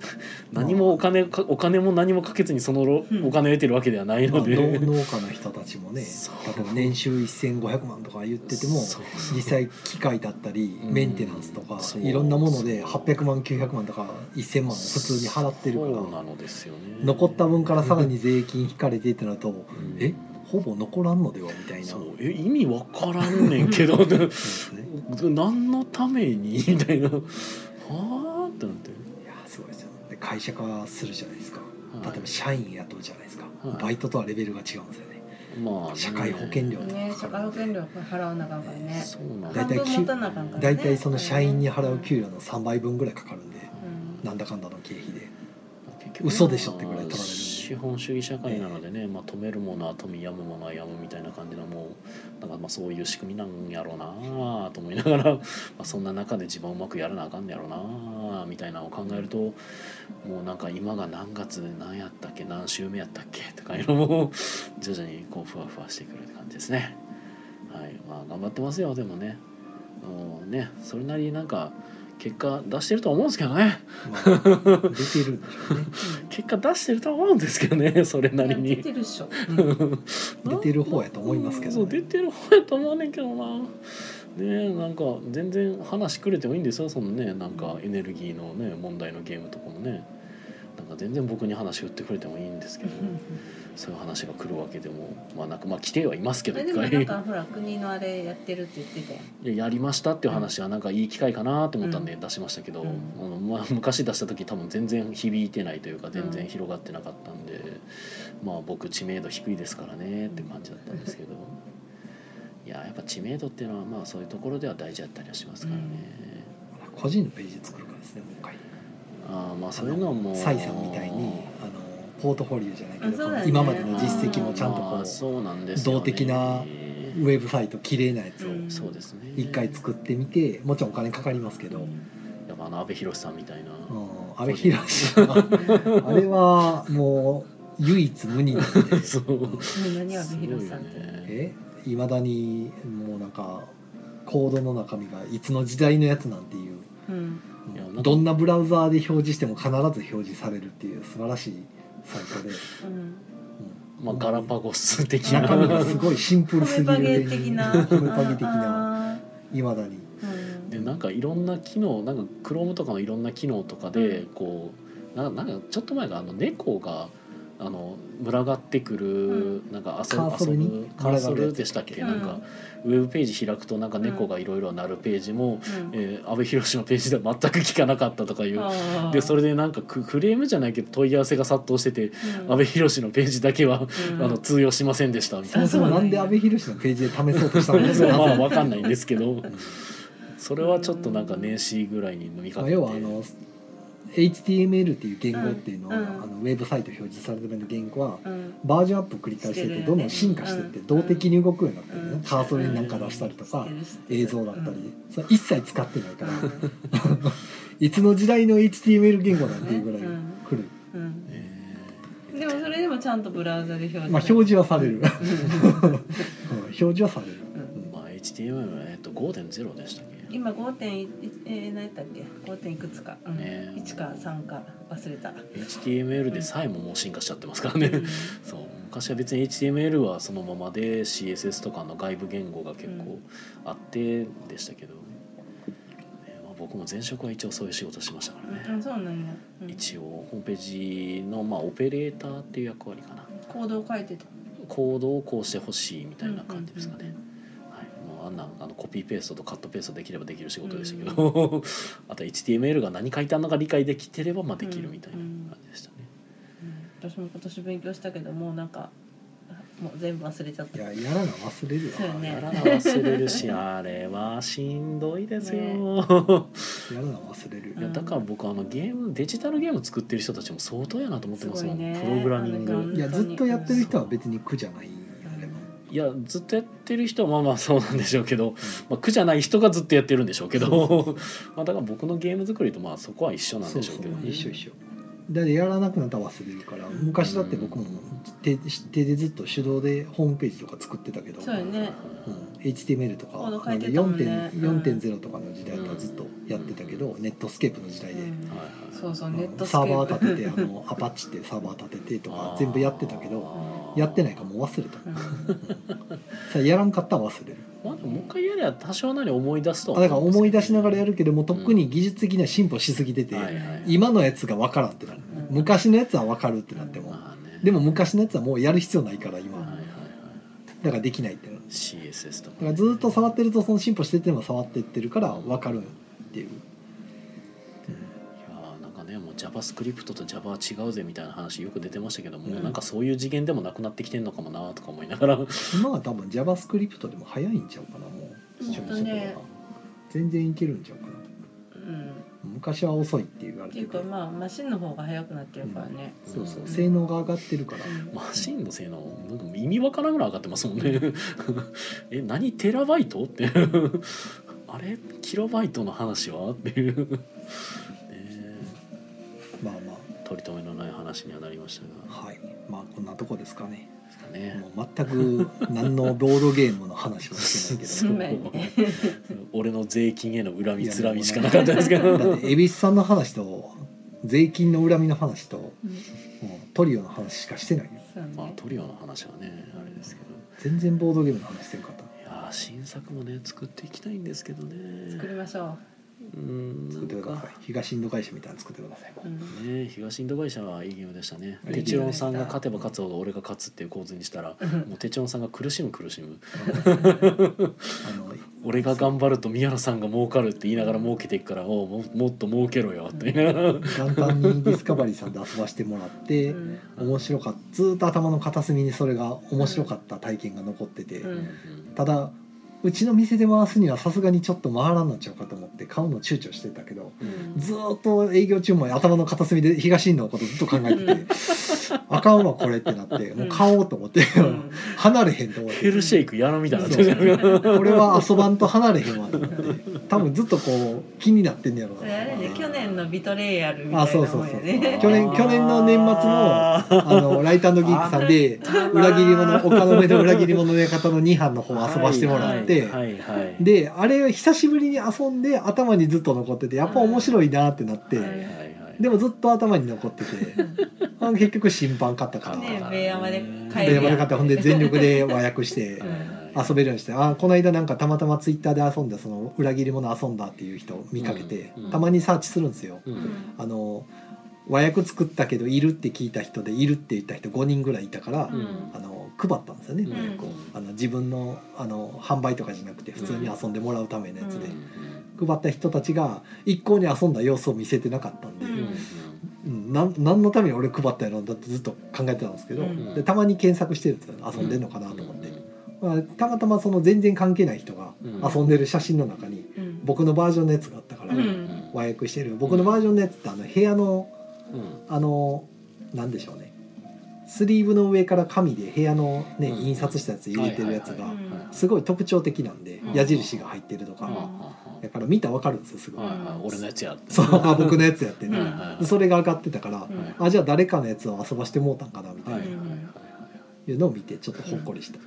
Speaker 1: 何もお金かお金も何もかけずにそのろ
Speaker 4: うん
Speaker 1: お金を得てるわけではない
Speaker 2: まあ
Speaker 1: ので、
Speaker 2: 農農家の人たちも ね
Speaker 1: そう
Speaker 2: 例えば年収1500万とか言ってても
Speaker 1: そう
Speaker 2: 実際機械だったり
Speaker 1: うん
Speaker 2: メンテナンスとか
Speaker 1: そう
Speaker 2: いろんなもので800万900万とか1000万普通に払ってるか
Speaker 1: そうな
Speaker 2: ら
Speaker 1: のですよね
Speaker 2: 残った分からさらに税金引かれてってなると
Speaker 1: うん
Speaker 2: えほぼ残らんのではみたいな
Speaker 1: そ
Speaker 2: そう
Speaker 1: うえ意味わからんねん けど
Speaker 2: ですね
Speaker 1: 何のために みたいなはあってなって、
Speaker 2: いやすごいですよで会社化するじゃないですか例
Speaker 1: は
Speaker 2: えば社員雇うじゃないですか
Speaker 1: はい
Speaker 2: バイトとはレベルが違うんですよね
Speaker 1: いまあね
Speaker 2: 社会保険料
Speaker 5: そうね社会保険料払わなあかんからね
Speaker 1: そうなんだ
Speaker 2: 大
Speaker 5: 半
Speaker 2: 体
Speaker 5: 分持たなあかんからね
Speaker 2: 大体その社員に払う給料の3倍分ぐらいかかるんで
Speaker 5: うん
Speaker 2: なんだかんだの経費で
Speaker 1: 結局
Speaker 2: 嘘でしょってぐらい取られるんで
Speaker 1: 資本主義社会なのでね、まあ、止めるものは富やむものはやむみたいな感じのもうなんかまあそういう仕組みなんやろうなあと思いながら、 まあ、そんな中で自分をうまくやらなあかんねやろうなあみたいなのを考えるともうなんか今が何月何やったっけ何週目やったっけとかいうのも 徐々にこうふわふわしてくるって感じですね。はいまあ、頑張ってますよでもねもうねそれなりになんか結果出してると思うんですけどね。
Speaker 2: まあ 出てるんでしょうね
Speaker 1: 結果出してると思うんですけどね それない
Speaker 5: や
Speaker 1: り
Speaker 5: 出
Speaker 1: に
Speaker 5: てるっ しょ
Speaker 2: 出てる方やと思いますけ
Speaker 1: そ
Speaker 2: ど
Speaker 1: う出
Speaker 2: ね
Speaker 1: てる方やと思うねんけどなねえなんか全然話くれてもいいんですよそのねなんかエネルギーのね問題のゲームとかもねなんか全然僕に話振ってくれてもいいんですけどそういう話が来るわけでもまあなんかまあ来てはいますけど
Speaker 5: え
Speaker 1: 一
Speaker 5: でも
Speaker 1: 回
Speaker 5: なんかほら国のあれやってるって言ってたよ
Speaker 1: いややりましたっていう話はなんかいい機会かなと思ったんで出しましたけど、
Speaker 5: うん
Speaker 1: あのまあ、昔出した時多分全然響いてないというか全然広がってなかったんで、まあ僕知名度低いですからねって感じだったんですけど、いややっぱ知名度っていうのはまあそういうところでは大事だったりはしますからね、
Speaker 2: 個人のページ作るからですねもう一回
Speaker 1: ああまあそういうのはもう
Speaker 2: サイさんみたいにあのポートフォリオじゃないけ
Speaker 5: あ
Speaker 2: ど、
Speaker 5: そう
Speaker 2: この
Speaker 5: だよね
Speaker 2: 今までの実績もちゃんとこ
Speaker 1: まあ
Speaker 2: う
Speaker 1: そうなんですよね
Speaker 2: 動的なウェブサイト綺麗なやつを
Speaker 5: うん
Speaker 1: そうですね
Speaker 2: 一回作ってみてもちろんお金かかりますけど、うん、
Speaker 1: やっぱあの阿部寛さんみたいな、
Speaker 2: 阿部寛はあれはもう唯一無二なんで
Speaker 1: そう
Speaker 5: 何阿部
Speaker 1: すご
Speaker 5: 寛
Speaker 1: いよ
Speaker 5: さんって
Speaker 1: ね
Speaker 2: えいまだにもうなんかコードの中身がいつの時代のやつなんていう
Speaker 5: うん
Speaker 1: いやなんか
Speaker 2: どんなブラウザーで表示しても必ず表示されるっていう素晴らしいサイトで、
Speaker 5: うん
Speaker 2: うん
Speaker 1: まあ、ガラパゴス的な
Speaker 2: 中身がすごいシンプルす
Speaker 5: 米
Speaker 2: ぎる
Speaker 5: パゲ的な
Speaker 2: 上に米パゲ的な
Speaker 5: あ
Speaker 2: いまだに
Speaker 5: ーうん
Speaker 1: でなんかいろんな機能なんか Chrome とかのいろんな機能とかでこうななんかちょっと前があの猫があの群がってくる、なんか遊
Speaker 2: カーソル
Speaker 1: ぶ遊
Speaker 2: に
Speaker 1: ぶ
Speaker 2: 群
Speaker 1: カ
Speaker 2: が
Speaker 1: ー
Speaker 2: るやつ
Speaker 1: ソルでしたっけ、
Speaker 5: うん
Speaker 1: なんかウェブページ開くとなんか猫がいろいろなるページも、
Speaker 5: うん
Speaker 1: えー、安倍博のページでは全く聞かなかったとかいう。
Speaker 5: あー
Speaker 1: でそれでなんかククレームじゃないけど問い合わせが殺到してて
Speaker 5: うん
Speaker 1: 安倍博のページだけは、
Speaker 5: うん
Speaker 1: あの通用しませんでしたみ
Speaker 2: そ
Speaker 1: たい
Speaker 2: も
Speaker 1: な
Speaker 2: そもなんで阿部寛のページで試そうとしたのか
Speaker 1: まあわかんないんですけどそれはちょっとなんか年始ぐらいに見か
Speaker 2: ま
Speaker 1: け
Speaker 2: あ、
Speaker 1: て
Speaker 2: 要はあの HTML っていう言語っていうのは、
Speaker 5: うんうん
Speaker 2: あのウェブサイト表示されるための言語は
Speaker 5: うん
Speaker 2: バージョンアップ繰り返して
Speaker 5: し
Speaker 2: て
Speaker 5: てるよね
Speaker 2: どんどん進化してって
Speaker 5: うん
Speaker 2: 動的に動くようになってるね、
Speaker 5: うん
Speaker 2: カーソルになんか出したりとか、
Speaker 5: 知ってる
Speaker 2: 映像だったり、それ一切使ってないから、いつの時代の HTML 言語なんていうぐらい来る、
Speaker 5: うん
Speaker 1: え
Speaker 5: うんでもそれでもちゃんとブラウザで表示
Speaker 2: まあ、表示はされる、うん表示はされる、
Speaker 1: ーまあ HTML はえっと5.0でしたっけ
Speaker 5: 今5.1えー、何やったっけ5点いくつか、うん
Speaker 1: ね
Speaker 5: 1か3か忘れた、
Speaker 1: HTML でさえももう進化しちゃってますからね、そう昔は別に HTML はそのままで CSS とかの外部言語が結構あってでしたけど、ねまあ、僕も前職は一応そういう仕事しましたからね、
Speaker 5: うん、そうなんや、うん、
Speaker 1: 一応ホームページのまあオペレーターっていう役割かな
Speaker 5: コードを書いてた
Speaker 1: コードをこうしてほしいみたいな感じですかね、
Speaker 5: うんうんうん
Speaker 1: はい、もうあんなあのコピーペーストとカットペーストできればできる仕事でしたけど、あと HTML が何書いてあるのか理解できてればまあできるみたいな感じでしたね、
Speaker 5: うん私も今年勉強したけどもうなんかもう全部忘れちゃっ
Speaker 2: い
Speaker 5: た
Speaker 2: ややらな忘れるよ
Speaker 5: そうよね
Speaker 1: やらな忘れるしあれはしんどいですよ、
Speaker 2: やらな忘れる、
Speaker 1: いやだから僕あのゲームデジタルゲーム作ってる人たちも相当やなと思ってますも
Speaker 5: す
Speaker 1: ん
Speaker 5: ごいね
Speaker 1: プログラミン
Speaker 5: あの
Speaker 1: グ
Speaker 2: いやずっとやってる人は別に苦じゃないあれも
Speaker 1: いやずっとやってる人はまあまあそうなんでしょうけど、まあ、苦じゃない人がずっとやって るんでしょうけどまあだから僕のゲーム作りとまあそこは一緒なんでしょうけど、ね、
Speaker 2: 一緒一緒だってやらなくなったら忘れるから昔だって僕も手手でずっと手動でホームページとか作ってたけど
Speaker 5: そうよね
Speaker 2: うん、HTML とか
Speaker 5: コード書いてたもんね
Speaker 2: 4.0とかの時代はずっとやってたけど、ネットスケープの時代で、
Speaker 5: うん
Speaker 1: はいはい
Speaker 5: そうそう
Speaker 2: あの
Speaker 5: ネットスケ
Speaker 2: サーバ
Speaker 5: ー
Speaker 2: ー
Speaker 5: プ
Speaker 2: 立ててあのアパッチってサーバー立ててとか全部やってたけどやってないいからもう忘れた
Speaker 5: うん
Speaker 2: さやらんかったら忘れる
Speaker 1: まあでももう一回やれば多少なり思い出すと
Speaker 2: あだから思い出しながらや
Speaker 1: る
Speaker 2: るけどもうとっくに技術的には進歩しすぎてて、
Speaker 1: はいはい、
Speaker 2: 今のやつが分からんってなる
Speaker 5: うん
Speaker 2: 昔のやつは分かるってなっても
Speaker 1: まあね
Speaker 2: でも昔のやつはもうやる必要ないから
Speaker 1: はいはい
Speaker 2: 今
Speaker 1: はい
Speaker 2: だからできないってなる
Speaker 1: CSS と
Speaker 2: だ
Speaker 1: か、
Speaker 2: からずっと触ってるとその進歩してっても触ってってるから分かるっていう、
Speaker 1: いやーなんかねもう JavaScript と Java は違うぜみたいな話よく出てましたけども、
Speaker 2: うん
Speaker 1: なんかそういう次元でもなくなってきてんのかもなとか思いなが ら
Speaker 2: 今は多分 JavaScript でも早いんちゃうかなもう
Speaker 5: うん
Speaker 2: 初期の頃
Speaker 5: ね
Speaker 2: は全然いけるんちゃうかな
Speaker 5: うん
Speaker 2: 昔は遅いって言われ
Speaker 5: って
Speaker 2: て
Speaker 5: い
Speaker 2: て
Speaker 5: うかまあマシンの方が速くなってるからね、
Speaker 2: そうそううん性能が上がってるから
Speaker 1: マシンの性能なんかもう意味わからんぐらい上がってますもん ねえ何テラバイトって あれキロバイトの話はっていうねえ
Speaker 2: まあま
Speaker 1: 取り留めのない話にはなりました
Speaker 2: あ
Speaker 1: が
Speaker 2: はいまあこんなとこですかね
Speaker 1: ですかね
Speaker 2: もう全く何のロードゲームの話もしてないけ
Speaker 1: そ
Speaker 2: ど
Speaker 1: う
Speaker 5: ごめんね
Speaker 1: 俺の税金への恨みつらみしかなかったですけど
Speaker 2: だって恵比寿さんの話と税金の恨みの話と、も
Speaker 5: うん
Speaker 2: うトリオの話しかしてないよ
Speaker 5: そうね、
Speaker 1: まあトリオの話はねあれですけど
Speaker 2: 全然ボードゲームの話してるかった
Speaker 1: いやー新作もね作っていきたいんですけど
Speaker 5: 作り
Speaker 1: ね
Speaker 5: ましょ
Speaker 1: うんな
Speaker 2: 作っ
Speaker 1: ん
Speaker 2: てくださ
Speaker 1: か
Speaker 2: い東インド会社みたいなの作ってください、
Speaker 5: う、うん、
Speaker 1: ね東インド会社はいいゲームでしたね
Speaker 2: いいゲーム
Speaker 1: テ
Speaker 2: でした
Speaker 1: チロンさんが勝てば勝つほど俺が勝つっていう構図にしたらもうテチロンさんが苦しむ苦しむ
Speaker 2: あの
Speaker 1: 俺が頑張ると宮野さんが儲かるって言いながら儲けていくからおうももっと儲けろよって言いながら
Speaker 2: 元旦にディスカバリーさんで遊ばしてもらって、
Speaker 5: うん
Speaker 2: 面白かったずーっと頭の片隅にそれが面白かった体験が残ってて、
Speaker 5: うん
Speaker 2: ただうちの店で回すにはさすがにちょっと回らんなっちゃうかと思って買うの躊躇してたけど
Speaker 5: うん
Speaker 2: ずーっと営業中も頭の片隅で東インドのことずっと考えててあかんわこれってなってもう買おうと思って、
Speaker 5: うん
Speaker 2: 離れへんと思っ
Speaker 1: ヘ
Speaker 2: て
Speaker 1: ルシェイクやらみたいになって
Speaker 2: そ
Speaker 1: る
Speaker 2: これは遊ばんと離れへんわと思って多分ずっとこう気になってんねやろう
Speaker 5: それあれね
Speaker 2: な
Speaker 5: 去年のビトレイヤルみたいなもんやね
Speaker 2: あそうそうそう
Speaker 1: ね
Speaker 2: 去年去年の年末の
Speaker 1: あー
Speaker 2: あのライトギークさんで裏切り者丘の上の裏切り者の館の2班の方を遊ばしてもらって、
Speaker 1: はいはいはいはい
Speaker 2: であれ久しぶりに遊んで頭にずっと残っててやっぱ面白いなってなって、
Speaker 1: はいはいはい
Speaker 2: でもずっと頭に残っててあ結局審判買ったから、
Speaker 5: ねベイアマで買
Speaker 2: で
Speaker 5: える
Speaker 2: 山田
Speaker 5: やん
Speaker 2: 買ってほんで全力で和 訳して
Speaker 5: うん
Speaker 2: 遊べるようにしてあこの間なんかたまたまツイッターで遊んだその裏切り者遊んだっていう人を見かけて、
Speaker 1: うん
Speaker 2: たまにサーチするんですよ。
Speaker 1: うん
Speaker 3: う
Speaker 1: うん
Speaker 3: ん
Speaker 2: あの和訳作ったけどいるって聞いた人でいるって言った人5人ぐらいいたから、
Speaker 1: うん
Speaker 2: あの配ったんですよね、
Speaker 1: うん
Speaker 2: 和訳をあの自分のあの販売とかじゃなくて普通に遊んでもらうためのやつで、配った人たちが一向に遊んだ様子を見せてなかったんで、
Speaker 3: うん
Speaker 2: うん、なん何のために俺配ったんやろだってずっと考えてたんですけど、
Speaker 5: うん
Speaker 2: でたまに検索してるんですよ遊んでんのかなと思って、まあ、たまたまその全然関係ない人が遊んでる写真の中に
Speaker 5: うん
Speaker 2: 僕のバージョンのやつがあったから、
Speaker 5: うん
Speaker 2: 和訳してる僕のバージョンのやつってあの部屋の
Speaker 1: うん
Speaker 2: あのなんでしょうねスリーブの上から紙で部屋の、ね
Speaker 1: うん
Speaker 2: 印刷したやつ入れてるやつが、
Speaker 1: はい
Speaker 5: はいはい
Speaker 2: すごい特徴的なんで、
Speaker 1: うん
Speaker 2: 矢印が入ってると
Speaker 1: は
Speaker 5: う
Speaker 1: あ
Speaker 2: か、
Speaker 5: ん
Speaker 1: はあはあ
Speaker 2: だから見たら分かるんですよすごい、
Speaker 1: はいはい俺のやつやって
Speaker 2: そうあ僕のやつやって
Speaker 1: はい
Speaker 2: ね、
Speaker 1: は
Speaker 2: で
Speaker 1: い
Speaker 2: それが上がってたから、
Speaker 5: うん
Speaker 2: あじゃあ誰かのやつを遊ばしてもうたんかなみたい
Speaker 1: はい
Speaker 2: な
Speaker 1: はいはい
Speaker 2: いうのを見てちょっとほっこりした、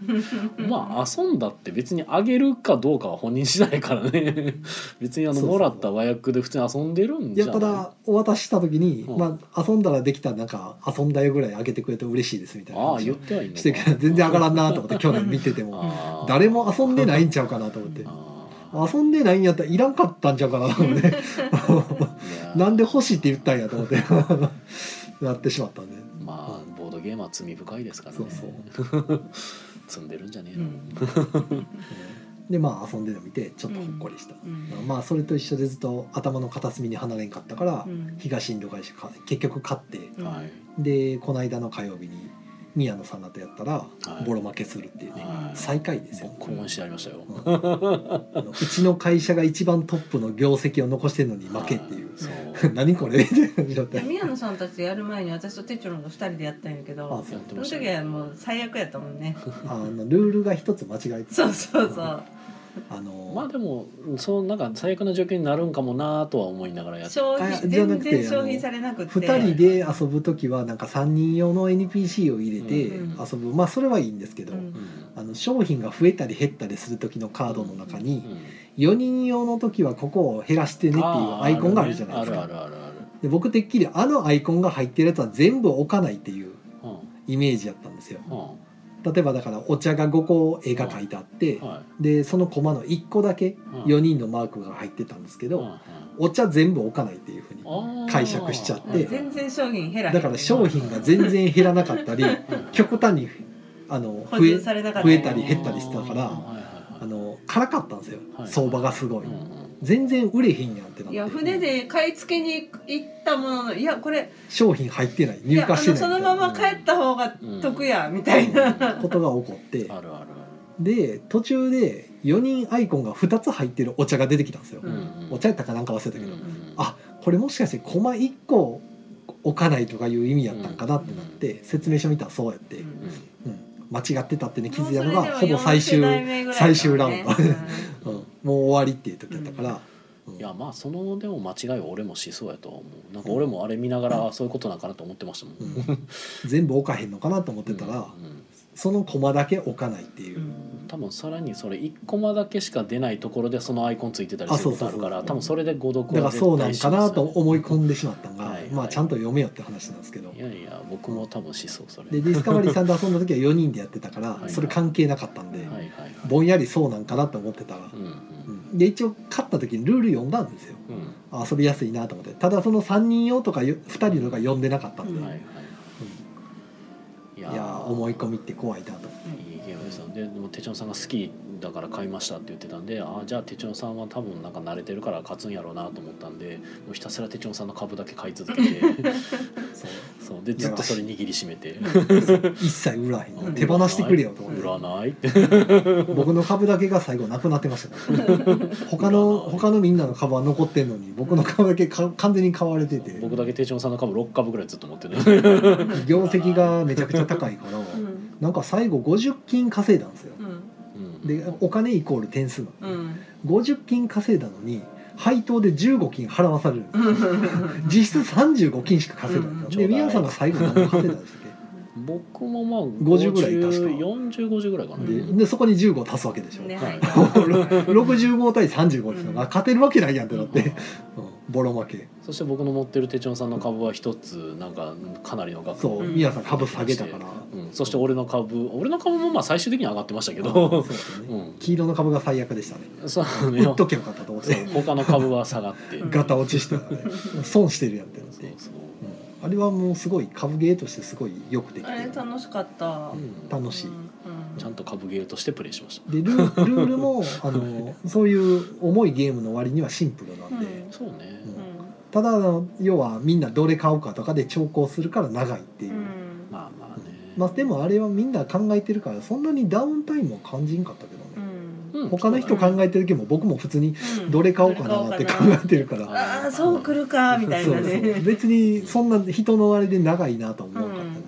Speaker 1: まあ遊んだって別にあげるかどうかは本人次第からね別にあ
Speaker 2: そ
Speaker 1: の
Speaker 2: うそ
Speaker 1: も
Speaker 2: う
Speaker 1: らった和訳で普通に遊んでるん
Speaker 2: い
Speaker 1: じ
Speaker 2: や
Speaker 1: ゃない
Speaker 2: ただお渡しした時に、
Speaker 1: うん
Speaker 2: まあ、遊んだらできたらなんか遊んだよぐらい上げてくれて嬉しいですみたいな
Speaker 1: ああ
Speaker 2: 話
Speaker 1: 言
Speaker 2: を
Speaker 1: ってはいいのか
Speaker 2: してから全然上がらんなと思って去年見てても
Speaker 1: あー
Speaker 2: 誰も遊んでないんちゃうかなと思って
Speaker 1: あ
Speaker 2: 遊んでないんやったらいらんかったんちゃうかなと思っ
Speaker 1: ー
Speaker 2: て
Speaker 1: いやー
Speaker 2: なんで欲しいって言ったんやと思って なってしまったんで
Speaker 1: まあボードゲームは罪深いですからね
Speaker 2: そう
Speaker 1: 積んでるんじゃねえ
Speaker 5: う
Speaker 1: の
Speaker 5: ん
Speaker 2: でまあ遊んでるの見てちょっとほっこりした、
Speaker 5: うん
Speaker 2: まあそれと一緒でずっと頭の片隅に離れんかったから、
Speaker 5: うん
Speaker 2: 東インド会社か結局勝って
Speaker 5: うん
Speaker 1: はい
Speaker 2: でこの間の火曜日に宮野さんらとやったら
Speaker 1: はい
Speaker 2: ボロ負けするっていうね、
Speaker 1: はい
Speaker 2: 最下位ですよ
Speaker 1: 僕もしてありましたよ
Speaker 2: あのうちの会社が一番トップの業績を残してるのに負けっていう
Speaker 1: はそう
Speaker 2: 何これみたいな状
Speaker 5: いや
Speaker 2: 態
Speaker 5: 宮野さんたちやる前に私とテチョロンの2人でやったんやけ
Speaker 2: あ
Speaker 5: ど
Speaker 2: そう
Speaker 1: やって
Speaker 5: そ
Speaker 1: ま
Speaker 5: の
Speaker 1: した
Speaker 5: 時
Speaker 1: ね
Speaker 5: はもう最悪やったもんね
Speaker 2: あのルールが一つ間違えてた
Speaker 5: そうそうそう
Speaker 2: あの
Speaker 1: まあでもそうなんか最悪な状況になるんかもなとは思いながらやって
Speaker 5: 消
Speaker 2: あ
Speaker 5: 費
Speaker 2: じゃな
Speaker 5: 全
Speaker 2: くて
Speaker 5: 然消費されなくて
Speaker 2: 2人で遊ぶ時はなんか3人用の NPC を入れて遊
Speaker 5: うん
Speaker 2: ぶ、まあそれはいいんですけど、
Speaker 5: うん
Speaker 1: う
Speaker 2: あの商品が増えたり減ったりする時のカードの中に
Speaker 1: んうん
Speaker 2: 4人用の時はここを減らしてねっていうアイコンがあるじゃないです
Speaker 1: あ
Speaker 2: か
Speaker 1: るあるあるある
Speaker 2: で僕てっきりあのアイコンが入ってるやつは全部置かないっていう
Speaker 1: うん
Speaker 2: イメージだったんですよ
Speaker 1: う
Speaker 2: 例えばだからお茶が5個絵が描いてあって
Speaker 1: んはい
Speaker 2: でそのコマの1個だけ
Speaker 1: うん
Speaker 2: 4人のマークが入ってたんですけ
Speaker 1: うん
Speaker 2: ど
Speaker 1: うん
Speaker 2: お茶全部置かないっていうふうに
Speaker 1: あー
Speaker 2: 解釈しちゃって
Speaker 1: うん
Speaker 5: 全然商品減らへん
Speaker 2: だから商品が全然減らなかったり極端にあの
Speaker 5: 補
Speaker 2: 増え
Speaker 5: 充されなかった
Speaker 2: 増
Speaker 5: り
Speaker 2: えたり減ったりしてたか
Speaker 1: はい
Speaker 2: ら
Speaker 1: はいはい
Speaker 2: あのからかったんですよ
Speaker 1: はい
Speaker 2: 相場がすごい
Speaker 1: うんうん
Speaker 2: 全然売れへんやんって
Speaker 5: い
Speaker 2: な
Speaker 5: や
Speaker 2: って
Speaker 5: 船で買い付けに行ったもののいやこれ
Speaker 2: 商品入ってない
Speaker 5: い
Speaker 2: 入
Speaker 5: やあ
Speaker 2: 荷
Speaker 5: の
Speaker 2: してないみ
Speaker 5: そ
Speaker 2: た
Speaker 5: の
Speaker 2: い
Speaker 5: ま
Speaker 2: な
Speaker 5: ま帰った方が得やみたいな
Speaker 2: ことが起こって
Speaker 1: あるある
Speaker 2: で途中で4人アイコンが2つ入ってるお茶が出てきたんですよ
Speaker 5: うん
Speaker 2: お茶やったかなんか忘れたけど
Speaker 1: あ
Speaker 2: あこれもしかしてコマ1個置かないとかいう意味やったんかなってなって説明書見たらそうやって、うん、間違ってたってね気づいたのがほぼ最終、うん、最終ラウンドもう終わりっていう時やったから、うん
Speaker 1: いやまあそのでも間違いは俺もしそうやとは思うなんか俺もあれ見ながらそういうことなんかなと思ってましたもん、
Speaker 2: う
Speaker 1: うん
Speaker 2: ん全部置かへんのかなと思ってたら、そのコマだけ置かないっていう、
Speaker 1: うん多分さらにそれ1コマだけしか出ないところでそのアイコンついてたりすることあるから
Speaker 2: あそうそうそう
Speaker 1: 多分それで誤読
Speaker 2: だか
Speaker 1: は
Speaker 2: らそう
Speaker 1: 絶
Speaker 2: なん
Speaker 1: 対し
Speaker 2: か
Speaker 1: ま
Speaker 2: な
Speaker 1: す
Speaker 2: と
Speaker 1: よね
Speaker 2: 思い込んでしまったんが、
Speaker 1: はいはい
Speaker 2: まあちゃんと読めよって話なんですけど
Speaker 1: いやいや僕も多分しそうそれ
Speaker 2: でディスカバリーさんと遊んだ時は4人でやってたから、
Speaker 1: はい
Speaker 2: それ関係なかったんで、
Speaker 1: はいはいはい
Speaker 2: ぼんやりそうなんかなと思ってたら、
Speaker 1: うんうん
Speaker 2: うんで一応勝った時にルール読んだんですよ
Speaker 1: うん
Speaker 2: あ遊びやすいなと思ってただその3人用とかよ2人のが読んでなかったんで、
Speaker 5: うん
Speaker 1: はいはいい
Speaker 2: いやー思い込みって怖いなと
Speaker 1: いいゲームですよででも手帳さんが好きだから買いましたって言ってたんでああじゃあ手帳さんは多分なんか慣れてるから勝つんやろうなと思ったんでもうひたすら手帳さんの株だけ買い続けて
Speaker 2: そう
Speaker 1: そうでずっとそれ握りしめて
Speaker 2: 一切売らへんの手放してくれよと思っ
Speaker 1: 売
Speaker 2: て
Speaker 1: らないって
Speaker 2: 僕の株だけが最後なくなって ましたから他の他のみんなの株は残ってんのに僕の株だけか完全に買われてて
Speaker 1: 僕だけ手帳さんの株6株ぐらいずっと持ってる
Speaker 2: 業績がめちゃくちゃ高い から
Speaker 5: うん
Speaker 2: なんか最後50金稼いだんですよ
Speaker 5: うん
Speaker 1: うん
Speaker 2: でお金イコール点数な
Speaker 5: うん
Speaker 2: で
Speaker 5: ん
Speaker 2: 50金稼いだのに配当で15金払わされるんですよ実質35金しか稼いだんですよ
Speaker 1: う
Speaker 2: で
Speaker 1: ん
Speaker 2: 宮さんが最後何本稼いだんでしたっ
Speaker 1: 僕もまあ
Speaker 2: 50ぐらい確か
Speaker 1: 4050ぐらいかな、
Speaker 2: け
Speaker 5: う
Speaker 2: で
Speaker 5: ん
Speaker 2: でそこに15足すわけでしょ、
Speaker 5: ね
Speaker 1: は
Speaker 5: はいい
Speaker 2: 65対35ですのが勝てるわけないやんってなっ
Speaker 1: う
Speaker 2: て
Speaker 1: ん、
Speaker 2: うんボロ負け
Speaker 1: そして僕の持ってる手帳さんの株は一つなんかかなりの額
Speaker 2: そう
Speaker 5: うん
Speaker 2: 宮さん株下げたから
Speaker 1: うん、そして俺の株俺の株もまあ最終的には上がってましたけ ど
Speaker 2: そうですよ
Speaker 1: う
Speaker 2: ね
Speaker 1: ん
Speaker 2: 黄色の株が最悪でしたね
Speaker 1: そうね
Speaker 2: 売っとけばよかったと思ってた
Speaker 1: 他の株は下がって
Speaker 5: うん
Speaker 2: ガタ落ちしてたね損してるやんってなっ
Speaker 1: そ
Speaker 2: て
Speaker 1: うそう、
Speaker 2: うんあれはもうすごい株ゲーとしてすごいよくでき
Speaker 5: あ
Speaker 2: て
Speaker 5: れ
Speaker 2: る
Speaker 5: 楽しかった
Speaker 1: うん、
Speaker 2: 楽しい
Speaker 5: うん
Speaker 1: ちゃんと株ゲーとしてプレイしました
Speaker 2: でルールールもあのそういう重いゲームの割にはシンプルなんで、
Speaker 5: うん
Speaker 1: そうね、
Speaker 2: うん
Speaker 5: うん
Speaker 2: ただあの要はみんなどれ買おうかとかで調校するから長いっていう、
Speaker 5: うん
Speaker 1: まあまあね
Speaker 2: まあ、でもあれはみんな考えてるからそんなにダウンタイムを感じんかったけどね、
Speaker 5: うん
Speaker 1: うん
Speaker 2: 他の人考えてるけども僕も普通に
Speaker 5: うん
Speaker 2: どれ買おうかなって考えてるから、
Speaker 1: どれ買お
Speaker 5: ああそう来るかみたい
Speaker 2: そう
Speaker 5: な
Speaker 2: そう
Speaker 5: ね
Speaker 2: 別にそんな人のあれで長いなとは思わなかったな、
Speaker 5: うん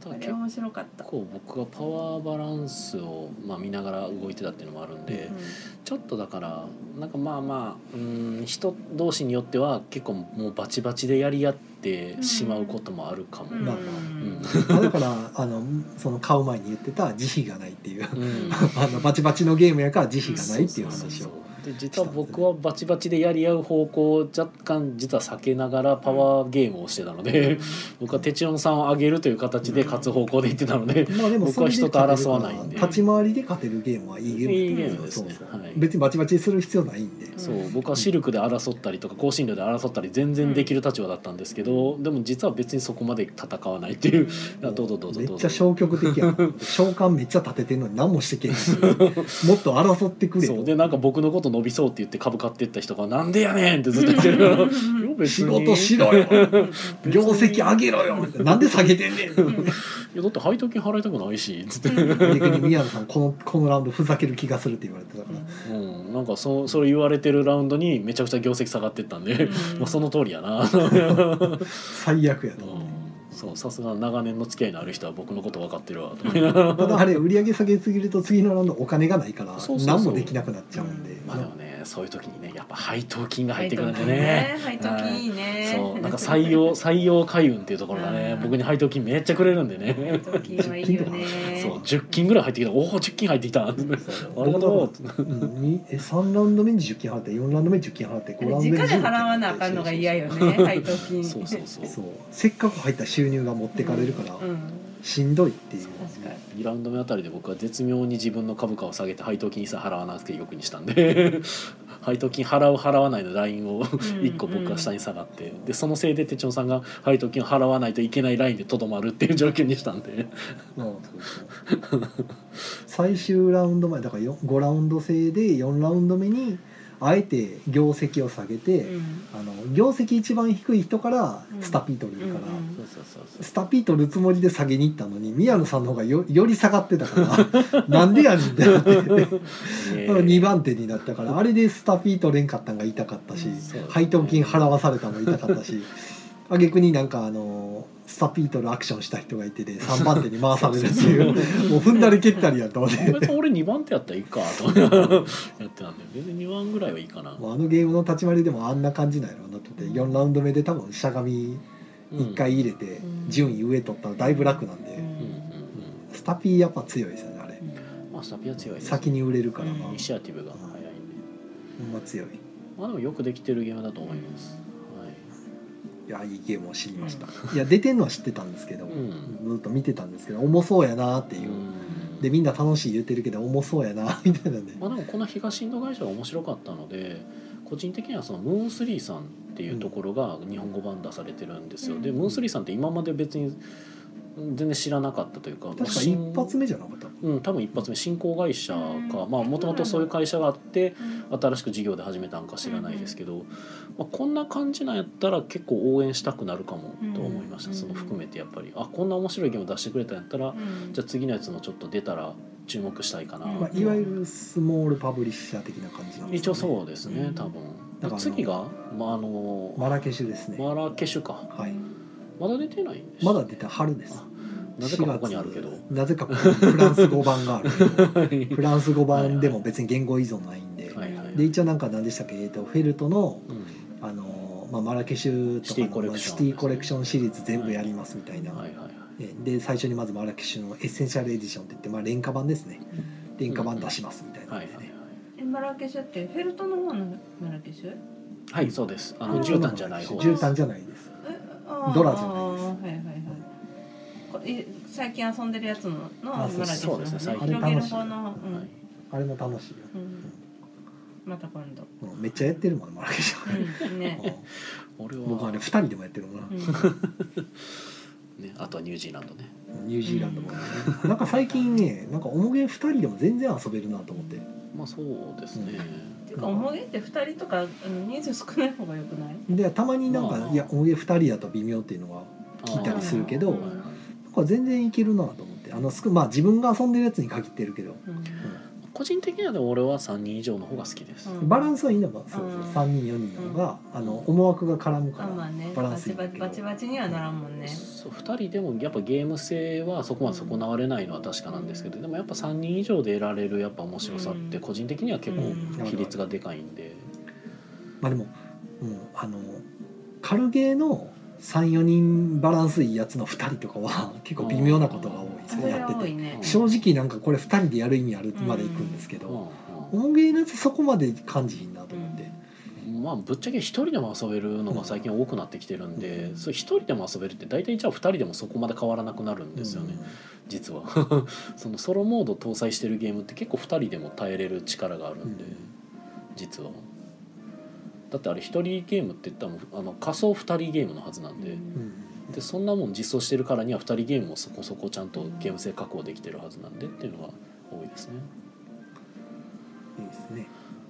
Speaker 1: た
Speaker 5: あ
Speaker 1: だ
Speaker 5: れ
Speaker 1: 結
Speaker 5: 面白かった
Speaker 1: 構僕がパワーバランスを、まあ、見ながら動いてたっていうのもあるんで、ちょっとだからなんかまあまあうん人同士によっては結構もうバチバチでやり合ってしまうこともあるかも、
Speaker 5: うん
Speaker 2: まあ
Speaker 1: うん
Speaker 2: あだからあのその買う前に言ってた慈悲がないっていう
Speaker 1: うん
Speaker 2: あのバチバチのゲームやから慈悲がないっていう
Speaker 1: そう
Speaker 2: 話
Speaker 1: そうそう
Speaker 2: を
Speaker 1: で実は僕はバチバチでやり合う方向を若干実は避けながらパワーゲームをしてたので、僕はテチオンさんを上げるという形で勝つ方向で言ってたので、
Speaker 2: まあでも
Speaker 1: 僕は人と争わないんで
Speaker 2: 立ち回りで勝てるゲームはいいゲームだ
Speaker 1: いい
Speaker 2: と思う
Speaker 1: ゲームですね
Speaker 2: そうそう
Speaker 1: はい
Speaker 2: 別にバチバチする必要ないんで、
Speaker 5: ん
Speaker 1: そう僕はシルクで争ったりとか香辛料で争ったり全然できる立場だったんですけど、でも実は別にそこまで戦わないっていう、あどうぞどうぞ
Speaker 2: め
Speaker 1: ど
Speaker 2: っ
Speaker 1: う
Speaker 2: ち
Speaker 1: ぞ
Speaker 2: ゃ消極的 やん召喚めっちゃ立ててんのに何もしてけんしもっと争ってくれ
Speaker 1: そう
Speaker 2: と
Speaker 1: でなんか僕のこと伸びそうって言って株買ってった人が「なんでやねん!」ってずっと言ってるからいや 別
Speaker 2: 仕
Speaker 1: に
Speaker 2: 事しろよ業績上げろよなんで下げてんねん
Speaker 1: いやだって配当金払いたくないしつって、
Speaker 2: 逆に宮野さんこのこのラウンドふざける気がするって言われてたから、
Speaker 1: うん、なんかそそれ言われてるラウンドにめ ちゃくちゃ業績下がってったんで、まあその通りやな、うん
Speaker 2: 最悪やと思って、
Speaker 1: そそうさすが長年の付き合いのある人は僕のこと分かってるわと思いながら
Speaker 2: ただあれ売り上げ下げすぎると次のラウンドお金がないから
Speaker 1: そうそうそう
Speaker 2: 何もできなくなっちゃうんで、
Speaker 1: まあでもねそういう時にねやっぱ配当金が入ってくるんでね
Speaker 5: ね配当金いいね
Speaker 1: そうなんか採用 採用開運っていうところがね
Speaker 5: うん
Speaker 1: 僕に配当金めっちゃくれるんでね
Speaker 5: 配当金はいいよね
Speaker 1: そう10金ぐらい入ってきたおお10金入ってきたありがとう
Speaker 2: うんにえ3ラウンド目に10金払って4ラウンド目に10金払って5ラウンド目
Speaker 5: 時
Speaker 2: に
Speaker 5: 価
Speaker 2: 10
Speaker 5: で
Speaker 2: 金
Speaker 5: 払わなあかんのが嫌よね配当金
Speaker 1: そうそうそう
Speaker 2: そうせっかく入った収入が持ってかれるから、
Speaker 5: うん
Speaker 2: しんどいっていう
Speaker 5: 確かに
Speaker 1: 2ラウンド目あたりで僕は絶妙に自分の株価を下げて配当金さえ払わなくてよくにしたんで 配当金払う払わないのラインを1個僕が下に下がってでそのせいで手帳さんが配当金を払わないといけないラインでとどまるっていう状況にしたんで
Speaker 2: うんそうそう最終ラウンド前だから5ラウンド制で4ラウンド目にあえて業績を下げて、
Speaker 5: うん
Speaker 2: あの業績一番低い人からスタピー取れるから、
Speaker 5: うんうん
Speaker 2: スタピー取るつもりで下げに行ったのに宮野さんの方がよより下がってたから なんでやねんってなって
Speaker 1: ね
Speaker 2: 2番手になったからあれでスタピー取れんかったんが痛かったし
Speaker 1: そう
Speaker 2: 配当金払わされたのも痛かったし挙句になんかあのスタピー取るアクションした人がいてで3番手に回されるっていうもう踏んだり蹴ったりやったわね。
Speaker 1: 別に俺2番手やったらいいかとやってたんで別に2番ぐらいはいいかな
Speaker 2: もうあのゲームの立ち回りでもあんな感じなんやろうなと思って4ラウンド目で多分しゃがみ1回入れて
Speaker 5: うん
Speaker 2: 順位上取ったらだいぶ楽なん
Speaker 5: う
Speaker 2: で
Speaker 1: うんうん
Speaker 5: ん
Speaker 2: スタピーやっぱ強いですよねあれ
Speaker 1: うんまあスタピア強いです
Speaker 2: 先に売れるからまあ
Speaker 5: う
Speaker 2: ほ
Speaker 5: ん
Speaker 1: イニシアティブが早いんで
Speaker 2: んま強い
Speaker 1: まあでもよくできてるゲームだと思いますはい
Speaker 2: いやいいゲームを知りましたいや出てんのは知ってたんですけど
Speaker 1: ん
Speaker 2: ずっと見てたんですけど重そうやなっていう
Speaker 1: うん
Speaker 2: でみんな楽しい言ってるけど重そうやな みたいなんで
Speaker 1: まあ、でもこの東インド会社は面白かったので個人的にはそのムーンスリーさんっていうところが日本語版出されてるんですよ、
Speaker 5: うん
Speaker 1: でムーンスリーさんって今まで別に全然知らなかったというか
Speaker 2: 確か一発目じゃなかった
Speaker 1: うん、多分一発目新興会社か
Speaker 5: うん
Speaker 1: まあもともとそういう会社があって新しく事業で始めたんか知らないですけど、まあ、こんな感じなんやったら結構応援したくなるかもと思いました、
Speaker 5: うん
Speaker 1: その含めてやっぱりあこんな面白いゲーム出してくれたんやったら
Speaker 5: うん
Speaker 1: じゃあ次のやつもちょっと出たら注目したいかな、
Speaker 5: うん
Speaker 2: まあいわゆるスモールパブリッシャー的な感じなんです
Speaker 1: 一
Speaker 2: か
Speaker 1: 応
Speaker 2: ね
Speaker 1: そうですね、
Speaker 5: うん
Speaker 1: 多
Speaker 2: だ
Speaker 1: 分
Speaker 2: から
Speaker 1: 次がまああの、
Speaker 2: マラケシュですね
Speaker 1: マラケシュか
Speaker 2: はい
Speaker 1: まだ出てないんでし
Speaker 2: まだ出た春です
Speaker 1: なぜかここにあるけど
Speaker 2: 4月なぜかここにフランス語版がある けどフランス語
Speaker 1: はいは
Speaker 2: 版
Speaker 1: い
Speaker 2: でも別に言語依存ないんで、
Speaker 1: はいはい
Speaker 2: で一応なんか何でしたっけ、えー、とフェルトの、
Speaker 1: うん
Speaker 2: あのーまあ、マラケシュと
Speaker 1: シティコ
Speaker 2: か
Speaker 1: レ
Speaker 2: の
Speaker 1: ク
Speaker 2: まあ
Speaker 1: ション
Speaker 2: シティコレクションシリーズ全部やりますみたいな、
Speaker 1: はいはいはい
Speaker 2: えで最初にまずマラケシュのエッセンシャルエディションって言って、まあ、廉価版ですね廉価版出しますみたいな
Speaker 1: は
Speaker 2: ん
Speaker 1: い
Speaker 2: でね、
Speaker 1: はい
Speaker 5: えマラケシュってフェルトの方のマラケシュ
Speaker 1: はい、はい、そうですあの
Speaker 5: うん
Speaker 1: 絨毯じゃない方
Speaker 2: 絨毯じゃないです
Speaker 5: えあー
Speaker 2: ドラじゃないです
Speaker 5: あーはいはいはいこえ最近遊んでるやつののマ
Speaker 2: あ
Speaker 5: ラケ
Speaker 2: そう
Speaker 5: シュ
Speaker 1: そうですね最近
Speaker 5: 広げる方のう
Speaker 1: はい
Speaker 5: ん
Speaker 2: あれも楽しいよ、
Speaker 5: うんまた今度
Speaker 2: うんめっちゃやってるもんマラケシュ、
Speaker 5: うんね
Speaker 2: うん
Speaker 1: 俺は
Speaker 2: 僕あれ2人でもやってるもんな、
Speaker 5: うん
Speaker 1: ね、あとはニュージーランドね
Speaker 2: ニュージーランドもね、なんか最近ねなんかおもげ2人でも全然遊べるなと思って
Speaker 1: まあそうですね、
Speaker 5: ていうか重げって二人とかあの人数少ない方が良くない
Speaker 2: でたまになんか、
Speaker 1: まあ
Speaker 2: いやおもげ2人だと微妙っていうのは聞いたりするけど
Speaker 1: あーはいはい
Speaker 2: なんか全然いけるなと思ってあのすくまあ自分が遊んでるやつに限ってるけど、
Speaker 5: うん
Speaker 1: 個人的にはでも俺は3人以上の方が好きです、
Speaker 5: うん
Speaker 2: バランスはいいのかそう
Speaker 5: うん
Speaker 2: 3人4人の方が、あの思惑が絡むか
Speaker 5: あ
Speaker 2: ら、
Speaker 5: まあね
Speaker 2: バラ
Speaker 5: バ
Speaker 2: ンスい
Speaker 5: チ
Speaker 2: いんだ
Speaker 5: バ
Speaker 2: け
Speaker 5: チ
Speaker 2: ど
Speaker 5: バチバチにはならんもんね
Speaker 1: そう2人でもやっぱゲーム性はそこまで損なわれないのは確かなんですけどでもやっぱ3人以上で得られるやっぱ面白さって
Speaker 5: うん
Speaker 1: 個人的には結
Speaker 5: うん
Speaker 1: 構比率がでかいんで、
Speaker 2: まあでも、うん、あの軽ゲーの34人バランスいいやつの2人とかは 結構微妙なことが多いです
Speaker 5: そ
Speaker 2: ね
Speaker 5: れ
Speaker 2: や
Speaker 5: は
Speaker 2: っ
Speaker 5: 多
Speaker 2: て
Speaker 5: い
Speaker 2: て
Speaker 5: ね
Speaker 2: 正直なんかこれ2人でやる意味あるまでいくんですけど、
Speaker 1: うん
Speaker 2: 音源のやつそこまで感じひんなと思って、
Speaker 1: うんまあぶっちゃけ1人でも遊べるのが最近多くなってきてるんで、そう1人でも遊べるって大体じゃあ2人でもそこまで変わらなくなるんですよね、実は そのソロモード搭載してるゲームって結構2人でも耐えれる力があるんで、
Speaker 2: うん
Speaker 1: 実はだってあれ1人ゲームって言ったらもうあの仮想2人ゲームのはずなんで,、
Speaker 2: うん、うん
Speaker 1: でそんなもん実装してるからには2人ゲームをそこそこちゃんとゲーム性確保できてるはずなんでっていうのが多いですね。
Speaker 2: いいですね、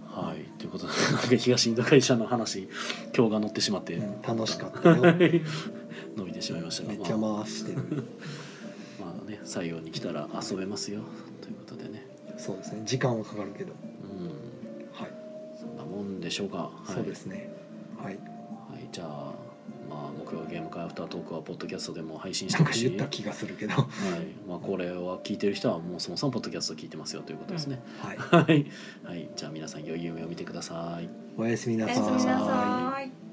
Speaker 1: はいということでなんか東インド会社の話今日が乗ってしまって
Speaker 2: うん、楽しかったよめっ
Speaker 1: 伸びてしまいましたが、
Speaker 2: ちゃ
Speaker 1: ま
Speaker 2: 回して る
Speaker 1: あ、まあね採用に来たら遊べますよということでね。
Speaker 2: そうですね時間はかかるけど
Speaker 1: うん
Speaker 2: はい、
Speaker 1: そんなもんでしょうか。はい
Speaker 2: そうですねはい
Speaker 1: はい、じゃあ、ままあ、木曜ゲーム会アフタートークはポッドキャストでも配信し
Speaker 2: な
Speaker 1: て
Speaker 2: ん
Speaker 1: ま
Speaker 2: か
Speaker 1: すし
Speaker 2: 言った気がするけど、は
Speaker 1: はいまあ、これは聞いてる人はもうそもそもポッドキャスト聞いてますよということですね、
Speaker 2: い、
Speaker 1: はい、はい、じゃあ皆さん良い夢を見てください
Speaker 2: おやすみな
Speaker 3: お
Speaker 2: さ
Speaker 3: やすみな
Speaker 2: ーい。
Speaker 3: さい